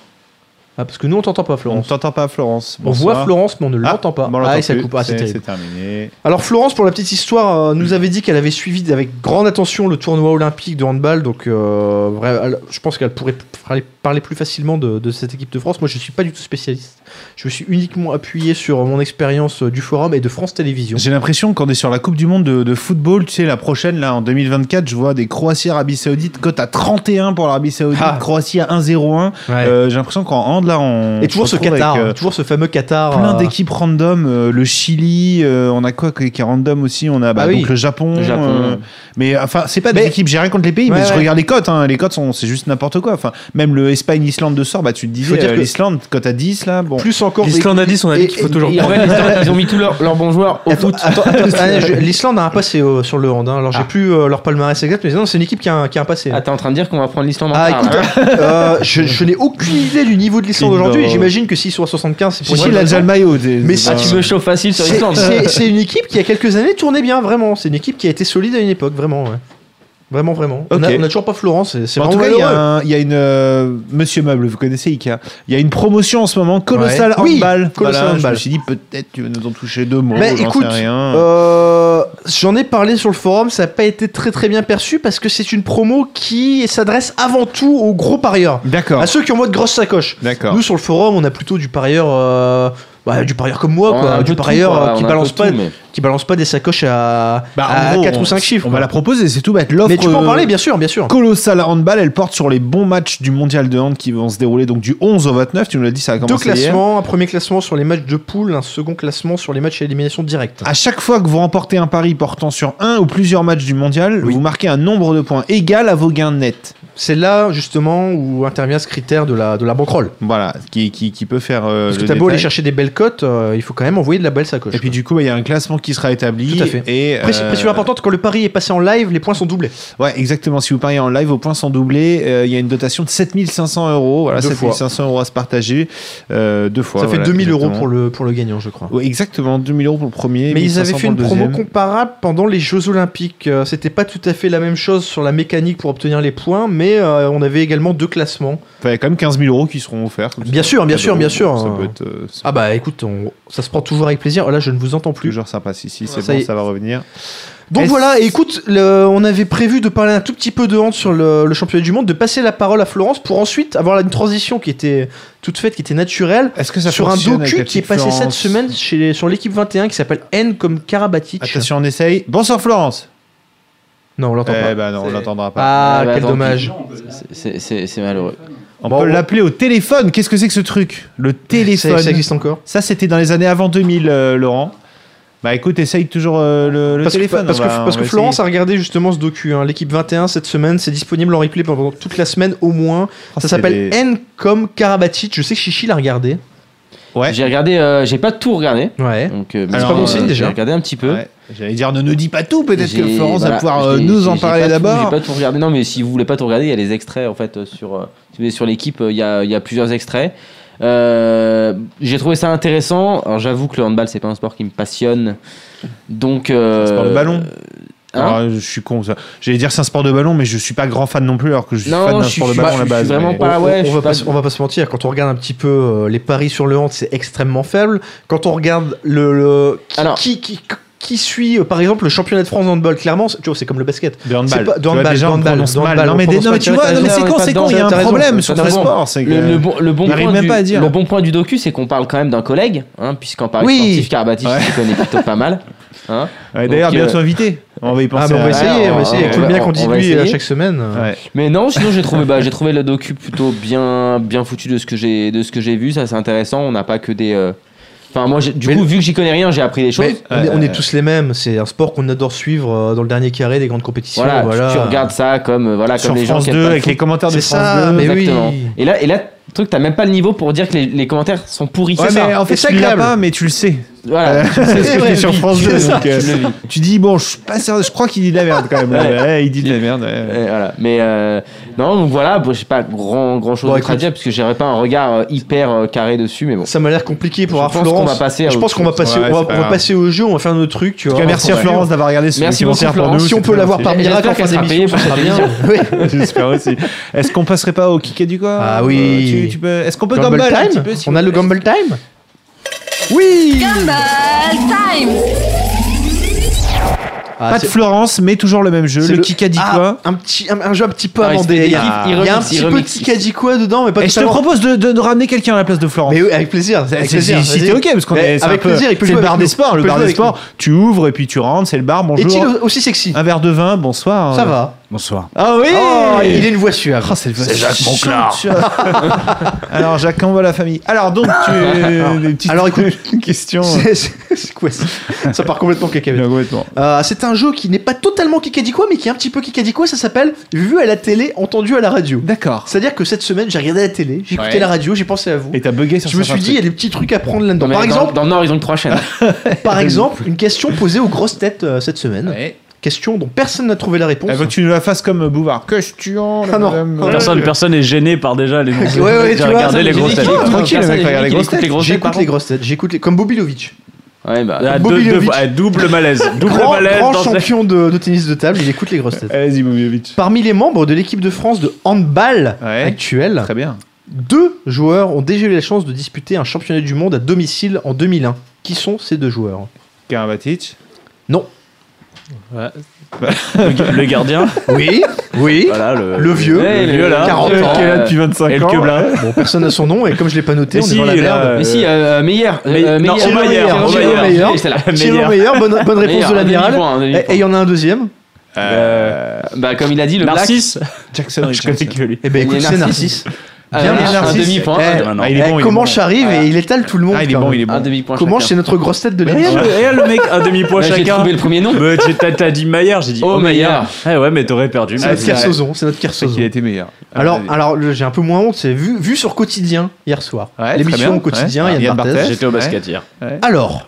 C: Ah, parce que nous, on t'entend pas,
B: On
C: Florence.
B: t'entend pas, Florence.
C: On
B: Bonsoir.
C: voit Florence, mais on ne
B: Ah,
C: l'entend pas.
B: bon, on l'entend
C: ah, et ça
B: plus.
C: coupe. Ah, c'est
B: c'est
C: terrible.
B: terminé.
C: Alors, Florence, pour la petite histoire, euh, nous avait dit qu'elle avait suivi avec grande attention le tournoi olympique de handball. Donc, euh, vrai- elle- je pense qu'elle pourrait parler- parler plus facilement de, de cette équipe de France. Moi, je suis pas du tout spécialiste. Je me suis uniquement appuyé sur mon expérience euh, du forum et de France Télévisions.
B: J'ai l'impression qu'on est sur la Coupe du Monde de, de football. Tu sais, la prochaine, là, en 2024, je vois des Croatie-Arabie Saoudite, cote à 31 pour l'Arabie Saoudite,
C: Ah.
B: Croatie à 1-0-1. Euh, J'ai l'impression qu'en hand, là, on.
C: et toujours
B: se
C: ce
B: retrouve
C: Qatar,
B: avec, euh,
C: hein, toujours ce fameux Qatar.
B: plein
C: euh,
B: d'équipes random. euh, le Chili, euh, on a quoi qui qui est random aussi On a bah,
C: Ah oui.
B: donc le Japon.
D: Le Japon,
B: euh,
D: ouais.
B: mais enfin, c'est pas des
C: Mais-
B: équipes. J'ai rien contre les pays,
C: Ouais,
B: mais je
C: ouais.
B: regarde les cotes. hein, Les cotes sont, c'est juste n'importe quoi. Enfin, même le Espagne-Islande de sort, bah tu te
C: Faut
B: disais
C: dire
B: euh,
C: que-
B: l'Islande cote à 10 là. Bon.
C: Plus encore.
F: L'Islande a 10, on a
C: Et-
F: dit qu'il faut
C: et-
F: toujours
D: Et en
F: prendre.
D: fait, les Islandais, ils ont mis tous leurs leurs bons joueurs au
C: Attends,
D: foot.
C: attends,
B: [LAUGHS]
C: attends, ah, je- L'Islande a un passé euh, sur le hand. hein. Alors j'ai plus euh, leur palmarès exact, mais non, c'est une équipe qui a un, qui a un passé.
D: Ah, t'es en train de dire qu'on va prendre l'Islande en
C: Ah,
D: retard,
C: écoute,
D: là.
C: euh, je, je n'ai aucune idée du niveau de l'Islande
B: Et
C: aujourd'hui.
B: non.
C: J'imagine que s'ils sont à 75, c'est
B: Si,
C: pour
B: si,
C: une
B: il a
C: raison.
B: déjà le maillot. des-
C: Mais
B: des-
C: si
D: Ah, tu me chauffes facile sur
C: C'est-
D: l'Islande.
C: C'est c'est une équipe qui, il y a quelques années, tournait bien, vraiment. C'est une équipe qui a été solide à une époque, vraiment. ouais. Vraiment, vraiment. On a-
B: Ok. Bah,
C: On n'a toujours pas Florence. c'est- C'est
B: En
C: vraiment
B: tout cas, il y, a
C: malheureux.
B: un- il y a une euh, Monsieur Meuble, vous connaissez Ikea. Il y a une promotion en ce moment, colossal
C: Ouais. Oui,
B: handball.
C: Colossal
B: Voilà, Je
C: Handball.
B: me suis dit peut-être tu vas nous en toucher deux mots.
C: Mais
B: j'en sais
C: écoute,
B: rien.
C: Euh, J'en ai parlé sur le forum, ça n'a pas été très très bien perçu parce que c'est une promo qui s'adresse avant tout aux gros parieurs,
B: D'accord.
C: à ceux qui ont moins de grosses sacoches.
B: D'accord.
C: Nous sur le forum, on a plutôt du parieur, euh, bah, du parieur comme moi,
D: On a un
C: quoi,
D: peu
C: du
D: de tout,
C: parieur
D: quoi,
C: euh,
D: on
C: qui
D: a un
C: balance
D: peu de
C: pas,
D: tout, mais-
C: qui balance pas des sacoches à,
B: Bah, en
C: à
B: gros,
C: 4
B: on-
C: ou 5 chiffres.
B: On va
C: quoi.
B: la proposer, c'est tout bête. L'offre.
C: Mais tu peux en
B: euh,
C: parler, bien sûr, bien sûr.
B: Colossal handball, elle porte sur les bons matchs du mondial de hand qui vont se dérouler donc du 11 au 29. Tu nous l'as dit, ça a
C: Deux
B: commencé hier.
C: classements, un premier classement sur les matchs de poule, un second classement sur les matchs à élimination directe.
B: À chaque fois que vous remportez un pari portant sur un ou plusieurs matchs du mondial,
C: Oui.
B: vous marquez un nombre de points égal à vos gains nets.
C: C'est là justement où intervient ce critère de la, de la banquerolle.
B: Voilà, qui, qui, qui peut faire. euh,
C: Parce que
B: le
C: t'as beau aller
B: détail.
C: chercher des belles cotes, euh, il faut quand même envoyer de la belle sacoche.
B: Et puis du coup, il y a un classement qui sera établi.
C: Tout à fait.
B: Et,
C: Pré-
B: euh,
C: Précision importante, quand le pari est passé en live, les points sont doublés.
B: Ouais, exactement. Si vous pariez en live, vos points sont doublés. Euh, Il y a une dotation de 7500 euros. Voilà,
C: Deux fois.
B: 7500 euros à se partager euh, deux fois.
C: ça fait
B: voilà,
C: 2000 euros
B: exactement.
C: pour le, pour le gagnant, je crois.
B: Ouais, exactement, 2000 euros pour le premier.
C: Mais ils avaient
B: 1500 pour
C: fait une
B: le
C: promo
B: deuxième.
C: comparable pendant les Jeux Olympiques. Euh, C'était pas tout à fait la même chose sur la mécanique pour obtenir les points, mais euh, on avait également deux classements.
B: Enfin, il y a quand même 15 000 euros qui seront offerts. comme ça.
C: Bien sûr, bien sûr, bien sûr.
B: Ça peut être. euh, c'est
C: Ah bah écoute, on- ça se prend toujours avec plaisir. Oh Là, je ne vous entends plus.
B: Toujours sympa. Si, si, c'est
C: Ça
B: bon,
C: y est.
B: ça va revenir.
C: Donc
B: Est-ce-
C: voilà, et écoute, le- on avait prévu de parler un tout petit peu de hand sur le, le championnat du monde, de passer la parole à Florence pour ensuite avoir une transition qui était toute faite, qui était naturelle,
B: Est-ce que ça
C: sur un
B: fonctionne avec la
C: docu qui est
B: petite
C: passé cette
B: Florence
C: semaine chez les- sur l'équipe 21 qui s'appelle N comme Karabatic.
B: Attention, on essaye. Bonsoir Florence.
C: Non, on l'entend
B: Eh
C: pas.
B: ben non, on
C: C'est-
B: l'entendra pas.
C: Ah,
D: Ah, bah,
C: quel
D: tant pis.
C: dommage.
D: C'est- C'est c'est malheureux.
B: On
C: Bon,
B: peut l'appeler au téléphone. Qu'est-ce que c'est que ce truc Le
C: Ça,
B: téléphone.
C: ça existe encore.
B: Ça, c'était dans les années avant 2000, euh, Laurent. Bah écoute, essaye toujours euh, le, le
C: Parce que,
B: téléphone.
C: parce
B: on
C: que-
B: va- on
C: parce que
B: va
C: Florence
B: essayer.
C: a regardé justement ce docu, hein, l'équipe 21 cette semaine, c'est disponible en replay pendant toute la semaine au moins.
B: Ah,
C: Ça
B: c'est
C: s'appelle
B: des-
C: N comme Karabatic, je sais que Chichi l'a regardé.
B: Ouais.
D: J'ai regardé, euh, j'ai pas tout regardé.
C: Ouais.
D: Donc, euh, mais
B: Alors,
D: j'ai-
B: pas bon signe,
D: J'ai
C: déjà.
D: regardé un petit peu.
B: Ouais. J'allais dire, ne nous dis pas tout. Peut-être
D: J'ai-
B: que Florence
D: voilà,
B: va pouvoir euh,
D: j'ai-
B: nous en
D: j'ai- j'ai pas
B: parler
D: tout- J'ai
B: d'abord.
D: pas tout regardé. Non, mais si vous voulez pas tout regarder, il y a les extraits en fait euh, sur euh, si vous êtes sur l'équipe. euh, Il y a, il y a plusieurs extraits. Euh, j'ai trouvé ça intéressant. Alors j'avoue que le handball c'est pas un sport qui me passionne. Donc euh,
B: C'est un sport de ballon.
D: hein
B: Alors, Ah, je suis con. ça. J'allais dire c'est un sport de ballon, mais je suis pas grand fan non plus, alors que je suis
D: Non,
B: fan d'un
D: je suis-
B: sport de
D: je
B: ballon
D: suis-
B: à la
D: je
B: base.
D: suis vraiment
B: mais-
D: pas- Ah
C: on,
D: ouais,
C: on-
D: je
C: on
D: suis
C: va
D: pas-
C: pas, se- on va pas se mentir, quand on regarde un petit peu euh, les paris sur le hand, c'est extrêmement faible. Quand on regarde le, le- qui,
D: Alors-
C: qui, qui- qui suit euh, par exemple le championnat de France de handball, clairement, c'est- tu vois, c'est comme le basket.
B: De handball.
C: C'est pas- de
B: Tu vois,
C: handball,
B: déjà, on
C: de handball,
B: prononce
C: de
B: mal.
C: handball,
B: Non,
C: on
B: mais,
C: prononce
B: non, mais
C: pas
B: tu
C: bien,
B: vois,
C: t'as
B: non, mais
D: raison,
B: c'est con,
D: t'as
B: c'est con. Il y
D: raison,
B: a un
D: t'as raison,
B: problème
D: t'as
B: sur
D: raison.
B: le sport. C'est que-
D: Le, le bon, le bon
B: on n'arrive
D: point
B: même
D: du,
B: pas à dire.
D: le bon point du docu, c'est qu'on parle quand même d'un collègue, hein, puisqu'en Paris
B: Oui.
D: sportif, Karabatic, je le connais plutôt pas mal. Hein.
B: Ouais, D'ailleurs,
D: Donc, euh,
B: bientôt invité. On va y penser.
C: Ah, mais on va
B: à-
C: essayer, on
D: on-
C: va essayer.
D: on-
C: Tout le bien
D: on-
C: qu'on
D: on
C: dit
D: va
C: de lui euh,
D: essayer.
C: chaque semaine.
B: Ouais.
D: Mais non, sinon j'ai trouvé, bah, j'ai trouvé le docu plutôt bien, bien foutu de ce que j'ai, de ce que j'ai vu. Ça, c'est intéressant. On n'a pas que des. euh, Enfin, moi, j'ai- du
C: Mais
D: coup, vu que j'y connais rien, j'ai appris des choses.
C: Mais on, est,
B: Ouais,
C: on est
B: ouais.
C: tous les mêmes, c'est un sport qu'on adore suivre euh, dans le dernier carré des grandes compétitions.
D: voilà,
C: Voilà,
D: tu- Tu, regardes ça comme, euh, voilà,
B: Sur
D: comme les gens
B: France
D: qui aiment
B: 2,
D: pas le
B: avec
D: foot.
B: les commentaires de
C: C'est ça,
B: France 2.
C: mais oui.
D: Exactement. Et là, et là, le truc, t'as même pas le niveau pour dire que les, les commentaires sont pourris.
B: Ouais,
D: C'est
B: mais
D: ça.
B: en fait,
C: C'est
B: tu l'as
C: agréable.
B: pas, mais tu le sais.
C: euh,
D: Voilà. tu sais ce
B: C'est
D: que
B: vrai,
D: tu
B: sur
D: vis.
B: France 2.
D: C'est ça,
B: donc, euh,
D: tu le vis.
B: Tu dis, bon, je suis pas sérieux, je crois qu'il dit de la merde quand même. là.
D: Ouais.
B: Ouais, il dit de la merde. ouais.
D: Et voilà. Mais euh, non, donc voilà, bon, j'ai pas grand, grand chose
C: Bon,
D: d'autre à
C: écoute.
D: dire parce que j'aurais pas un regard euh, hyper euh, carré dessus, mais bon.
C: Ça m'a l'air compliqué pour
D: Je
C: avoir
D: pense
C: Florence.
D: qu'on va passer à
C: je pense
D: autre
C: qu'on va passer,
B: Ouais,
C: on va,
B: c'est pas
C: on va
B: grave.
C: passer au jeu, on va faire notre truc, tu
B: En
C: vois.
B: tout cas, merci à Florence d'avoir regardé ce
D: Merci
B: documentaire
D: beaucoup,
B: pour nous.
D: Florence.
C: Si on
B: c'était
C: peut
B: très
C: l'avoir
B: gentil.
C: par
D: Et
C: miracle en
D: j'espère
C: fin
D: qu'elle sera payée
C: d'émission, ça serait
D: pour cette
C: bien.
D: émission.
B: [LAUGHS]
C: Oui.
B: J'espère aussi. Est-ce qu'on passerait pas au kick et du quoi
C: Ah oui.
B: Euh, tu- tu peux- Est-ce qu'on peut
C: Gumball
B: gamble un petit
C: time
B: peu si
C: On
B: vous
C: a le
B: voulez
C: Gumball Time
B: Oui
G: Gumball Time
C: Ah,
B: Pas de
C: c'est-
B: Florence, mais toujours le même jeu.
C: c'est
B: Le kick a dit
C: Ah,
B: quoi
C: un, petit, un, un jeu un petit peu
D: Ah, il se fait
C: amendé.
D: des
C: Il y a,
D: kiffs, il
C: il y a un
D: remixe, il
C: petit peu de
D: remixe.
C: qui a dit quoi dedans, mais pas
B: Et je te
C: totalement.
B: propose de, de- de ramener quelqu'un à la place de Florence.
C: Mais oui, avec plaisir. Avec
B: C'est-
C: plaisir.
B: c'est- si
C: vas-y.
B: t'es ok, parce qu'on
C: Eh,
B: est c'est
C: avec
B: un peu-
C: plaisir, il peut
B: c'est
C: jouer
B: le bar
C: avec
B: des
C: nous.
B: sports.
C: Il
B: Le
C: peut
B: bar
C: jouer
B: des
C: avec
B: sports, tu ouvres et puis tu rentres, c'est le bar,
C: Est-il
B: bonjour.
C: aussi sexy
B: Un verre de vin, bonsoir.
C: Ça va.
H: Bonsoir.
B: Ah oui
C: Oh, il a une voix suave.
B: Oh, c'est
H: C'est Jacques Monclar.
B: [LAUGHS] Alors, Jacques, comment va la famille Alors, donc,
C: [LAUGHS]
B: tu des petites
C: alors, écoute.
B: [LAUGHS] questions.
C: C'est- C'est c'est quoi ça Ça part complètement cacahuète.
B: Non, complètement.
C: Euh, c'est un jeu qui n'est pas totalement quoi mais qui est un petit peu quoi Ça s'appelle Vu à la télé, entendu à la radio.
B: D'accord.
C: C'est-à-dire que cette semaine, j'ai regardé la télé, j'ai écouté
B: Ouais.
C: la radio, j'ai pensé à vous.
B: Et t'as bugué sur
C: Je me
B: certains
C: suis dit, il y a des petits trucs à prendre là-dedans. Par,
D: Mais dans-
C: exemple,
D: dans le Nord, ils ont que trois chaînes.
C: par exemple, une question posée aux grosses têtes euh, cette semaine.
B: trucs. Ouais.
C: Question dont personne n'a trouvé la réponse.
B: Elle veut que Eh ben, tu nous la fasses comme Bouvard. Question. la
C: Ah non.
B: madame. Euh,
C: Ah,
H: Personne, personne est gêné par déjà les noms.
C: Ouais, ouais, tu
H: J'ai
C: vois,
H: regardé
C: ça,
H: les
C: j'ai
H: grosses
C: dit,
H: têtes.
C: oh,
B: tranquille, le mec, regarde les grosses
D: les grosses têtes,
C: J'écoute
D: pardon.
C: les grosses têtes, j'écoute les... comme Bobilovic.
D: Ouais, bah.
H: Ah, deux-
C: Bobilovic.
H: deux- ah, double malaise. Double
C: Grand,
H: malaise
C: grand
H: dans cette-
C: champion de, de tennis de table, il écoute les grosses têtes.
B: Allez-y, Bouvievic.
C: Parmi les membres de l'équipe de France de handball
B: Ouais.
C: actuelle,
B: Très bien.
C: deux joueurs ont déjà eu la chance de disputer un championnat du monde à domicile en 2001. Qui sont ces deux joueurs
B: Karabatic.
H: Le gardien.
B: [LAUGHS]
C: Oui, oui.
H: Voilà, le,
C: Le vieux,
H: le vieux là.
C: 40
H: Le-
C: ans.
B: Qui est là
D: Euh,
B: depuis 25 ans.
H: Et le queblin.
C: Bon, personne n'a son nom et comme je l'ai pas noté,
H: Et
C: on
H: si,
C: est dans la
H: il
C: merde.
H: a-
D: Mais si, euh, Meyer. euh,
H: Mais-
D: euh,
H: non,
D: Meyer,
H: Omayer,
D: Meyer,
H: Omayer.
D: Meyer,
C: Omayer.
D: c'est là.
C: Thierry Meyer, bonne, bonne réponse
D: Meyer,
C: de
D: un
C: la virale.
D: demi-point, un demi-point.
C: Et il y en a un deuxième
H: Euh,
D: Bah, comme il a dit, le Black.
H: Narcisse.
B: Ah Jackson
H: Je connais que lui.
C: Eh ben écoute,
D: Il y a
C: c'est Narcisse.
D: Narcisse. euh,
B: Ah,
C: Bien,
D: un
B: Narcisse.
D: demi-point.
C: Eh,
H: Ah, non.
B: Ah,
H: Et
B: il est
C: Eh,
B: bon. il est
C: comment
B: bon.
C: j'arrive et il étale tout le monde.
B: Ah, il est
C: quand
B: bon,
C: même.
B: il est
D: Un
B: bon.
D: demi-point.
C: Comment
D: chacun.
C: c'est notre grosse tête de
H: Mais regarde,
C: l'émission
H: le- regarde le mec, un demi-point
D: Bah, J'ai
H: chacun.
D: trouvé le premier nom.
H: Mais tu- T'as t'as dit Maillard, j'ai dit
D: Oh,
H: oh,
D: Maillard.
H: Ah ouais, mais t'aurais perdu.
C: C'est
H: mais-
C: notre Kersozon, c'est notre
B: C'est qu'il a
C: Kersozon.
B: été meilleur.
C: Alors,
B: Ah, Vas-y.
C: alors le- j'ai un peu moins honte, c'est vu, vu sur Quotidien hier soir.
B: Ouais, très bien,
C: L'émission Quotidien,
B: ouais.
C: Yann,
B: Yann
C: Barthès.
B: Barthès.
H: J'étais au basket hier.
C: Alors,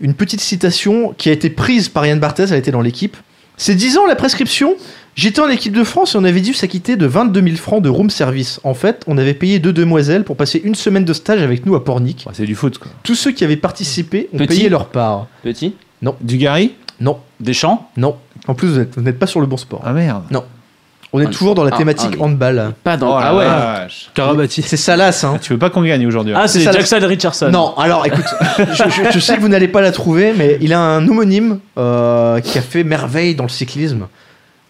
C: une petite citation qui a été prise par Yann Barthès, elle était dans l'équipe. C'est 10 ans la prescription. J'étais en équipe de France et on avait dû s'acquitter de 22 000 francs de room service. En fait, on avait payé deux demoiselles pour passer une semaine de stage avec nous à Pornic.
B: Ouais, C'est du foot, quoi.
C: Tous ceux qui avaient participé ont
D: Petit.
C: payé leur part.
D: Petit.
B: Du Gary
C: Non,
H: Deschamps
C: non. En plus, vous n'êtes- vous n'êtes pas sur le bon sport.
B: Ah merde. Oh
C: On est
D: Un-
C: toujours dans la
D: un-
C: thématique
D: un-
C: handball.
D: Pas dans.
B: la
D: Ah ouais.
B: vache.
F: Karabatic.
C: C'est salace, hein.
B: Tu veux pas qu'on gagne aujourd'hui
H: Ah, c'est
C: ça, la-
H: Jackson Richardson.
C: Non, alors écoute, je, je- je sais que vous n'allez pas la trouver, mais il a un homonyme euh, qui a fait merveille dans le cyclisme.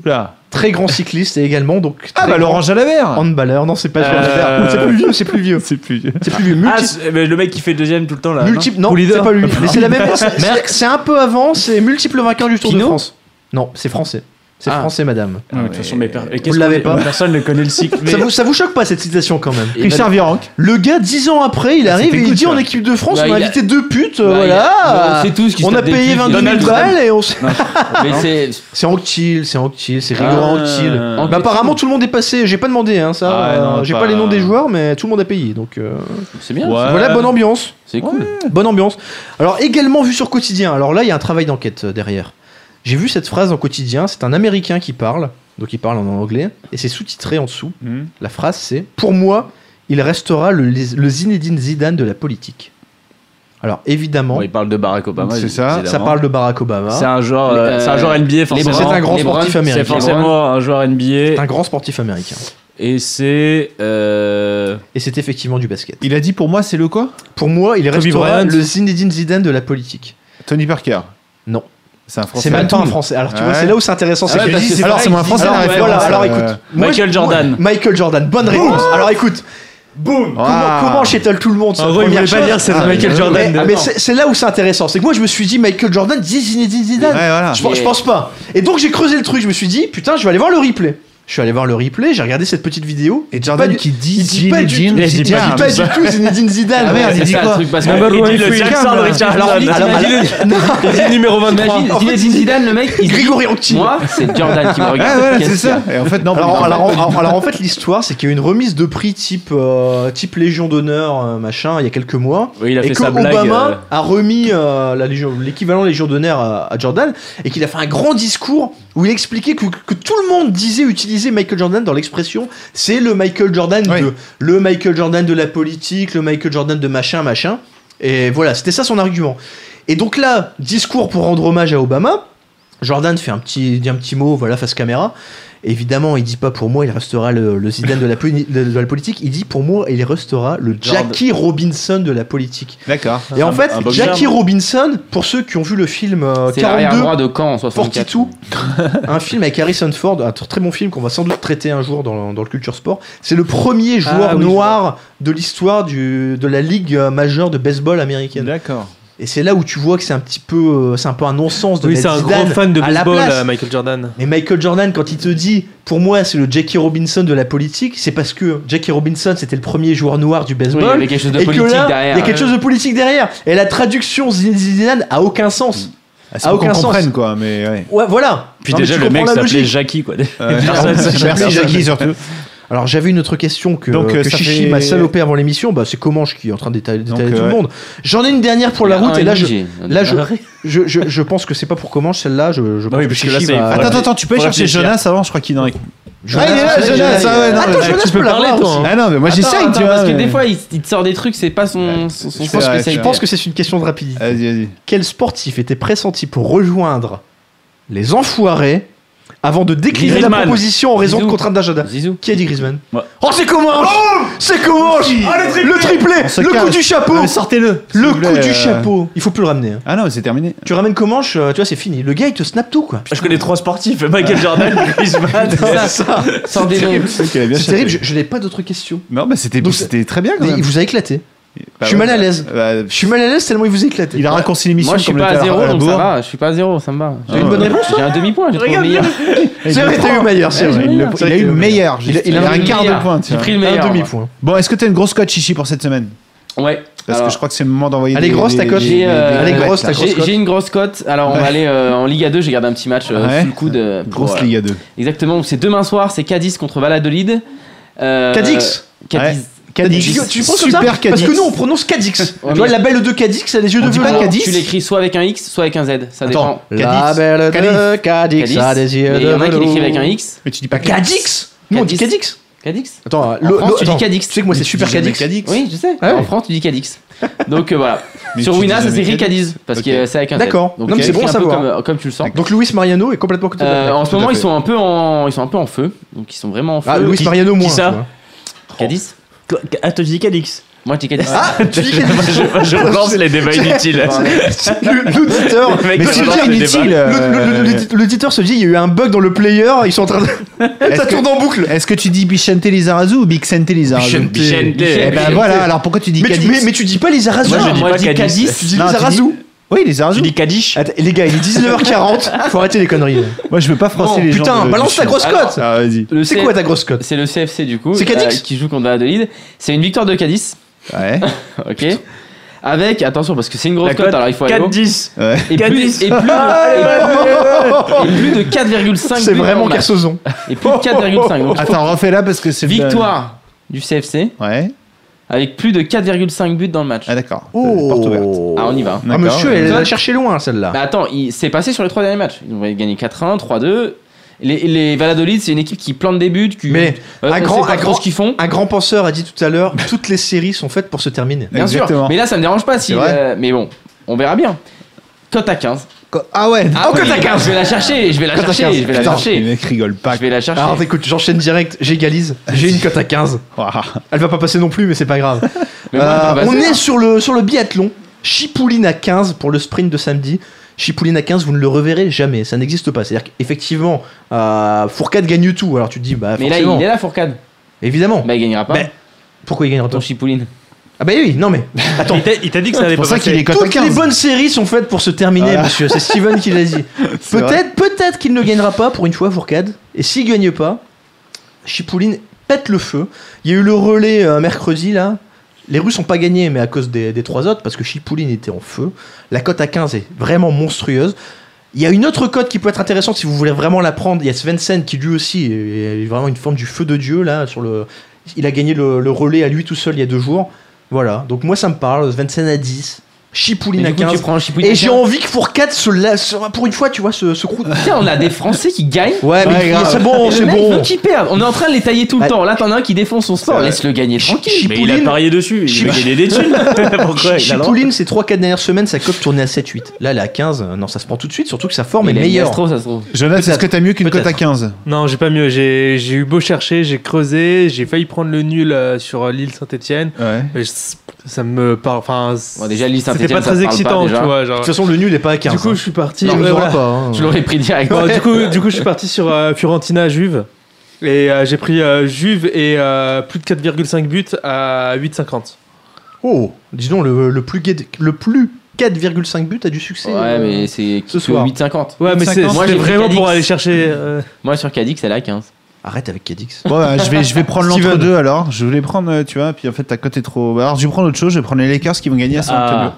B: Oula.
C: Très grand cycliste et également donc.
B: Ah
C: très
B: bah
C: grand
B: Laurent Jalabert
C: Handballeur, non, c'est pas Jean
H: Euh,
C: Jalabert. C'est plus vieux, c'est plus vieux.
B: C'est plus.
C: C'est plus vieux.
H: Ah,
C: Multi-
H: c'est- mais le mec qui fait deuxième tout le temps là. non
C: multiple, non, c'est pas lui.
D: [LAUGHS]
C: Mais c'est la même. c'est- C'est c'est un peu avant, c'est multiple vainqueur du Tour de
D: Pinault
C: France. Non, c'est français. C'est
D: Ah.
C: français, madame.
H: Non, mais de toute façon, mais per- et qu'est-ce
C: Vous l'avez
H: qu'on-
C: pas
H: Personne ne connaît le cycle.
C: Ça, vous, ça vous choque pas cette citation quand même
D: Et Ah,
B: Richard Virenque.
C: Le gars, dix ans après, il arrive et il
H: cool,
C: dit
H: ça.
C: en équipe de France,
D: Bah,
C: on a
D: il a-
C: invité deux putes, euh,
D: Bah, il a-
C: voilà.
D: on sait tous qui se
C: on a
D: tape des
C: payé
D: putes,
C: 22 000
D: Donald
C: balles et on s'est.
D: Mais c'est.
C: C'est Anctil, c'est Anctil, c'est rigolo
H: Ah.
C: Anctil.
H: Ah.
C: Bah, apparemment tout le monde est passé, j'ai pas demandé hein, ça,
H: Ah,
C: euh,
H: non,
C: j'ai
H: pas-
C: pas les noms des joueurs mais tout le monde a payé donc euh,
D: C'est bien.
H: Ouais.
C: voilà bonne ambiance,
D: C'est cool.
C: bonne ambiance. Alors également vu sur quotidien, alors là il y a un travail d'enquête euh, derrière. J'ai vu cette phrase en quotidien, c'est un américain qui parle, donc il parle en anglais et c'est sous-titré en dessous.
H: Hmm.
C: La phrase c'est pour moi, il restera le, le Zinedine Zidane de la politique. Alors évidemment,
H: Bon, il parle de Barack Obama.
B: C'est
H: évi-
B: ça,
H: évidemment.
C: ça parle de Barack Obama.
H: C'est un joueur, euh,
D: Euh,
H: c'est un joueur NBA forcément.
C: c'est un grand
D: Les Browns,
C: sportif
H: C'est
C: américain.
H: forcément un joueur
C: C'est
H: NBA
C: un grand sportif américain.
H: et c'est euh,
C: Et c'est effectivement du basket.
B: Il a dit pour moi, c'est le quoi
C: Pour moi, il
F: Kobe
C: restera
F: Bryant.
C: le Zinedine Zidane de la politique.
B: Tony Parker.
C: Non.
B: C'est un français.
C: C'est même pas un
B: Atul.
C: français. Alors tu vois,
B: Ouais.
C: c'est là où c'est intéressant.
H: Ah ouais,
C: que-
H: parce que c'est
B: Alors,
H: pareil,
B: c'est moins français la
C: Alors,
B: référence.
C: voilà, alors
B: euh,
C: écoute. moi,
H: Michael
C: je-
H: Jordan.
C: Michael Jordan, bonne réponse. Alors écoute, boum. Comment,
B: Ah.
C: comment j'étale tout le monde
F: En gros, il voulait pas dire c'est
B: Ah,
F: Michael
B: mais-
F: Jordan.
C: Mais, mais c'est c'est là où c'est intéressant. C'est que moi, je me suis dit Michael Jordan, dit Zinedine Zidane.
B: Ouais, voilà.
C: Je, pense- je pense pas. Et donc j'ai creusé le truc. Je me suis dit putain, je vais aller voir le replay. Je suis allé voir le replay. J'ai regardé cette petite vidéo.
B: Et Jordan
C: Pas du-
B: qui dit
C: Il dit pas du
B: Zinedine
C: il dit
B: Zidane.
C: pas du tout Zinedine Zidane.
B: Ah merde, il dit
D: C'est un
B: quoi
D: truc parce que.
F: Number
H: Il
F: one
H: dit le
F: free
H: Jackson
F: cam.
H: Richardson.
F: numéro 23.
D: Imagine, Zinedine Zidane, le mec, il se dit,
C: Grégory Anctil.
D: Moi, c'est Jordan qui me
B: Ouais,
D: regarde.
B: voilà,
D: Qu'est-ce
B: c'est
D: qu'il y a
B: ça. Et en fait, non,
C: Alors,
B: mais-
C: alors, alors- alors, en fait, l'histoire, c'est qu'il y a eu une remise de prix type, euh, type Légion d'honneur, euh, machin, il y a quelques mois.
H: Oui, il a
C: et
H: fait
C: que
H: sa blague.
C: Obama
H: euh,
C: a remis euh, la Légion- l'équivalent Légion d'honneur à, à Jordan et qu'il a fait un grand discours où il expliquait que, que tout le monde disait utiliser Michael Jordan dans l'expression c'est le Michael Jordan
B: Oui.
C: de le Michael Jordan de la politique, le Michael Jordan de machin machin. Et voilà, c'était ça son argument. Et donc là, discours pour rendre hommage à Obama, Jordan fait un petit dit un petit mot voilà face caméra. Évidemment, il dit pas pour moi, il restera le, le Zidane de la, poli- de- de la politique. Il dit pour moi, il restera le
H: Jordan.
C: Jackie Robinson de la politique.
B: D'accord.
C: Et en fait,
H: un boxeur.
C: Jackie Robinson, pour ceux qui ont vu le film euh,
D: C'est l'arrière-droit
C: 42
D: de Caen en 64.
C: Fortitude, [LAUGHS] un film avec Harrison Ford, un tr- très bon film qu'on va sans doute traiter un jour dans, le- dans le culture sport. C'est le premier joueur
H: Ah oui, je
C: noir de l'histoire du- de la ligue euh, majeure de baseball américaine.
B: D'accord.
C: Et c'est là où tu vois que c'est un petit peu, euh, c'est un peu un non-sens de
F: Oui,
C: mettre
F: c'est un
C: Zidane
F: gros fan de
C: à la
F: baseball,
C: place.
F: euh, Michael Jordan.
C: Mais Michael Jordan, quand il te dit, pour moi, c'est le Jackie Robinson de la politique, c'est parce que Jackie Robinson, c'était le premier joueur noir du
D: Oui, il y
C: baseball.
D: avait quelque chose de
C: et que
D: politique
C: là,
D: derrière.
C: il
D: euh.
C: y a quelque chose de politique derrière. Et la traduction Zidane a aucun sens.
B: Mm. C'est
C: À
B: pour qu'on
C: aucun sens.
B: comprenne, quoi, mais ouais.
C: Ouais, voilà.
H: Puis
C: Non, mais
H: déjà,
C: tu
H: le mec
C: comprends la
H: s'appelait
C: logique.
H: Jackie, quoi.
B: Ouais.
H: Personne-
B: Merci, Jackie, surtout.
C: Alors j'avais une autre question que,
B: Donc, euh,
C: que
B: ça
C: Chichi
B: fait-
C: m'a salopé avant l'émission. Bah, c'est Comanche qui est en train de détailler
B: Donc,
C: détailler tout
B: euh,
C: le monde. J'en ai une dernière pour la
D: Il y a
C: route
D: un
C: et là je,
D: obligé.
C: là je, [LAUGHS] je, je, je pense que c'est pas pour Comanche celle-là. Je, je pense
H: Bah oui,
C: que
H: parce que là,
C: Chichi
H: c'est-
C: va-
B: Attends, attends, attends, tu peux aller
H: Faut
B: chercher
H: réfléchir.
B: Jonas avant, je crois qu'il est dans les.
C: Jonas,
B: Ah, il est là,
C: Jonas,
B: Jonas, ah ouais, non,
C: Attends,
B: mais-
C: Jonas
F: tu peux
C: peut l'avoir,
F: parler, toi,
C: aussi.
F: hein.
B: Ah non, mais moi
D: Attends,
B: j'essaye,
D: attends,
B: tu vois.
D: parce que
B: mais-
D: des fois, il, il te sort des trucs, c'est pas son. son, son
B: c'est
D: son
B: vrai,
D: spécialité.
B: c'est
C: Je pense que c'est une question de rapidité.
H: Euh,
B: Vas-y, vas-y.
C: Quel sportif était pressenti pour rejoindre les enfoirés avant de décliner la
H: Griezmann.
C: proposition en raison de
D: Zizou.
C: contraintes d'agenda
D: Zizou.
C: Qui a dit Griezmann
H: Moi.
C: Oh, c'est Comanche C'est Comanche Le triplé
B: Ah, On se
C: Le coup
B: casse.
C: du chapeau
B: Ah, mais Sortez-le. s'il
C: Le
B: vous
C: coup
B: plaît,
C: du
B: euh,
C: chapeau Il faut plus le ramener. hein.
B: Ah non, mais c'est terminé.
C: Tu ramènes Comanche, euh, tu vois, c'est fini. Le gars, il te snap tout, quoi.
H: [LAUGHS] Je connais trois sportifs Michael Jordan,
C: [LAUGHS]
H: Griezmann.
C: ça
D: Sors des noms.
B: C'est vrai qu'il a bien
C: C'est
B: cherché.
C: terrible, je, je n'ai pas d'autres questions.
B: Non, mais c'était
C: Donc,
B: c'était très bien quand
C: Il
B: même.
C: vous a éclaté.
B: Bah,
C: je suis
B: ouais.
C: mal à l'aise.
B: Bah,
C: Je suis mal à l'aise tellement il vous a éclaté.
B: Il a raccourci l'émission
D: Moi, je suis
B: comme le
D: pas à
B: tard-
D: zéro,
B: euh,
D: donc ça
B: bourre.
D: va. Je suis pas à zéro, ça me va.
C: T'as eu une bonne réponse, toi
D: J'ai un demi-point, j'ai trouvé le meilleur.
C: C'est vrai, t'as eu meilleur, c'est
B: Ouais,
C: vrai.
B: il le-
C: C'est
B: il a
C: vrai
B: eu
C: que-
B: le meilleur. Euh,
C: Il a-
B: Il
C: il
B: a
C: a
B: un
C: eu
B: quart de point. tu
D: J'ai
B: vois.
D: pris le
C: Un
D: meilleur.
C: demi-point.
B: Bon, est-ce que t'as une grosse cote chichi pour cette semaine
D: [LAUGHS] Ouais.
B: Parce
D: Alors,
B: que je crois que c'est le moment d'envoyer.
C: Elle est
B: des-
C: grosse,
B: des-
C: ta cote
B: des-
D: J'ai,
B: des-
D: euh,
B: des
C: Elle est
B: bêtes,
C: grosse, ta
B: là.
C: grosse
D: J'ai j'ai une grosse cote. Alors, on va aller euh, en Liga 2. J'ai gardé un petit match euh,
B: Ouais.
D: sous le coude. euh, pour,
B: Grosse
D: euh,
B: Liga 2.
D: Exactement. C'est demain soir, c'est Cadiz contre Valladolid. Euh,
C: Cadix
D: Cadiz.
C: Tu,
B: Cadix.
C: tu penses comme ça
B: Super Cadix.
C: Parce que nous, on prononce Cadix.
D: Ouais,
C: tu vois,
D: mais-
C: la belle de Cadix, elle a les yeux
B: On
C: de
B: dit
C: velours.
B: pas Cadix
D: Tu l'écris soit avec un X, soit avec un Z. Ça
B: Attends,
D: dépend. ben-
C: La
B: Cadix.
C: belle de
B: Cadix.
C: Cadix
D: Cadix.
C: a ah, des yeux de
D: Mais Il y en a qui
C: velours.
D: l'écrivent avec un X.
B: Mais tu dis pas
C: Cadix Nous, on dit
D: Cadix.
C: Cadix.
D: Cadix
C: Attends,
D: En
C: le-
D: France,
C: le-
D: tu dis
C: attends,
D: Cadix.
C: Tu sais que moi, c'est
B: Tu dis
C: Super
B: jamais
C: Cadix.
D: Oui, je sais.
C: Ah ouais.
D: En France, tu dis Cadix. Donc euh, voilà.
B: [LAUGHS] Mais
D: Sur
B: tu
D: Wina,
B: dis
D: ça
B: jamais
D: s'écrit
B: Cadix.
D: Cadix parce
B: Ok.
D: que c'est avec un Z.
C: D'accord.
D: Donc
C: Non, mais
D: tu
C: c'est bon à
D: l'écris un peu
C: savoir.
D: Comme, comme tu le sens.
C: Donc, Louis Mariano est complètement côté de la
D: Euh,
C: plaque.
D: en ce moment,
B: à
D: ils
B: fait.
D: sont un peu en, ils sont un peu en feu. Donc ils sont vraiment en feu.
C: Ah, Louis
H: qui-
C: Mariano, moins.
H: qui ça
C: tu vois.
D: Cadix.
H: Ah, tu dis Cadix.
D: Moi, je dis Cadix.
C: Ah, tu dis Cadix.
H: Je relance les débats inutiles.
C: Le- L'auditeur.
H: Le mec
B: Mais
H: qui
B: c'est
H: relance
B: bien
H: les
B: inutile.
H: débats.
C: le- le- le-
B: euh,
C: le- L'auditeur se dit, il y a eu un bug dans le player, ils sont en train de. Ça
B: que-
C: tourne en boucle.
B: Est-ce que tu dis Bichente Lizarazu ou Bixente Lizarazu
C: Bichente.
B: Eh
H: Bichente.
B: ben voilà, alors pourquoi tu dis
C: Mais tu, mais,
B: Cadix
C: mais tu dis pas les Arazu.
H: Moi, je dis
D: moi,
H: pas
D: je dis
H: Cadix.
D: Cadix.
C: Tu dis
B: Non,
C: les
B: tu dis-
C: Arazu.
B: Oui, les
E: Tu
B: Arjou.
E: dis Kaddish
H: Ah,
C: Attends, les gars, il est 19h40, faut arrêter les conneries.
B: Moi, je veux pas froisser
C: Non,
B: les gens.
C: putain,
B: de-
C: balance
B: du
C: ta
B: film.
C: grosse cote
B: Ah, vas-y.
D: Le
C: C'est
D: C-
C: quoi ta grosse
D: [LAUGHS]
C: cote
D: C'est le CFC du coup euh,
C: C'est Cadix
D: qui joue contre Valladolid. C'est une victoire de Cadix,
B: Ouais.
D: ok. Avec attention parce que c'est une grosse
H: La
D: cote,
H: cote
D: alors il faut aller haut.
H: 4-10.
B: ouais.
D: [LAUGHS] et plus,
H: Cadix.
D: et plus, de- et plus de 4,5
C: Ah, C'est
D: buts
C: vraiment Ah,
D: en match.
C: Kersozon.
D: Et plus de 4,5. Donc,
B: Attends, refais-la parce que c'est. le-
D: victoire du CFC
B: Ouais.
D: avec plus de 4,5 buts dans le match.
B: Ah, d'accord. Euh, Porte ouverte.
C: Oh
D: Ah, on y va.
C: Ah,
B: D'accord.
C: monsieur, elle
D: Toi-
C: a cherché loin celle-là.
D: Bah attends, il s'est passé sur les trois derniers matchs. Ils ont gagné 4-1, 3-2. Les, les Valladolid, c'est une équipe qui plante des buts, qui
C: Mais
D: euh,
C: à
D: on
C: grand-
D: sait pas
C: à
D: trop
C: grand-
D: ce qu'ils font.
C: un grand penseur a dit tout à l'heure [LAUGHS] toutes les séries sont faites pour se terminer.
D: Bien
B: Exactement.
D: sûr. Mais là, ça me dérange pas
B: C'est
D: si.
B: vrai.
D: euh, mais bon, on verra bien. Cote à 15.
B: Co- Ah ouais.
D: Ah, oui, Je vais la chercher, je vais la
C: Cote à
D: chercher,
C: 15.
D: je vais la
B: Putain, les
D: chercher.
B: mecs rigolent pas.
D: Je vais la chercher.
C: Alors écoute, j'enchaîne direct, j'égalise, j'ai une cote à 15.
B: Ouah.
C: Elle va pas passer non plus, mais c'est pas grave.
D: [LAUGHS] Mais moi,
C: Euh,
D: ça va
C: on
D: passer.
C: est sur le, sur le biathlon. Chipouline à 15 pour le sprint de samedi. Chipouline à 15, vous ne le reverrez jamais, ça n'existe pas. C'est-à-dire qu'effectivement, euh, Fourcade gagne tout. Alors tu te dis, bah
D: Mais là,
C: forcément,
D: il est là, Fourcade.
C: évidemment.
D: Bah, il gagnera pas.
C: Bah, pourquoi il gagne
D: Ton
C: autant
D: Chipouline.
C: Ah bah oui, non mais attends.
F: Il t'a- il t'a dit que ça allait
B: C'est
F: pas
D: bah,
B: pour ça qu'il
F: passer.
B: est cote à
C: Toutes les
B: 15.
C: bonnes séries sont faites pour se terminer,
B: Voilà.
C: monsieur. C'est Steven qui l'a dit.
B: [LAUGHS] C'est vrai.
C: Peut-être, peut-être qu'il ne gagnera pas pour une fois Fourcade. Et s'il gagne pas, Chipouline pète le feu. Il y a eu le relais euh, mercredi là. Les Russes n'ont pas gagné, mais à cause des, des trois autres, parce que Chipouline était en feu. La cote à 15 est vraiment monstrueuse. Il y a une autre cote qui peut être intéressante si vous voulez vraiment la prendre. Il y a Svensson qui lui aussi est est vraiment une forme du feu de Dieu là. Sur le... Il a gagné le, le relais à lui tout seul il y a deux jours. Voilà, donc moi ça me parle. Svensson à 10, Chipouline
D: Mais
C: à
D: du coup,
C: 15.
D: tu prends Chipouline.
C: Et j'ai envie que Fourcade se la- se- pour une fois, tu vois, se, se croûte.
D: Tiens, on a des Français qui gagnent.
C: Ouais, Ah, mais
B: grave.
C: c'est
D: Et
C: bon,
D: le
C: c'est
D: mec
C: bon.
D: veut qu'ils perdent. On est en train de les tailler tout le
C: Bah,
D: temps. Là, t'en as un qui défonce son score. Laisse-le gagner tranquille.
H: Mais il a
C: Chipouline.
H: parié dessus, il
C: Chip-
H: va gagner des
D: [LAUGHS]
H: thunes. Pourquoi il a le droit
C: Chipouline, ces 3-4 dernières semaines, sa cote tournait à 7-8. Là, elle est à 15. euh, Non, ça se prend tout de suite, surtout que sa forme est
D: Il a mis
C: meilleure.
D: Astro, ça se trouve.
B: Jonathan, est-ce que t'as mieux qu'une cote à
C: Peut-être.
B: 15
F: Non, j'ai pas mieux. J'ai j'ai eu beau chercher, j'ai creusé, j'ai failli prendre le nul euh, sur euh, l'île Saint-Etienne.
B: Ouais.
F: Ça me parle. Enfin, c-
D: Bon, déjà, l'île
F: c'était
D: Saint-Étienne,
F: pas
D: ça te
F: très
D: parle pas,
F: excitant,
D: déjà.
F: tu vois. Genre.
C: De toute façon, le nul n'est pas à 15.
F: Du coup,
C: hein.
F: je suis parti.
C: Non, on
F: ouais,
C: le
F: voilà.
C: verra pas, hein.
D: Je l'aurais pris direct.
F: Bon, du, coup, du coup, je suis parti sur euh, Fiorentina Juve. Et euh, j'ai pris euh, Juve et euh, plus de 4,5 buts à 8,50.
C: Oh, dis donc, le, le plus, gay- le plus 4,5 buts a du succès.
D: Ouais,
C: euh.
D: mais c'est
C: Ce
D: que
C: soir.
D: 8,50.
F: Ouais, mais c'est
D: 8,50. Moi,
F: c'était
D: j'ai pris
F: vraiment pour
D: Cadix.
F: aller chercher. euh,
D: Moi, sur Cadix, elle a 15.
C: Arrête avec Cadix.
B: Bon, bah, je vais, je vais prendre
C: Steven.
B: l'entre-deux alors. Je voulais prendre, euh, tu vois, puis en fait ta cote est trop. bah, Alors je vais prendre autre chose, je vais prendre les Lakers qui vont gagner à San Antonio.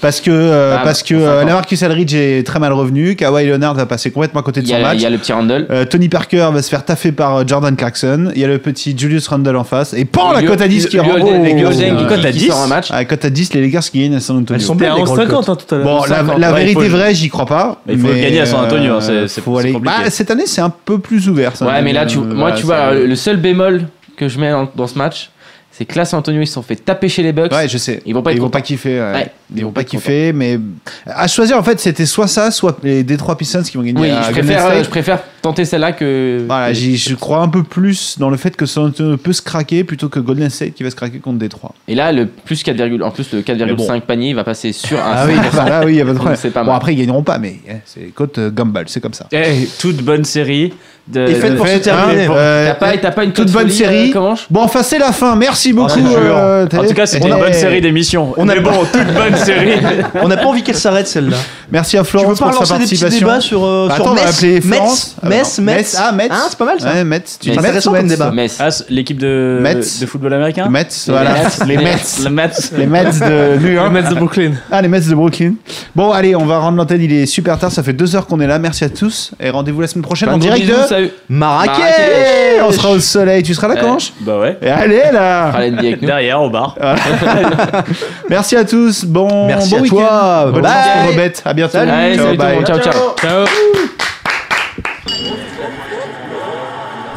B: Parce que, euh,
D: Ah,
B: parce que
D: bah,
B: euh,
D: sympa.
B: Lamarcus Aldridge est très mal revenu, Kawhi Leonard va passer complètement à côté de
D: Il y,
B: son
D: a,
B: match.
D: il y a le petit Randall.
B: Euh, Tony Parker va se faire taffer par euh, Jordan Clarkson. Il y a le petit Julius Randle en face. Et pan la
D: Lio-
B: cote à 10 qui
D: Lio-
B: rend.
D: Lio- Lio- Lio-
B: Oh.
D: Lio-
H: Cote à
D: qui
H: 10.
D: sort un match.
B: À la cote à 10, les Lakers qui gagnent à San
C: Elles
B: Antonio.
C: sont
F: T'es
C: belles,
F: à
C: les grosses
F: 11,50
C: cotes.
F: hein, tout à l'heure.
B: Bon, la,
H: 50,
B: la
H: ouais, il faut
B: vérité
H: le-
B: vraie, j'y crois pas.
H: Il faut le
B: mais,
H: gagner à San Antonio, hein,
B: euh,
H: c'est- c'est-
B: faut
H: c'est
B: aller-
H: compliqué.
B: Bah, cette année, c'est un peu plus ouvert. San
D: Ouais, mais là, tu,
B: Antonio.
D: moi, tu vois,
B: Voilà,
D: le seul bémol que je mets dans, dans ce match, c'est que là, San Antonio, ils se sont fait taper chez les Bucks.
B: Ouais, je sais.
D: Ils vont pas être
B: ils vont
D: contents.
B: pas kiffer. ouais.
D: Ouais,
B: Ils vont pas kiffer, mais à choisir, en fait, c'était soit ça, soit les Detroit Pistons qui vont gagner.
D: Oui,
B: à
D: je
B: Golden
D: préfère, euh,
B: State.
D: je préfère tenter celle-là que.
B: Voilà,
D: que-
B: j'y- je crois un peu plus dans le fait que San Antonio peut se craquer plutôt que Golden State qui va se craquer contre Detroit.
D: Et là, le plus 4, virgule- en plus, le 4,5 panier va passer sur un.
B: Ah oui, bah là, oui, il y a pas de
D: Donc,
B: problème.
D: c'est pas
B: bon,
D: mal.
B: après, ils gagneront pas, mais eh, c'est côte Gumball, c'est comme ça.
H: Eh, toute bonne série. De,
C: Et faites
H: de-
C: pour se
B: Fait,
C: terminer.
B: hein, bah, euh,
D: Euh, T'as pas, t'as pas une
B: toute
D: cote
B: bonne
D: folie,
B: série.
D: euh, Comanche
B: Bon, enfin, c'est la fin. Merci beaucoup.
C: Ah, c'est dur.
B: euh,
H: En tout cas, c'était
B: on
H: une
B: a-
H: bonne série d'émissions.
C: On a-
H: Mais bon, toute bonne série.
C: On n'a pas envie qu'elle s'arrête celle-là.
B: Merci à
C: Tu veux
B: Florence
C: pas
B: pour sa
C: lancer des petits
B: participation.
C: débats sur, euh,
B: Bah,
C: sur
B: attends, on va
C: Metz
B: appeler
C: Metz
B: Florence. Ah,
C: Metz,
B: non.
C: Metz
B: Ah, Metz.
C: Hein, c'est pas mal ça.
B: Ouais, Metz. Tu
C: C'est
B: dis Metz
C: intéressant
B: ou
C: comme
B: Metz
C: débat.
D: Metz.
H: Ah, c'est l'équipe de,
B: Mets.
H: de football américain
B: Mets, voilà. Hein? Les Mets.
H: Le Mets.
B: Les Mets de New
F: Le
B: York.
F: match de Brooklyn.
B: Ah, les Mets de Brooklyn. Bon, allez, on va rendre l'antenne. Il est super tard. Ça fait deux heures qu'on est là. Merci à tous. Et rendez-vous la semaine prochaine en
D: Gros
B: direct
D: bisous,
B: de.
D: salut.
B: Marrakech On sera au soleil. Tu seras là, Comanche
H: Bah ouais.
B: Et allez, là
D: Parlez de vie avec nous.
H: Derrière, au bar.
B: Merci à tous. Bon,
C: Merci
B: bon
C: à
B: week-end.
C: toi.
B: Bonne
C: Bye.
B: chance pour vos bêtes. À bientôt.
D: Allez,
B: Ciao,
D: salut tout le
B: bye.
D: monde. ciao. ciao.
F: Ciao.